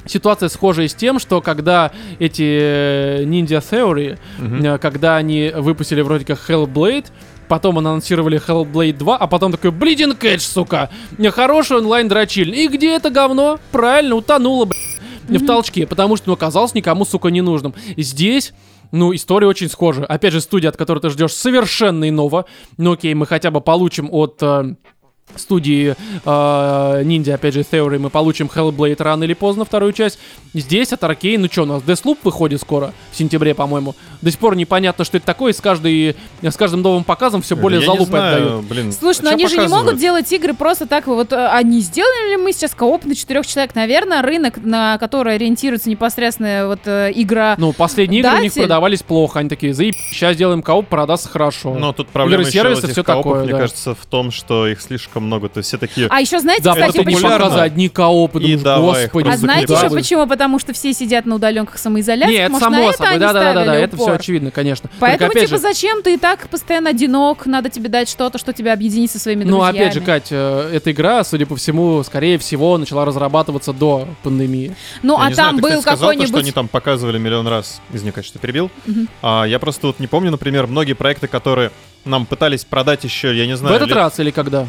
Ситуация схожая с тем, что когда эти э, Ninja Theory,
Мгм.
э, когда они выпустили вроде как Hellblade, потом анонсировали Hellblade 2, а потом такой Bleeding Edge, сука, Э, хороший онлайн дрочильня. И где это говно? Правильно, утонуло, б***ь, в толчке, потому что, ну, оказалось никому, сука, не нужным. Здесь ну, история очень схожа. Опять же, студия, от которой ты ждешь совершенно иного. Ну, окей, мы хотя бы получим от э, студии э, Ниндзя, опять же, Theory, мы получим Hellblade рано или поздно, вторую часть. Здесь от Аркей, ну что, у нас Deathloop выходит скоро, в сентябре, по-моему. До сих пор непонятно, что это такое, и с, каждой, с каждым новым показом все более
Э, Я не
залупы
знаю,
отдают.
Блин,
Слушай,
чё
ну они же не
показывают?
могут делать игры просто так. Вот э, они сделали ли мы сейчас кооп на четырех человек? Наверное, рынок, на который ориентируется непосредственно вот э, игра.
Ну, последние игры у них
Датель.
продавались плохо. Они такие, заеб, сейчас сделаем кооп, продастся хорошо.
Но Ну, тут проблема еще
сервисы,
в этих
всё
коопах,
такое,
мне
да.
кажется, в том, что их слишком много. То есть все такие...
а еще знаете,
да,
кстати,
просто не
почему?
популярно.
показы, одни коопы,
И
думаешь,
давай их
господи.
А
просто
знаете
закидать.
еще
куда вы
почему? Потому что все сидят на удаленках самоизоляции.
Не, это
Может,
само
на
собой,
они
да, да, да, да,
ставили
это все
упор?
очевидно, конечно. Только
Поэтому,
опять
типа,
же,
зачем ты и так постоянно одинок? Надо тебе дать что-то, что тебя объединит со своими
ну,
друзьями.
опять же, Кать, э, эта игра, судя по всему, скорее всего, начала разрабатываться до пандемии.
Ну,
Я
а
не знаю,
там
ты, кстати,
был
сказал то, что они
какой-нибудь...
там показывали миллион раз. Извини, конечно, что перебил.
Мгм.
А, я просто вот не помню, например, многие проекты, которые нам пытались продать еще, я не знаю...
в этот
лет-
раз или когда?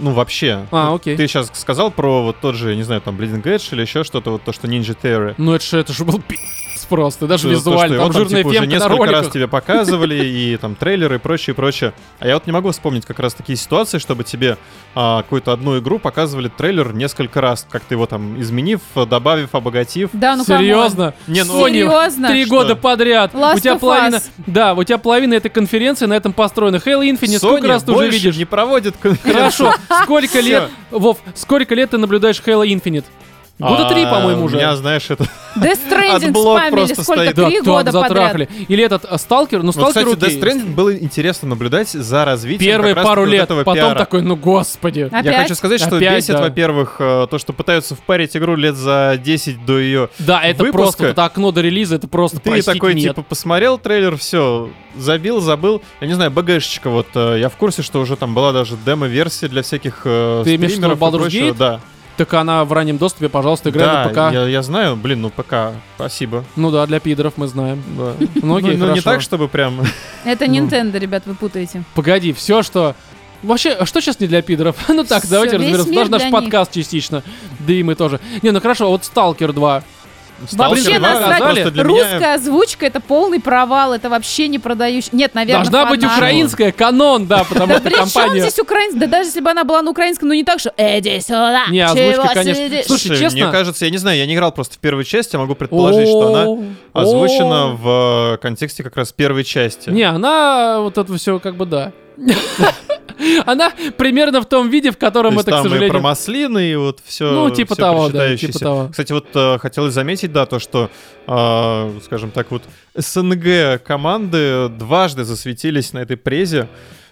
Ну, вообще.
А,
Ну,
окей.
Ты сейчас сказал про вот тот же, я не знаю, там, Bleeding Edge или еще что-то, вот то, что Ninja Theory.
Ну, это же это же был пи***ц просто, даже
То, что
визуально.
его
Там жирная
типа, уже
фемка на
несколько раз
роликах.
тебе показывали, и там трейлеры и прочее, прочее. А я вот не могу вспомнить как раз такие ситуации, чтобы тебе а, какую-то одну игру показывали трейлер несколько раз, как-то его там изменив, добавив, обогатив.
Да, ну камон.
Серьезно?
Не, ну-
Sony
Серьезно?
Три
Что?
года подряд. у
Last
тебя
of
половина,
Us.
да, у тебя половина этой конференции на этом построена. Halo Infinite,
Sony
сколько раз ты уже
больше
видишь?
не проводит конференцию.
Хорошо, сколько лет, Вов, сколько лет ты наблюдаешь Halo Infinite? Года три,
А,
по-моему,
У меня,
уже.
знаешь, это...
Death Stranding
Отблок
спамили
просто
сколько?
стоит.
Да,
Три
так
года подряд.
затрахали. Или этот а, Сталкер, ну
Вот, кстати,
Сталкер
Death
окей.
Stranding было интересно наблюдать за развитием
Первые
как раз
пару
вот
лет,
этого
потом
пиара.
такой, ну господи.
А-
Я
Опять?
хочу сказать, что
Опять,
бесит,
да.
во-первых, э, то, что пытаются впарить игру лет за 10 до ее.
Да, это
выпуска-
просто, вот это окно до релиза, это просто,
Ты
простить,
такой,
нет.
типа, посмотрел трейлер, все, забил, забыл. Я не знаю, БГшечка, вот э, я в курсе, что уже там была даже демо-версия для всяких э,
Ты имеешь в виду
стримеров
Baldur's
и прочего.
Gate?
Да,
Так она в раннем доступе, пожалуйста, играй
да
на ПК.
Я, я знаю, блин, ну ПК, спасибо.
Ну да, для пидоров мы знаем.
Да.
Ну окей,
ну, ну, не
хорошо.
так, чтобы прям...
Это
Ну.
Nintendo, ребят, вы путаете.
Погоди, все, что... Вообще, а что сейчас не для пидоров? ну так,
Всё,
давайте
весь
разберемся.
мир
Даже наш
для
подкаст частично. Да и мы тоже. Не, ну хорошо, а вот Сталкер 2.
Сталкер два
насрать.
просто для меня-
Русская озвучка это полный провал, это вообще не продающий. Нет, наверное,
Должна быть
фанаты.
украинская, канон, да, потому
Да
что
при чем
компания...
здесь украинский? Да даже если бы она была на украинском, ну не так, что «Иди сюда,
Не, озвучка,
чего
конечно.
сидишь?»
Слушай, честно-
мне кажется, я не знаю, я не играл просто в первую часть, я могу предположить, что она
О,
озвучена
о.
в э, контексте как раз первой части.
Не, она вот это все как бы да. Она примерно в том виде, в
То
котором
есть
это, к
там и про
сожалению...
маслины, и вот все.
Ну, типа того, да, типа того.
Кстати, вот э, хотелось заметить, да, то, что, э, скажем так, вот СНГ команды дважды засветились на этой презе.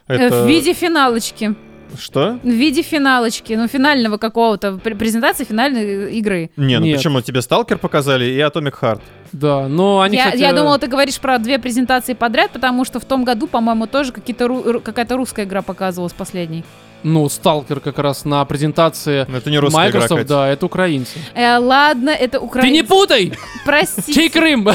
Э,
Это...
В виде финалочки.
Что?
В виде финалочки, ну, финального какого-то, пр- презентации финальной игры.
Не, ну
Нет.
почему тебе Сталкер показали и Atomic Heart?
Да, но они,
я,
кстати,
я думала, ты говоришь про две презентации подряд, потому что в том году, по-моему, тоже какие-то ру- ру- какая-то русская игра показывалась последней.
Ну, Сталкер как раз на презентации
Ну, Это не русская игра,
Microsoft,
Кать.
да, это украинцы.
Э, ладно,
Ты
это
не
Украина.
путай!
Прости.
Чей Крым?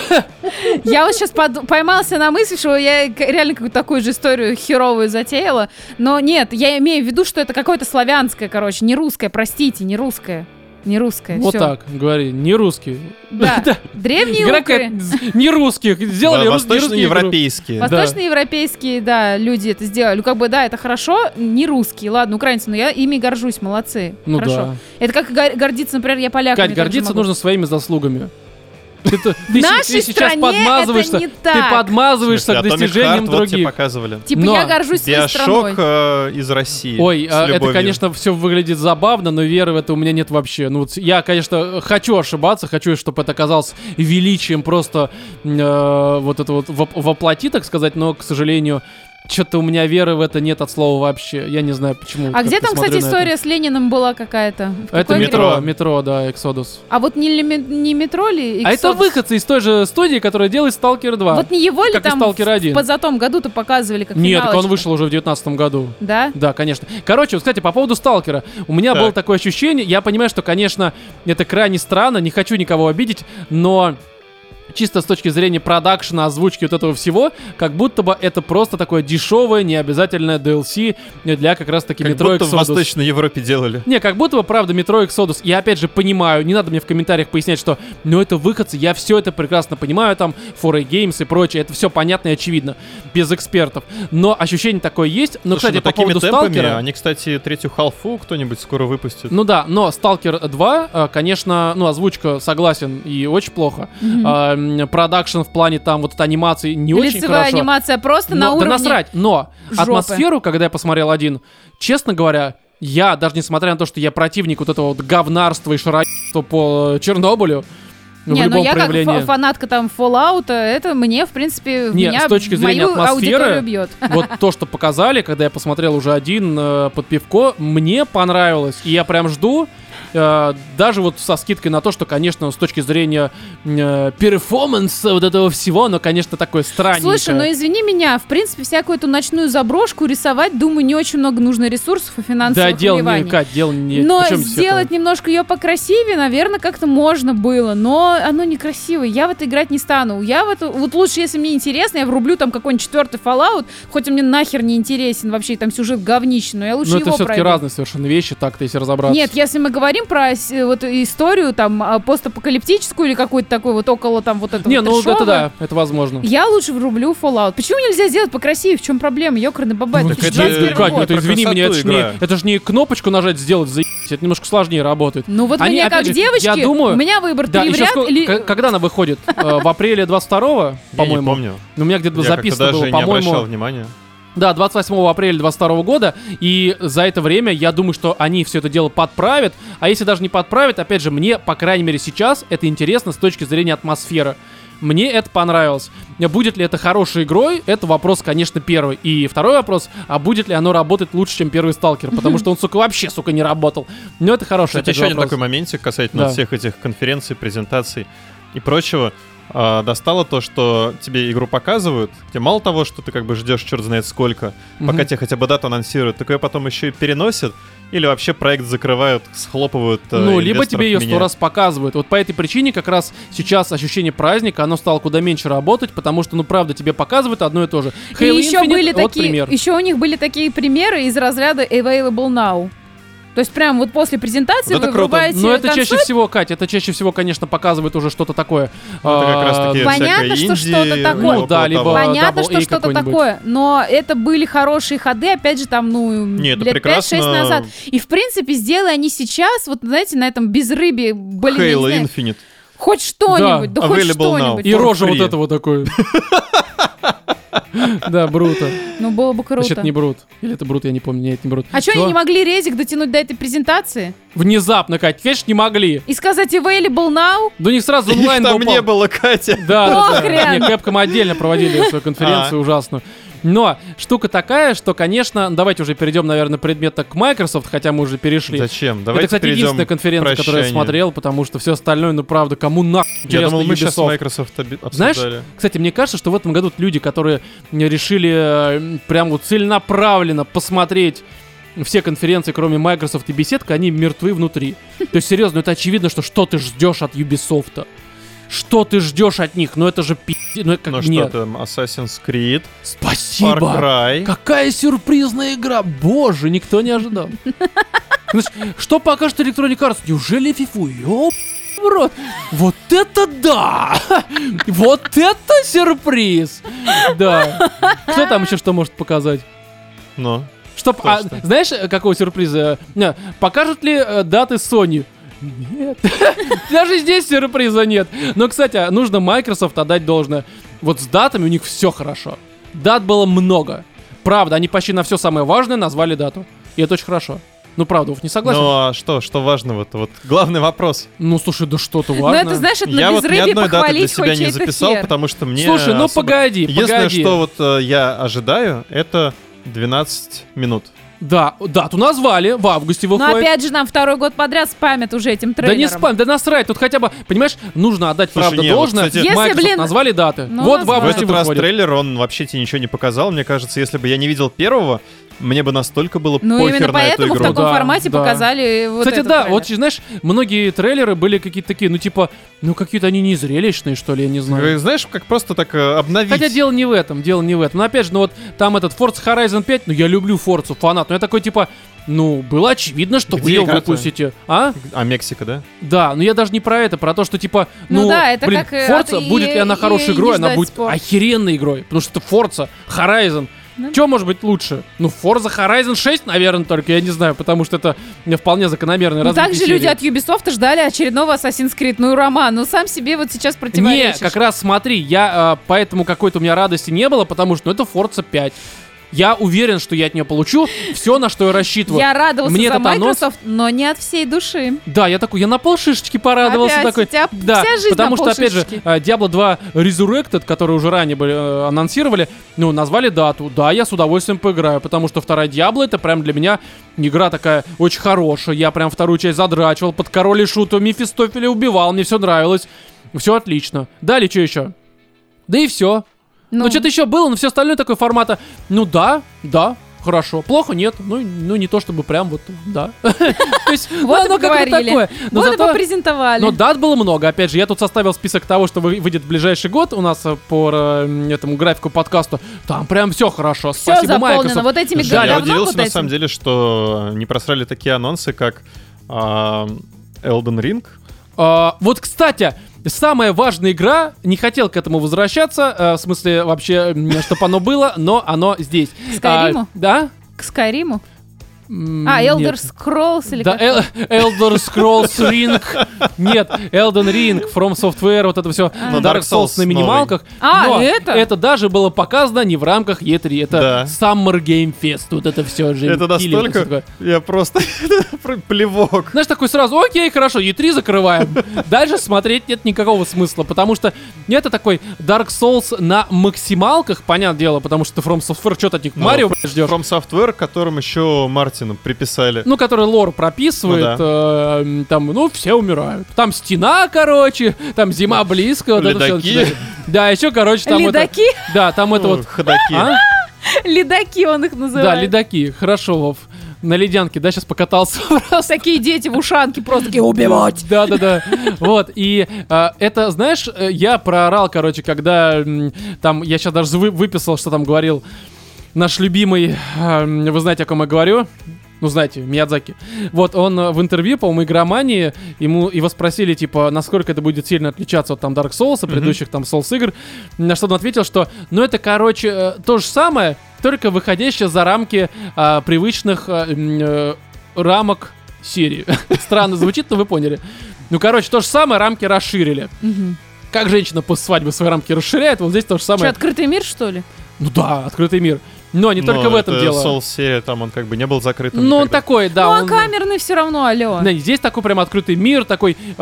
Я вот сейчас поймался на мысли, что я к- реально какую-то такую же историю херовую затеяла. Но нет, я имею в виду, что это какое-то славянское, короче, не русское, простите, не русское. Не русское.
Вот
всё.
так, говори, не русские.
Да. Древние
Игра
укры.
какая-то з- не русских, сделали рус- не русские игру.
Восточноевропейские.
Вос-
Восточноевропейские, да, люди это сделали. Ну, как бы, да, это хорошо, не русские, ладно, украинцы, но я ими горжусь, молодцы.
Ну
хорошо.
да.
Это как гор- гордиться, например, я поляками.
Кать,
также
гордиться
могу.
нужно своими заслугами. Ты, ты-
В
ты се-
нашей
ты сейчас
стране
подмазываешься,
это не
ты
так.
В
подмазываешься
смысле,
к
Atomic
достижениям
Heart, вот тебе
других.
показывали.
Типа
Но
я горжусь своей страной.
Биошок э, из России.
Ой,
С
а, это,
любовью.
конечно, все выглядит забавно, но веры в это у меня нет вообще. Ну, вот я, конечно, хочу ошибаться, хочу, чтобы это оказалось величием просто э, вот это вот воп- воплоти, так сказать, но, к сожалению, что-то у меня веры в это нет от слова вообще. Я не знаю, почему.
А
как-то
где там,
смотрю
кстати,
на это.
история с Лениным была какая-то? В
Это
какой игре?
метро, метро, да, Exodus.
А вот не, ли- не метро ли?
А это
Иксос?
выходцы из той же студии, которая делает Stalker 2.
Вот не его ли
Как и
там
«Сталкер один».
в позатом году-то показывали как
Нет, так он
финалочку?
вышел уже в девятнадцатом году.
Да?
Да, конечно. Короче, вот, кстати, по поводу Сталкера. У меня
Так.
было такое ощущение, я понимаю, что, конечно, это крайне странно, не хочу никого обидеть, но чисто с точки зрения продакшена, озвучки вот этого всего, как будто бы это просто такое дешевое, необязательное DLC для как раз-таки
Как
метро
будто в
Exodus.
Восточной Европе делали.
Не, как будто бы, правда, метро Exodus. Я опять же понимаю, не надо мне в комментариях пояснять, что ну это выходцы, я все это прекрасно понимаю, там, 4 Games и прочее, это все понятно и очевидно, без экспертов. Но ощущение такое есть. Но,
Слушай,
кстати,
ну
по
такими
поводу
темпами,
Сталкера...
они, кстати, третью халфу кто-нибудь скоро выпустит.
Ну да, но Stalker 2, э, конечно, ну озвучка, согласен, и очень плохо. А, м, Продакшн в плане там вот этой анимации не очень
Лицевая
хорошо.
анимация просто на
Но-
уровне...
Да насрать, но
жопы.
атмосферу, когда я посмотрел один, честно говоря, я, даже несмотря на то, что я противник вот этого вот говнарства и шароебства по э, Чернобылю, ну,
Не,
в
ну
любом
я
проявлении.
как фа- фанатка там Fallout, а это мне, в принципе, в
Не,
меня,
с точки зрения
мою
атмосферы-
аудиторию бьет.
Вот то, что показали, когда я посмотрел уже один э, под пивко, мне понравилось. И я прям жду, э, даже вот со скидкой на то, что, конечно, с точки зрения э, перформанса вот этого всего, оно, конечно, такое странненькое.
Слушай, ну извини меня, в принципе, всякую эту ночную заброшку рисовать, думаю, не очень много нужно ресурсов и
Да,
финансовых
дело не,
вливаний.
Кать, дело не...
но
причём здесь
сделать немножко ее покрасивее, наверное, как-то можно было, но оно некрасивое. Я в это играть не стану. Я в это... Вот лучше, если мне интересно, я врублю там какой-нибудь четвертый Fallout, хоть он мне нахер не интересен вообще, и там сюжет говнищ, но я
это?
лучше
Ну,
его
это все-таки
пройду.
разные совершенно вещи, так-то, если разобраться.
Нет, если мы говорим говорим про с- э, вот историю там а, постапокалиптическую или какую-то такую вот около там вот этого
Не, ну это
трэшового,
да, это возможно.
Я лучше врублю Fallout. Почему нельзя сделать покрасивее? В чем проблема? Ёкарный бабай,
Ну,
так это-
2021
Кать, ну
год.
это извини меня, это
красоту
ж не,
игра.
это ж не кнопочку нажать, сделать, заебись. Это немножко сложнее работает.
Ну вот
Они,
мне как
опять же,
девочки,
я думаю-
у меня выбор
Да,
три в
и сейчас,
ряд или...
когда она выходит? Э, В апреле 22-го,
Я не
по-моему.
помню.
Ну, у меня где-то
Я как-то
записано
даже
было,
не обращал
по-моему.
внимания.
Да, 28 апреля 22 года, и за это время я думаю, что они все это дело подправят, а если даже не подправят, опять же, мне, по крайней мере, сейчас это интересно с точки зрения атмосферы. Мне это понравилось. Будет ли это хорошей игрой, это вопрос, конечно, первый. И второй вопрос, а будет ли оно работать лучше, чем первый сталкер, потому что он, сука, вообще, сука, не работал. Но это хороший,
Кстати,
опять же,
еще один
вопрос.
такой моментик касательно
Да.
всех этих конференций, презентаций и прочего. А, достало то, что тебе игру показывают, тебе мало того, что ты как бы ждешь черт знает сколько,
Мгм.
пока тебе хотя бы дату анонсируют, так ее потом еще и переносят, или вообще проект закрывают, схлопывают. э,
Ну, либо
инвесторов
тебе ее
меня.
сто раз показывают. Вот по этой причине как раз сейчас ощущение праздника, оно стало куда меньше работать, потому что, ну, правда, тебе показывают одно и то же.
И
Halo
еще
Infinite,
были
вот
такие,
пример.
еще у них были такие примеры из разряда available now. То есть прям вот после презентации
Вот это
вы
круто.
врубаете
Но это
консоль,
чаще всего, Катя, это чаще всего, конечно, показывает уже что-то такое.
Ну, это как раз таки
А,
всякое
Понятно, что что-то
инди,
такое.
Ну
около
да,
того.
либо-
Понятно,
Double
что
A
что-то
какой-нибудь.
такое, но это были хорошие ходы, опять же, там, ну,
Не, это
лет 5-6
прекрасно.
назад. И, в принципе, сделай они сейчас, вот, знаете, на этом безрыбе, блин, я не
Halo
знаю,
Infinite.
хоть что-нибудь, да, хоть
Available now.
что-нибудь.
И
for
рожа
free.
вот этого такое. Да, Брута.
Ну, было бы круто.
Значит, не Брут. Или это Брут, я не помню. Нет, это не Брут.
А что они не могли резик дотянуть до этой презентации?
Внезапно, Кать, видишь, не могли.
И сказать available now?
Да не сразу
Их
онлайн
там
попал.
не было, Катя.
Да, да, да.
Похрен.
Не, Capcom отдельно проводили свою конференцию
А.
ужасную. Но штука такая, что, конечно, давайте уже перейдем, наверное, предмета к Microsoft, хотя мы уже перешли.
Зачем? Давайте
это, кстати,
перейдем
единственная
к
конференция, которую я
прощанию.
смотрел, потому что все остальное, ну правда, кому нахуй
Я
интересно
думал, мы сейчас
Ubisoft?
Microsoft оби- обсуждали.
Знаешь, кстати, мне кажется, что в этом году люди, которые решили э, м, прям вот целенаправленно посмотреть все конференции, кроме Microsoft и беседка, они мертвы внутри. То есть, серьезно, это очевидно, что что ты ждешь от Ubisoft? Что ты ждешь от них? Ну это же пи... Ну, это как...
ну что
Нет.
там, Assassin's Creed, Far
Спасибо!
Cry.
Какая сюрпризная игра! Боже, никто не ожидал. Значит, что покажет Electronic Arts? Неужели фифу? Ёп в рот. Вот это да! Вот это сюрприз! Да. Кто там еще что может показать?
Ну,
Что, а,
Точно.
знаешь, э, какого сюрприза? Не, Покажут ли э, даты Sony? Нет. Даже здесь сюрприза нет. Но, кстати, а, нужно Microsoft отдать должное. Вот с датами у них все хорошо. Дат было много. Правда, они почти на все самое важное назвали дату. И это очень хорошо. Ну, правда, Вов, не согласен?
ну а что, что важного-то? Вот главный вопрос.
Ну, слушай, да что-то
Ну,
важно.
это, знаешь, это
я
на
вот ни
безрыбе
одной даты для
похвалить
себя
хоть
не
чей-то
записал,
хер.
потому что мне...
Слушай, ну
особо-
погоди,
Единственное,
погоди.
что вот э, я ожидаю, это 12 минут.
Да, дату назвали, в августе
Но
выходит.
Ну, опять же, нам второй год подряд спамят уже этим
Да
трейлером.
не спам, да насрать, тут хотя бы, понимаешь, нужно отдать,
Слушай,
правда,
не, вот,
должное.
кстати-
Если,
Microsoft
блин,
назвали даты.
ну,
вот в
В
назвали.
августе
этот раз
выходит.
трейлер, он вообще тебе ничего не показал. Мне кажется, если бы я не видел первого, мне бы настолько было
Ну,
похер
именно
на эту
поэтому в
игру.
таком
Да,
формате
да.
показали вот
Кстати,
этот
да,
трейлер.
вот знаешь, многие трейлеры были какие-то такие, ну типа, ну какие-то они незрелищные, что ли, я не знаю.
Э, Знаешь, как просто так э, обновить.
Хотя дело не в этом, дело не в этом. Но опять же, ну вот там этот Forza Horizon 5, ну я люблю Forza, фанат, но я такой типа, ну было очевидно, что вы
Где
ее
игра-то?
выпустите, а?
А Мексика, да?
Да, но я даже не про это, про то, что типа, ну,
Ну да, это
блин,
как, э,
Forza,
от
будет ли она
EA
хорошей
не
игрой, она
ждать
будет
спор.
охеренной игрой, потому что это Forza, Horizon.
Ну
Че может быть лучше? Ну, Forza Horizon 6, наверное, только, я не знаю, потому что это э, вполне закономерный
Ну,
развитие
также люди
серии.
от Ubisoft ждали очередного Assassin's Creed. Ну, Роман, ну сам себе вот сейчас
Не,
противоречишь.
как раз смотри, я э, поэтому какой-то у меня радости не было, потому что ну, это Forza 5. Я уверен, что я от нее получу все, на что я рассчитываю.
Я радовался
Мне
за
этот анонс-
Microsoft, но не от всей души.
Да, я такой, я на полшишечки порадовался
Опять,
такой.
у тебя
да,
вся жизнь
потому
на
что, опять же,
полшишечки.
э, Diablo 2 Resurrected, который уже ранее были, э, анонсировали, ну, назвали дату. Да, я с удовольствием поиграю, потому что вторая Diablo это прям для меня игра такая очень хорошая. Я прям вторую часть задрачивал, под король и шуту Мефистофеля убивал, мне все нравилось. Все отлично. Далее, что еще? Да и все. Ну, что-то еще было, но все остальное такое формата. Ну да, да, хорошо. Плохо нет. Ну, ну не то чтобы прям вот, да. То есть, ну,
Вот и
оно как-то
поговорили.
такое. Но
вот и
зато-
попрезентовали.
но дат было много, опять же, я тут составил список того, что вы- выйдет в ближайший год у нас э, по э, м, этому графику подкасту. Там прям все хорошо.
Все
Спасибо,
заполнено
Microsoft.
вот этими
Жаль,
я
говном
удивился
вот
на
этим.
самом деле, что не просрали такие анонсы, как а, Элден Ринг.
А, вот, кстати, самая важная игра, не хотел к этому возвращаться, э, в смысле вообще, чтобы оно было, но оно здесь.
Скайриму?
А, да?
К Скайриму?
М,
А,
нет.
Elder Scrolls или
Да,
как?
Эл- Elder Scrolls Ring. Нет, Elden Ring, From Software, вот это все.
Ну,
Dark
Dark
Souls
Souls
на минималках.
А,
Но
это?
Это даже было показано не в рамках E3. Это
Да.
Summer Game Fest. Вот это все же.
Это
киллинг, всё такое.
настолько... Я просто... про- Плевок.
Знаешь, такой сразу, окей, хорошо, E3 закрываем. Дальше смотреть нет никакого смысла, потому что это такой Dark Souls на максималках, понятное дело, потому что ты From Software что-то от них
Ну,
Марио блядь, ждешь.
From Software, которым еще Мартину приписали.
Ну, который лор прописывает,
Ну
э, там, ну, все умирают. Там стена, короче, там зима близко. вот это всё
Ледаки.
начинает. Да, еще, короче, там это...
Ледаки?
Да, там это
Ну,
вот...
Ходаки.
А?
Ледаки он их называет.
Да, ледаки, хорошо, Вов. На ледянке, да, сейчас покатался раз.
Такие дети в ушанке просто такие убивать.
Да, да, да. Вот, и э, это, знаешь, э, я проорал, короче, когда м, там, я сейчас даже вы- выписал, что там говорил наш любимый, э, вы знаете, о ком я говорю, ну, знаете, Миядзаки. Вот, он э, в интервью, по-моему, игромании, ему его спросили, типа, насколько это будет сильно отличаться от там Dark Souls, предыдущих там Souls игр, на что он ответил, что, ну, это, короче, э, то же самое, только выходящее за рамки а, привычных а, м, э, рамок серии. Странно звучит, но вы поняли. Ну, короче, то же самое, рамки расширили. Как женщина после свадьбы свои рамки расширяет, вот здесь то же
Что,
самое.
открытый мир, что ли?
Ну да, открытый мир. Но не
Но
только в этом
Ну, это
дело.
Souls серия, там он как бы не был закрытым.
Ну, он
никогда.
такой, да.
Ну, а
он-
камерный все равно, алло.
Да, здесь такой прям открытый мир, такой э,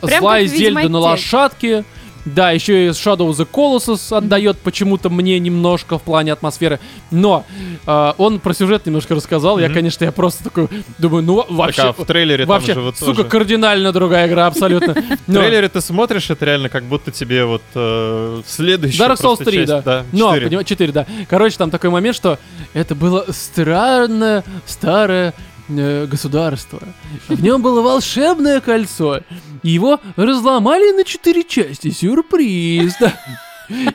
Прям
злая
как в
зельда на
«Ведьмаке».
лошадке. Да, еще и Shadow of the Colossus отдает почему-то мне немножко в плане атмосферы. Но э, он про сюжет немножко рассказал. Я,
Мгм.
конечно, я просто такой думаю, ну вообще...
Так, а в трейлере
Вообще,
там же вот
сука,
тоже.
кардинально другая игра абсолютно.
В
Но-
трейлере ты смотришь, это реально как будто тебе вот э, следующая
Dark Souls
просто
3,
часть,
да. Ну, а, Но,
четыре.
4, да. Короче, там такой момент, что это было странное, старое э, государство. В нем было волшебное кольцо. И его разломали на четыре части. Сюрприз, да.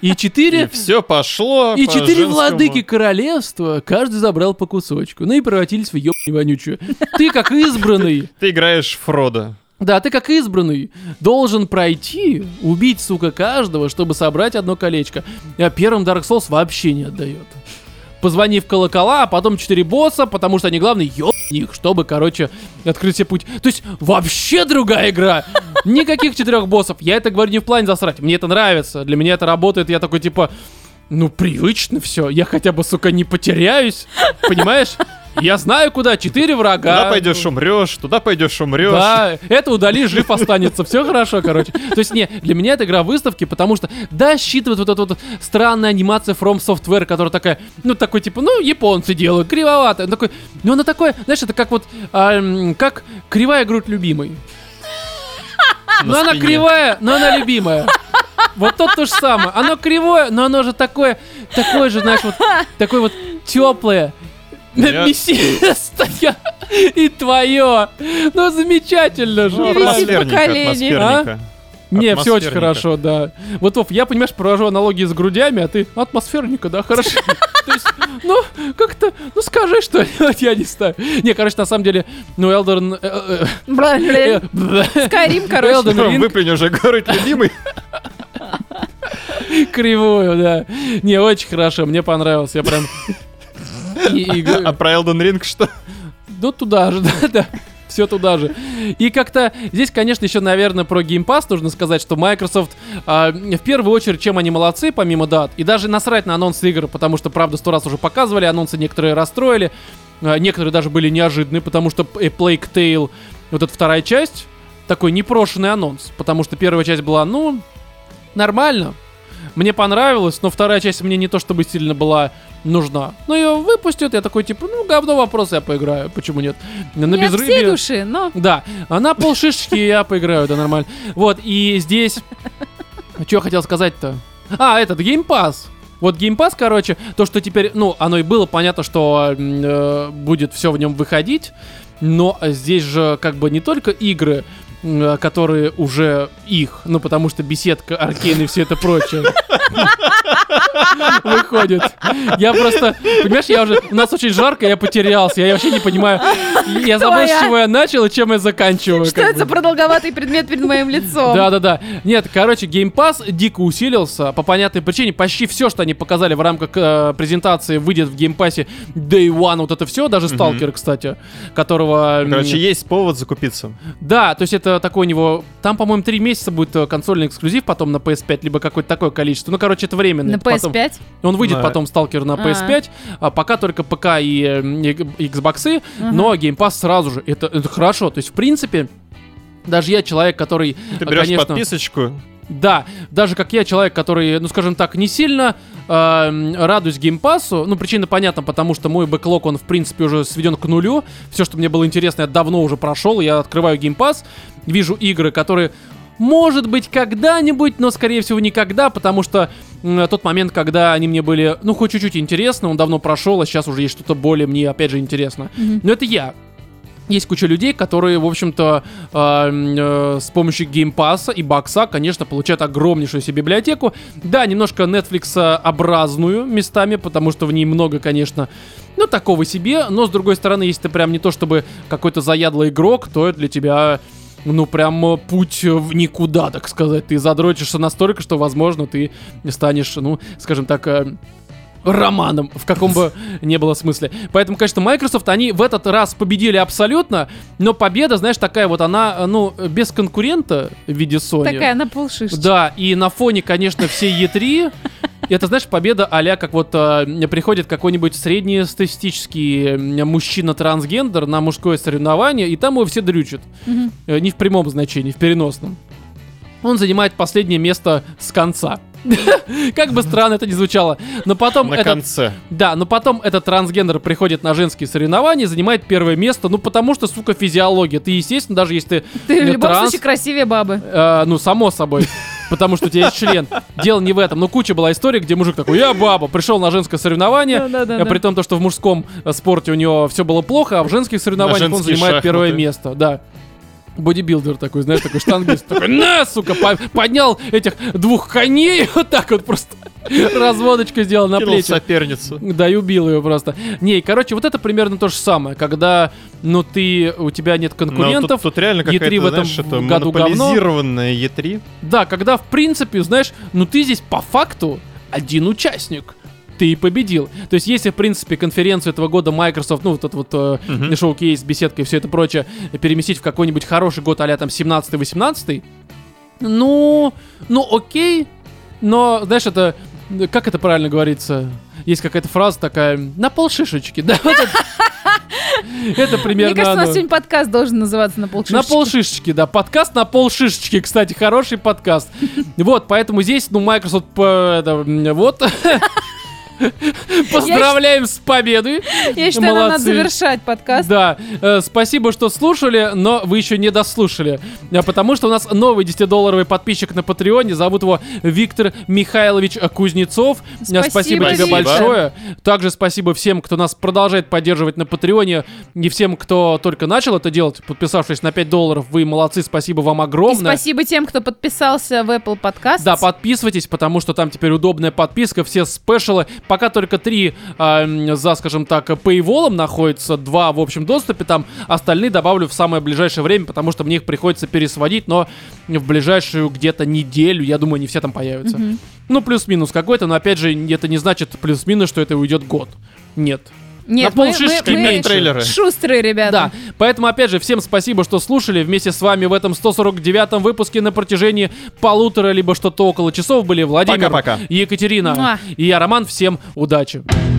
И
И
четыре...
все пошло
И
по
четыре
женскому.
владыки королевства, каждый забрал по кусочку, ну и превратились в ебаную вонючую. Ты как избранный,
Ты играешь Фрода.
да, ты как избранный должен пройти, убить, сука, каждого, чтобы собрать одно колечко. А первым Dark Souls вообще не отдает. Позвони в колокола, а потом четыре босса, потому что они главные, ёб них, чтобы, короче, открыть себе путь. То есть вообще другая игра. Никаких четырех боссов. Я это говорю не в плане засрать. Мне это нравится. Для меня это работает. Я такой, типа, ну, привычно все. Я хотя бы, сука, не потеряюсь. Понимаешь? Я знаю, куда. Четыре врага.
Туда пойдешь, умрешь, туда пойдешь, умрешь.
Да, это удали, жив останется. Все хорошо, короче. То есть, не, для меня это игра выставки, потому что, да, считывает вот эта вот странная анимация From Software, которая такая, ну, такой, типа, ну, японцы делают, кривовато. Ну, такой, ну, она такое, знаешь, это как вот, а, м, как кривая грудь любимой. Но Ну, она
спине.
кривая, но она любимая. Вот тут то же самое. Оно кривое, но оно же такое, такое же, знаешь, вот, такое вот теплое.
Я-
Мясистое. И твое. Ну, замечательно же.
Ну,
Висит
правда.
атмосферника,
поколение.
атмосферника.
а? Не, все очень
атмосферника.
хорошо, да. Вот, Вов, я, понимаешь, провожу аналогии с грудями, а ты атмосферника, да, хорошо. То есть, ну, как-то, ну скажи что-нибудь, я не знаю. Не, короче, на самом деле, ну, Элдерн... э,
Бля,
э,
бля.
э, бля,
Скайрим, короче.
Elden Ring.
Выплюнь уже город любимый.
Кривую, да. Не, очень хорошо, мне понравилось, я прям... И- и-
А про Элден Ринг что?
Ну, туда же, да, да. Все туда же. И как-то здесь, конечно, еще, наверное, про Game Pass нужно сказать, что Microsoft а, в первую очередь, чем они молодцы, помимо дат, и даже насрать на анонсы игр, потому что, правда, сто раз уже показывали, анонсы некоторые расстроили, а, некоторые даже были неожиданны, потому что P- Plague Tale, вот эта вторая часть, такой непрошенный анонс, потому что первая часть была, ну, нормально, мне понравилось, но вторая часть мне не то чтобы сильно была нужна. Ну, ее выпустят, я такой, типа, ну, говно вопрос, я поиграю, почему нет? Ну, На
Не от всей
безрыбье-
души, но...
да, она полшишечки, и я поиграю, да, нормально. Вот, и здесь... Что я хотел сказать-то? А, этот, Game Pass. Вот Game Pass, короче, то, что теперь, ну, оно и было понятно, что м, э, будет все в нем выходить, но здесь же как бы не только игры, э, которые уже их, ну потому что беседка, аркейн и все это прочее. Выходит. Я просто, понимаешь, я уже, у нас очень жарко, я потерялся, я вообще не понимаю, я забыл, с
Твоя.
чего я начал и чем я заканчиваю.
Что
как
это за
бы.
продолговатый предмет перед моим лицом?
Да, да, да. Нет, короче, Game Pass дико усилился по понятной причине. Почти все, что они показали в рамках э, презентации, выйдет в Game Pass Day One. Вот это все, даже Сталкер, кстати, которого. м,
Короче, есть повод закупиться.
Да, то есть это такой у него. Там, по-моему, три месяца будет э, консольный эксклюзив, потом на PS5, либо какое-то такое количество. Ну, короче, это временно.
На
Потом-
PS5?
он выйдет
Да.
потом Сталкер на
А.
PS5, а пока только ПК и, э, и Xbox,
Мгм.
но Game Pass сразу же. Это, это хорошо. То есть, в принципе, даже я человек, который.
Ты
э,
берешь
конечно,
подписочку,
да, даже как я, человек, который, ну скажем так, не сильно э, м, радуюсь геймпасу. Ну, причина понятна, потому что мой бэклог, он, в принципе, уже сведен к нулю. Все, что мне было интересно, я давно уже прошел. Я открываю геймпас, вижу игры, которые. Может быть, когда-нибудь, но, скорее всего, никогда, потому что м, тот момент, когда они мне были, ну, хоть чуть-чуть интересно, он давно прошел, а сейчас уже есть что-то более мне, опять же, интересно.
Мгм.
Но это я. Есть куча людей, которые, в общем-то, э, м, э, с помощью геймпасса и бокса, конечно, получают огромнейшую себе библиотеку. Да, немножко Netflix-образную местами, потому что в ней много, конечно, ну, такого себе. Но, с другой стороны, если ты прям не то чтобы какой-то заядлый игрок, то это для тебя, ну, прям э, путь в никуда, так сказать. Ты задротишься настолько, что, возможно, ты станешь, ну, скажем так... э, романом, в каком бы не было смысле. Поэтому, конечно, Microsoft, они в этот раз победили абсолютно, но победа, знаешь, такая вот, она, э, ну, без конкурента в виде Sony.
Такая ну, на полшишечки.
Да, и на фоне, конечно, все E3. Это, знаешь, победа а как вот э, приходит какой-нибудь среднестатистический э, мужчина-трансгендер на мужское соревнование, и там его все дрючат.
Мгм.
Э, не в прямом значении, в переносном. Он занимает последнее место с конца. Как бы странно это ни звучало. Но потом
на
этот
конце.
да, но потом этот трансгендер приходит на женские соревнования, занимает первое место, ну потому что, сука, физиология. Ты, естественно, даже если ты,
Ты в
э,
любом
транс,
случае красивее бабы.
э, ну, само собой, потому что у тебя есть член. Дело не в этом. Но куча была историй, где мужик такой, я баба, пришел на женское соревнование,
Да-да-да-да.
э, при том, то, что в мужском э, спорте у него все было плохо, а в женских соревнованиях он
женские
занимает первое
шахматы.
место. Да. Бодибилдер такой, знаешь, такой штангист. Такой, на, сука, по- поднял этих двух коней, вот так вот просто разводочку сделал на
Кинул
плечи.
соперницу.
Да, и убил ее просто. Не, и, короче, вот это примерно то же самое, когда, ну, ты, у тебя нет
Но
конкурентов.
тут, тут реально
E3
какая-то,
в этом
знаешь, это
году говно.
монополизированная E3.
Да, когда, в принципе, знаешь, ну, ты здесь по факту один участник. Ты и победил. То есть, если, в принципе, конференцию этого года Microsoft, ну, вот этот вот э,
Мгм.
шоу-кейс, беседка и все это прочее, переместить в какой-нибудь хороший год а там 17-18, ну, ну, окей, но, знаешь, это, э, как это правильно говорится, есть какая-то фраза такая, на полшишечки, да, вот это- это примерно
Мне кажется, у нас
оно.
сегодня подкаст должен называться на полшишечки.
На полшишечки, да. Подкаст на полшишечки, кстати, хороший подкаст. Вот, поэтому здесь, ну, Microsoft, по- это, м, вот. Поздравляем с победой.
Я считаю, нам надо
Молодцы.
завершать подкаст.
Да, э, спасибо, что слушали, но вы еще не дослушали. Э, Потому что у нас новый 10-долларовый подписчик на Патреоне. Зовут его Виктор Михайлович Кузнецов. Э, Спасибо,
Спасибо,
тебе
Виктор.
большое. Также спасибо всем, кто нас продолжает поддерживать на Патреоне. И всем, кто только начал это делать, подписавшись на 5 долларов. Вы молодцы, спасибо вам
И
огромное.
спасибо тем, кто подписался в Apple Podcast.
Да, подписывайтесь, потому что там теперь удобная подписка, все спешалы. Пока только три а, м, за, скажем так, пейволом находятся, два в общем доступе там. Остальные добавлю в самое ближайшее время, потому что мне их приходится пересводить, но в ближайшую где-то неделю, я думаю, не все там появятся. Ну, плюс-минус какой-то, но опять же, это не значит плюс-минус, что это уйдет год. Нет.
Нет,
на
мы- мы-
полшишечки
мы
меньше.
Трейлеры.
шустрые ребята.
Да, поэтому, опять же, всем спасибо, что слушали вместе с вами в этом 149-м выпуске на протяжении полутора, либо что-то около часов были Владимир,
Пока-пока.
Екатерина
Муа.
и я, Роман. Всем удачи!
Да.